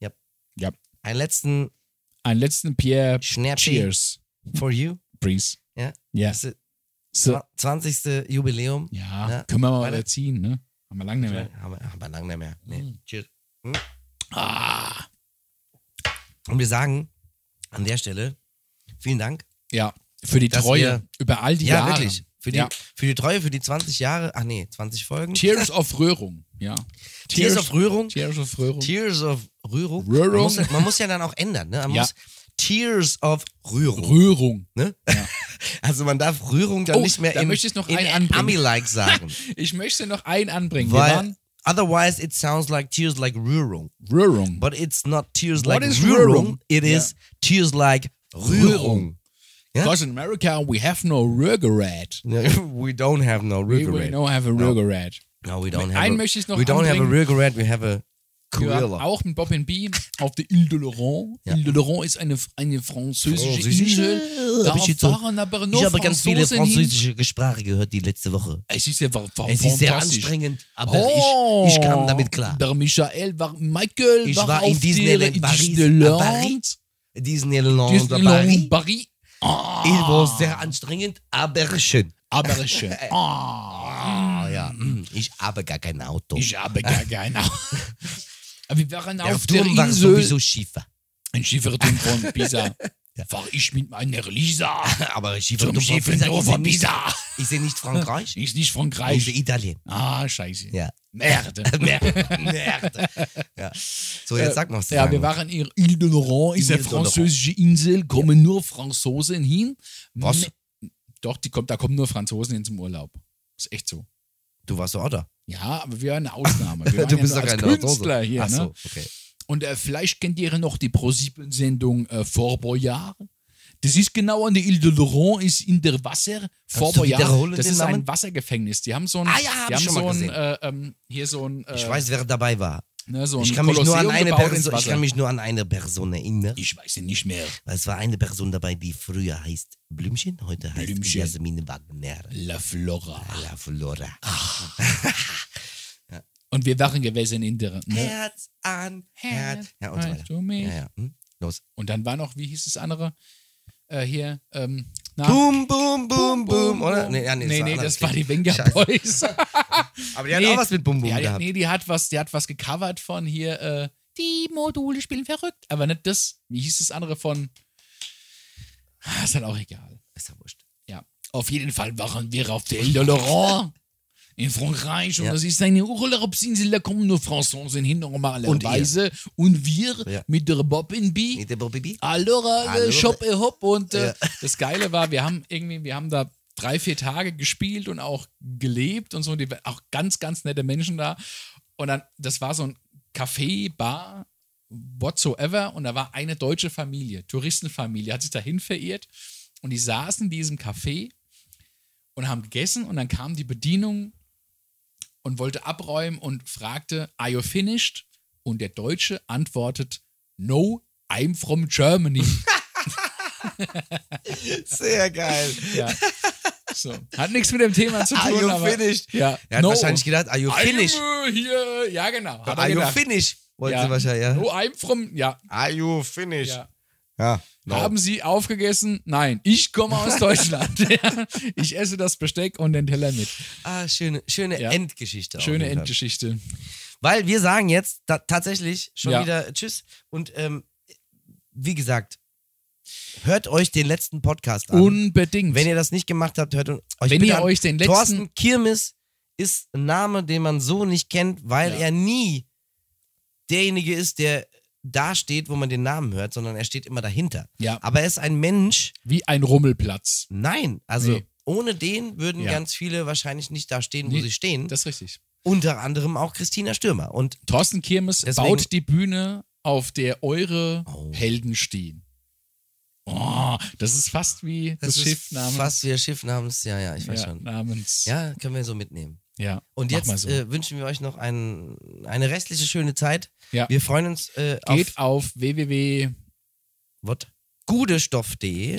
[SPEAKER 1] Yep.
[SPEAKER 2] Yep.
[SPEAKER 1] Einen letzten
[SPEAKER 2] Ein letzten Pierre.
[SPEAKER 1] Schnäppi
[SPEAKER 2] Cheers,
[SPEAKER 1] for you.
[SPEAKER 2] please.
[SPEAKER 1] Ja.
[SPEAKER 2] Yeah.
[SPEAKER 1] Das ist
[SPEAKER 2] So,
[SPEAKER 1] 20. Jubiläum.
[SPEAKER 2] ja,
[SPEAKER 1] Ja.
[SPEAKER 2] können wir mal
[SPEAKER 1] Weiter.
[SPEAKER 2] erziehen, ne? Haben wir lange nicht mehr. Mhm.
[SPEAKER 1] Haben wir, haben wir lange nicht mehr. Nee. Cheers.
[SPEAKER 2] Ah.
[SPEAKER 1] Und wir sagen an der Stelle vielen Dank.
[SPEAKER 2] Ja, für die
[SPEAKER 1] Dass
[SPEAKER 2] Treue
[SPEAKER 1] wir-
[SPEAKER 2] über all die
[SPEAKER 1] Ja,
[SPEAKER 2] Jahre.
[SPEAKER 1] wirklich. Für die,
[SPEAKER 2] Ja.
[SPEAKER 1] für die Treue, für die 20 Jahre. Ach nee, 20 Folgen.
[SPEAKER 2] Tears of Rührung, ja.
[SPEAKER 1] Tears of Rührung.
[SPEAKER 2] Tears of Rührung.
[SPEAKER 1] Tears of Rührung.
[SPEAKER 2] Rührung.
[SPEAKER 1] Man muss, man muss ja dann auch ändern. Ne? Man
[SPEAKER 2] Ja.
[SPEAKER 1] muss Tears of Rührung.
[SPEAKER 2] Rührung.
[SPEAKER 1] Ne? Also man darf Rührung dann
[SPEAKER 2] Oh,
[SPEAKER 1] nicht mehr
[SPEAKER 2] da
[SPEAKER 1] in,
[SPEAKER 2] möchte ich noch
[SPEAKER 1] in
[SPEAKER 2] einen anbringen.
[SPEAKER 1] Ami-like sagen.
[SPEAKER 2] Ich möchte noch einen anbringen. Wir
[SPEAKER 1] weil
[SPEAKER 2] waren
[SPEAKER 1] otherwise it sounds like Tears like Rührung.
[SPEAKER 2] Rührung.
[SPEAKER 1] But it's not Tears
[SPEAKER 2] What
[SPEAKER 1] like
[SPEAKER 2] is Rührung?
[SPEAKER 1] Rührung. It
[SPEAKER 2] Ja.
[SPEAKER 1] is Tears like
[SPEAKER 2] Rührung.
[SPEAKER 1] Rührung. Ja?
[SPEAKER 2] Because in America we have no Rührgerät.
[SPEAKER 1] we don't have no
[SPEAKER 2] We,
[SPEAKER 1] Rührgerät.
[SPEAKER 2] we no have a Rührgerät.
[SPEAKER 1] No, we don't
[SPEAKER 2] Einen
[SPEAKER 1] have.
[SPEAKER 2] möchte ich noch
[SPEAKER 1] we don't have a
[SPEAKER 2] anbringen.
[SPEAKER 1] real Garant, we have a
[SPEAKER 2] Wir waren
[SPEAKER 1] Gorilla.
[SPEAKER 2] auch mit Bob and B auf der Ile de Laurent.
[SPEAKER 1] Ja.
[SPEAKER 2] Ile de Laurent ist eine, eine französische
[SPEAKER 1] Französische?
[SPEAKER 2] Insel.
[SPEAKER 1] Oh, Da
[SPEAKER 2] Da
[SPEAKER 1] hab ich jetzt so-
[SPEAKER 2] fahren aber nur
[SPEAKER 1] Ich habe ganz viele
[SPEAKER 2] Franzosen hin.
[SPEAKER 1] französische Gespräche gehört die letzte Woche.
[SPEAKER 2] Es ist ja wa- wa-
[SPEAKER 1] Es ist sehr
[SPEAKER 2] fantastisch.
[SPEAKER 1] anstrengend, aber
[SPEAKER 2] Oh,
[SPEAKER 1] ich, ich kam damit klar.
[SPEAKER 2] Der Michael war, Michael
[SPEAKER 1] Ich
[SPEAKER 2] war,
[SPEAKER 1] war
[SPEAKER 2] auf
[SPEAKER 1] in Disneyland
[SPEAKER 2] der-
[SPEAKER 1] Paris,
[SPEAKER 2] Disneyland,
[SPEAKER 1] à Paris. Disneyland,
[SPEAKER 2] Disneyland
[SPEAKER 1] Paris.
[SPEAKER 2] Paris. Ah,
[SPEAKER 1] Es war sehr anstrengend, aber schön.
[SPEAKER 2] aber schön. Ah, ja.
[SPEAKER 1] Hm, Ich habe gar kein Auto.
[SPEAKER 2] Ich habe gar keine Ahnung. Aber Wir waren
[SPEAKER 1] der
[SPEAKER 2] auf der
[SPEAKER 1] Turm war
[SPEAKER 2] Insel.
[SPEAKER 1] sowieso schiefer.
[SPEAKER 2] Ein Schifferturm von Pisa. War ich mit meiner Lisa
[SPEAKER 1] Aber
[SPEAKER 2] zum
[SPEAKER 1] Schieferturm
[SPEAKER 2] Schifferturm von Pisa.
[SPEAKER 1] Ist er nicht Frankreich?
[SPEAKER 2] Ist nicht
[SPEAKER 1] Ist
[SPEAKER 2] Frankreich.
[SPEAKER 1] Italien.
[SPEAKER 2] Ah, scheiße.
[SPEAKER 1] Ja.
[SPEAKER 2] Merde.
[SPEAKER 1] Merde. Merde. Ja. So, jetzt sag noch was. zu
[SPEAKER 2] Äh, Ja,
[SPEAKER 1] sagen.
[SPEAKER 2] wir waren in Ile de Laurent, ist
[SPEAKER 1] Ile
[SPEAKER 2] eine
[SPEAKER 1] de Laurent.
[SPEAKER 2] französische Insel, kommen nur Franzosen hin.
[SPEAKER 1] Was?
[SPEAKER 2] Me- Doch, die kommt, da kommen nur Franzosen hin zum Urlaub. Ist echt so.
[SPEAKER 1] Du warst doch auch da.
[SPEAKER 2] Ja, aber wir waren eine Ausnahme. Wir waren
[SPEAKER 1] du
[SPEAKER 2] ja
[SPEAKER 1] bist
[SPEAKER 2] nur
[SPEAKER 1] doch
[SPEAKER 2] als
[SPEAKER 1] kein
[SPEAKER 2] Künstler
[SPEAKER 1] Franzose.
[SPEAKER 2] hier.
[SPEAKER 1] Ach so,
[SPEAKER 2] Ne?
[SPEAKER 1] okay.
[SPEAKER 2] Und äh, vielleicht kennt ihr noch die ProSieben-Sendung äh, Vorboyard. Das ist genau an der Ile de Laurent, ist in der Wasser.
[SPEAKER 1] wiederholen
[SPEAKER 2] Vorboyard, das
[SPEAKER 1] den
[SPEAKER 2] ist
[SPEAKER 1] Namen?
[SPEAKER 2] ein Wassergefängnis. Die haben so ein,
[SPEAKER 1] Ah ja, hab
[SPEAKER 2] die
[SPEAKER 1] ich
[SPEAKER 2] haben
[SPEAKER 1] schon
[SPEAKER 2] so
[SPEAKER 1] mal
[SPEAKER 2] ein,
[SPEAKER 1] gesehen.
[SPEAKER 2] äh, ähm, hier so ein, äh,
[SPEAKER 1] Ich weiß, wer dabei war.
[SPEAKER 2] ne, so ein
[SPEAKER 1] Ich kann, mich nur an
[SPEAKER 2] Kolosseum
[SPEAKER 1] eine
[SPEAKER 2] gebaut ins
[SPEAKER 1] Person, ich
[SPEAKER 2] Wasser.
[SPEAKER 1] kann mich nur an eine Person erinnern.
[SPEAKER 2] ich weiß ihn nicht mehr.
[SPEAKER 1] Weil Es war eine Person dabei, die früher heißt Blümchen, heute heißt
[SPEAKER 2] Blümchen.
[SPEAKER 1] Jasmin Wagner.
[SPEAKER 2] La Flora.
[SPEAKER 1] La Flora.
[SPEAKER 2] Ah. Und wir waren gewesen in der. Ne?
[SPEAKER 1] Herz an Herz. Ja, und so weiter.
[SPEAKER 2] Du mich.
[SPEAKER 1] Ja, ja. Hm? Los.
[SPEAKER 2] Und dann war noch, wie hieß das andere? Äh, hier, ähm, na,
[SPEAKER 1] Boom, boom, boom, boom, oder? Nee, ja, nee,
[SPEAKER 2] nee,
[SPEAKER 1] war
[SPEAKER 2] nee,
[SPEAKER 1] ein anderes
[SPEAKER 2] das war
[SPEAKER 1] Kind.
[SPEAKER 2] die Wenger
[SPEAKER 1] Scheiße.
[SPEAKER 2] Boys.
[SPEAKER 1] Aber die hat
[SPEAKER 2] Nee.
[SPEAKER 1] auch was mit Boom, boom
[SPEAKER 2] ja, die,
[SPEAKER 1] gehabt.
[SPEAKER 2] nee, die hat was, die hat was gecovert von hier, äh, die Module spielen verrückt. Aber nicht das, wie hieß das andere von. Ah, Ist halt auch egal.
[SPEAKER 1] Ist ja wurscht.
[SPEAKER 2] Ja. Auf jeden Fall waren wir auf der Ile de Laurent. In Frankreich und
[SPEAKER 1] Ja.
[SPEAKER 2] das ist eine Urlaubsinsel, da kommen nur Franzosen hin
[SPEAKER 1] Und ihr.
[SPEAKER 2] normalerweise. Und, wir
[SPEAKER 1] Ja.
[SPEAKER 2] mit der Bob in B.
[SPEAKER 1] Mit der Bibi?
[SPEAKER 2] Allora, äh,
[SPEAKER 1] Allora.
[SPEAKER 2] Shop e Hop. Und äh,
[SPEAKER 1] Ja.
[SPEAKER 2] das Geile war, wir haben irgendwie, wir haben da drei, vier Tage gespielt und auch gelebt und so. Und die, auch ganz, ganz nette Menschen da. Und dann, das war so ein Café, Bar, whatsoever. Und da war eine deutsche Familie, Touristenfamilie, hat sich dahin verirrt. Und die saßen in diesem Café und haben gegessen. Und dann kam die Bedienung und wollte abräumen und fragte, are you finished? Und der Deutsche antwortet, no, I'm from Germany.
[SPEAKER 1] Sehr geil.
[SPEAKER 2] ja. so. Hat nichts mit dem Thema zu tun.
[SPEAKER 1] Are you
[SPEAKER 2] aber,
[SPEAKER 1] finished?
[SPEAKER 2] Ja,
[SPEAKER 1] Er hat wahrscheinlich gedacht, are you
[SPEAKER 2] I'm
[SPEAKER 1] finished?
[SPEAKER 2] Hier. Ja, genau. Hat
[SPEAKER 1] Are
[SPEAKER 2] er
[SPEAKER 1] you
[SPEAKER 2] gedacht.
[SPEAKER 1] finished? Wollten
[SPEAKER 2] Ja.
[SPEAKER 1] sie wahrscheinlich, ja.
[SPEAKER 2] No, I'm from, ja,
[SPEAKER 1] Are you finished?
[SPEAKER 2] ja.
[SPEAKER 1] Ja, no.
[SPEAKER 2] Haben Sie aufgegessen? Nein, ich komme aus Deutschland. Ja. ich esse das Besteck und den Teller mit.
[SPEAKER 1] Ah, schöne, schöne
[SPEAKER 2] Ja.
[SPEAKER 1] Endgeschichte. auf
[SPEAKER 2] Schöne
[SPEAKER 1] jeden Fall.
[SPEAKER 2] Endgeschichte.
[SPEAKER 1] Weil wir sagen jetzt ta tatsächlich schon
[SPEAKER 2] Ja.
[SPEAKER 1] wieder äh, Tschüss. Und ähm, wie gesagt, hört euch den letzten Podcast an.
[SPEAKER 2] Unbedingt.
[SPEAKER 1] Wenn ihr das nicht gemacht habt, hört euch
[SPEAKER 2] Wenn
[SPEAKER 1] bitte
[SPEAKER 2] ihr
[SPEAKER 1] an.
[SPEAKER 2] euch den letzten-
[SPEAKER 1] Thorsten Kirmes ist ein Name, den man so nicht kennt, weil
[SPEAKER 2] Ja.
[SPEAKER 1] er nie derjenige ist, der da steht, wo man den Namen hört, sondern er steht immer dahinter.
[SPEAKER 2] Ja.
[SPEAKER 1] Aber er ist ein Mensch.
[SPEAKER 2] Wie ein Rummelplatz.
[SPEAKER 1] Nein, also
[SPEAKER 2] Nee.
[SPEAKER 1] ohne den würden
[SPEAKER 2] Ja.
[SPEAKER 1] ganz viele wahrscheinlich nicht da stehen, wo
[SPEAKER 2] Nee,
[SPEAKER 1] sie stehen.
[SPEAKER 2] Das ist richtig.
[SPEAKER 1] Unter anderem auch Christina Stürmer. Und
[SPEAKER 2] Thorsten Kirmes
[SPEAKER 1] Deswegen-
[SPEAKER 2] baut die Bühne, auf der eure
[SPEAKER 1] Oh.
[SPEAKER 2] Helden stehen. Oh, das ist fast wie das,
[SPEAKER 1] Das ist
[SPEAKER 2] Schiff namens.
[SPEAKER 1] Fast wie das Schiff namens, ja, ja, ich weiß
[SPEAKER 2] ja,
[SPEAKER 1] schon.
[SPEAKER 2] namens.
[SPEAKER 1] Ja, können wir so mitnehmen.
[SPEAKER 2] ja.
[SPEAKER 1] Und
[SPEAKER 2] mach
[SPEAKER 1] jetzt
[SPEAKER 2] mal so.
[SPEAKER 1] äh, wünschen wir euch noch ein, eine restliche schöne Zeit.
[SPEAKER 2] Ja.
[SPEAKER 1] Wir freuen uns äh,
[SPEAKER 2] Geht
[SPEAKER 1] auf
[SPEAKER 2] auf www.gudestoff.de.
[SPEAKER 1] what?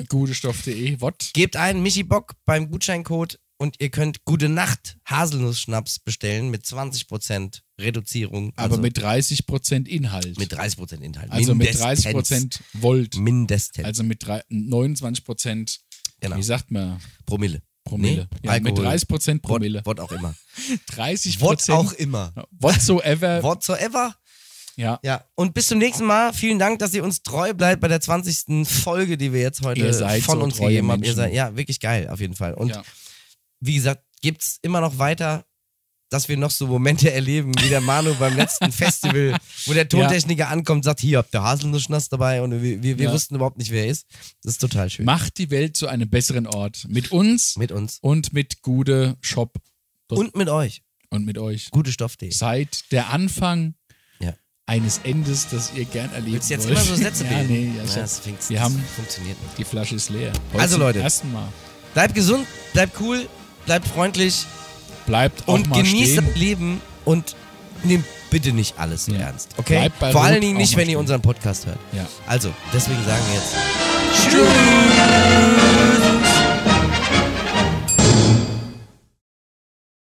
[SPEAKER 1] gudestoff.de.
[SPEAKER 2] What?
[SPEAKER 1] Gebt ein Michi Bock beim Gutscheincode und ihr könnt Gute Nacht Haselnussschnaps bestellen mit 20% Reduzierung.
[SPEAKER 2] Aber
[SPEAKER 1] also
[SPEAKER 2] mit 30% Inhalt.
[SPEAKER 1] mit 30% Inhalt.
[SPEAKER 2] also mit
[SPEAKER 1] Mindestens.
[SPEAKER 2] 30% Volt.
[SPEAKER 1] Mindestens.
[SPEAKER 2] Also mit drei- 29%,
[SPEAKER 1] genau.
[SPEAKER 2] wie sagt man,
[SPEAKER 1] Promille.
[SPEAKER 2] Promille.
[SPEAKER 1] Nee,
[SPEAKER 2] ja, mit
[SPEAKER 1] Alkohol.
[SPEAKER 2] 30%
[SPEAKER 1] What,
[SPEAKER 2] Promille.
[SPEAKER 1] what auch immer.
[SPEAKER 2] 30
[SPEAKER 1] What auch immer.
[SPEAKER 2] Whatsoever.
[SPEAKER 1] Whatsoever.
[SPEAKER 2] ja.
[SPEAKER 1] Ja, und bis zum nächsten Mal. Vielen Dank, dass ihr uns treu bleibt bei der 20. Folge, die wir jetzt heute
[SPEAKER 2] Ihr seid
[SPEAKER 1] von
[SPEAKER 2] so
[SPEAKER 1] uns
[SPEAKER 2] treue
[SPEAKER 1] gegeben haben. Ihr
[SPEAKER 2] Menschen.
[SPEAKER 1] seid, ja, wirklich geil, auf jeden Fall. Und
[SPEAKER 2] Ja.
[SPEAKER 1] wie gesagt, gibt's immer noch weiter, dass wir noch so Momente erleben, wie der Manu beim letzten Festival, wo der Tontechniker ankommt und sagt, hier habt ihr Haselnussschnass dabei und wir, wir, wir
[SPEAKER 2] Ja.
[SPEAKER 1] wussten überhaupt nicht, wer er ist. Das ist total schön.
[SPEAKER 2] Macht die Welt zu einem besseren Ort. Mit uns
[SPEAKER 1] mit uns.
[SPEAKER 2] und mit Gude Shop
[SPEAKER 1] Und mit euch.
[SPEAKER 2] und mit euch.
[SPEAKER 1] Gute Stoff.de.
[SPEAKER 2] Seid der Anfang
[SPEAKER 1] Ja.
[SPEAKER 2] eines Endes, das ihr gern erleben
[SPEAKER 1] Willst du jetzt
[SPEAKER 2] wollt.
[SPEAKER 1] immer so Sätze
[SPEAKER 2] ja,
[SPEAKER 1] bilden?
[SPEAKER 2] nee, ja,
[SPEAKER 1] Ja,
[SPEAKER 2] ich
[SPEAKER 1] das,
[SPEAKER 2] hab,
[SPEAKER 1] fängt's-
[SPEAKER 2] wir
[SPEAKER 1] das
[SPEAKER 2] haben-
[SPEAKER 1] funktioniert nicht.
[SPEAKER 2] die Flasche ist leer. Heute
[SPEAKER 1] Also,
[SPEAKER 2] zum
[SPEAKER 1] Leute.
[SPEAKER 2] Ersten Mal.
[SPEAKER 1] Bleibt gesund, bleibt cool, bleibt freundlich.
[SPEAKER 2] Bleibt auch
[SPEAKER 1] und
[SPEAKER 2] mal
[SPEAKER 1] genießt
[SPEAKER 2] stehen.
[SPEAKER 1] das Leben und nehmt bitte nicht alles so
[SPEAKER 2] Ja.
[SPEAKER 1] ernst, okay?
[SPEAKER 2] Bleibt bei
[SPEAKER 1] Vor
[SPEAKER 2] Rot
[SPEAKER 1] allen Dingen
[SPEAKER 2] auch
[SPEAKER 1] nicht,
[SPEAKER 2] mal
[SPEAKER 1] wenn ihr
[SPEAKER 2] stehen.
[SPEAKER 1] Also, unseren Podcast hört.
[SPEAKER 2] Ja.
[SPEAKER 1] Also, deswegen sagen wir jetzt
[SPEAKER 2] Tschüss.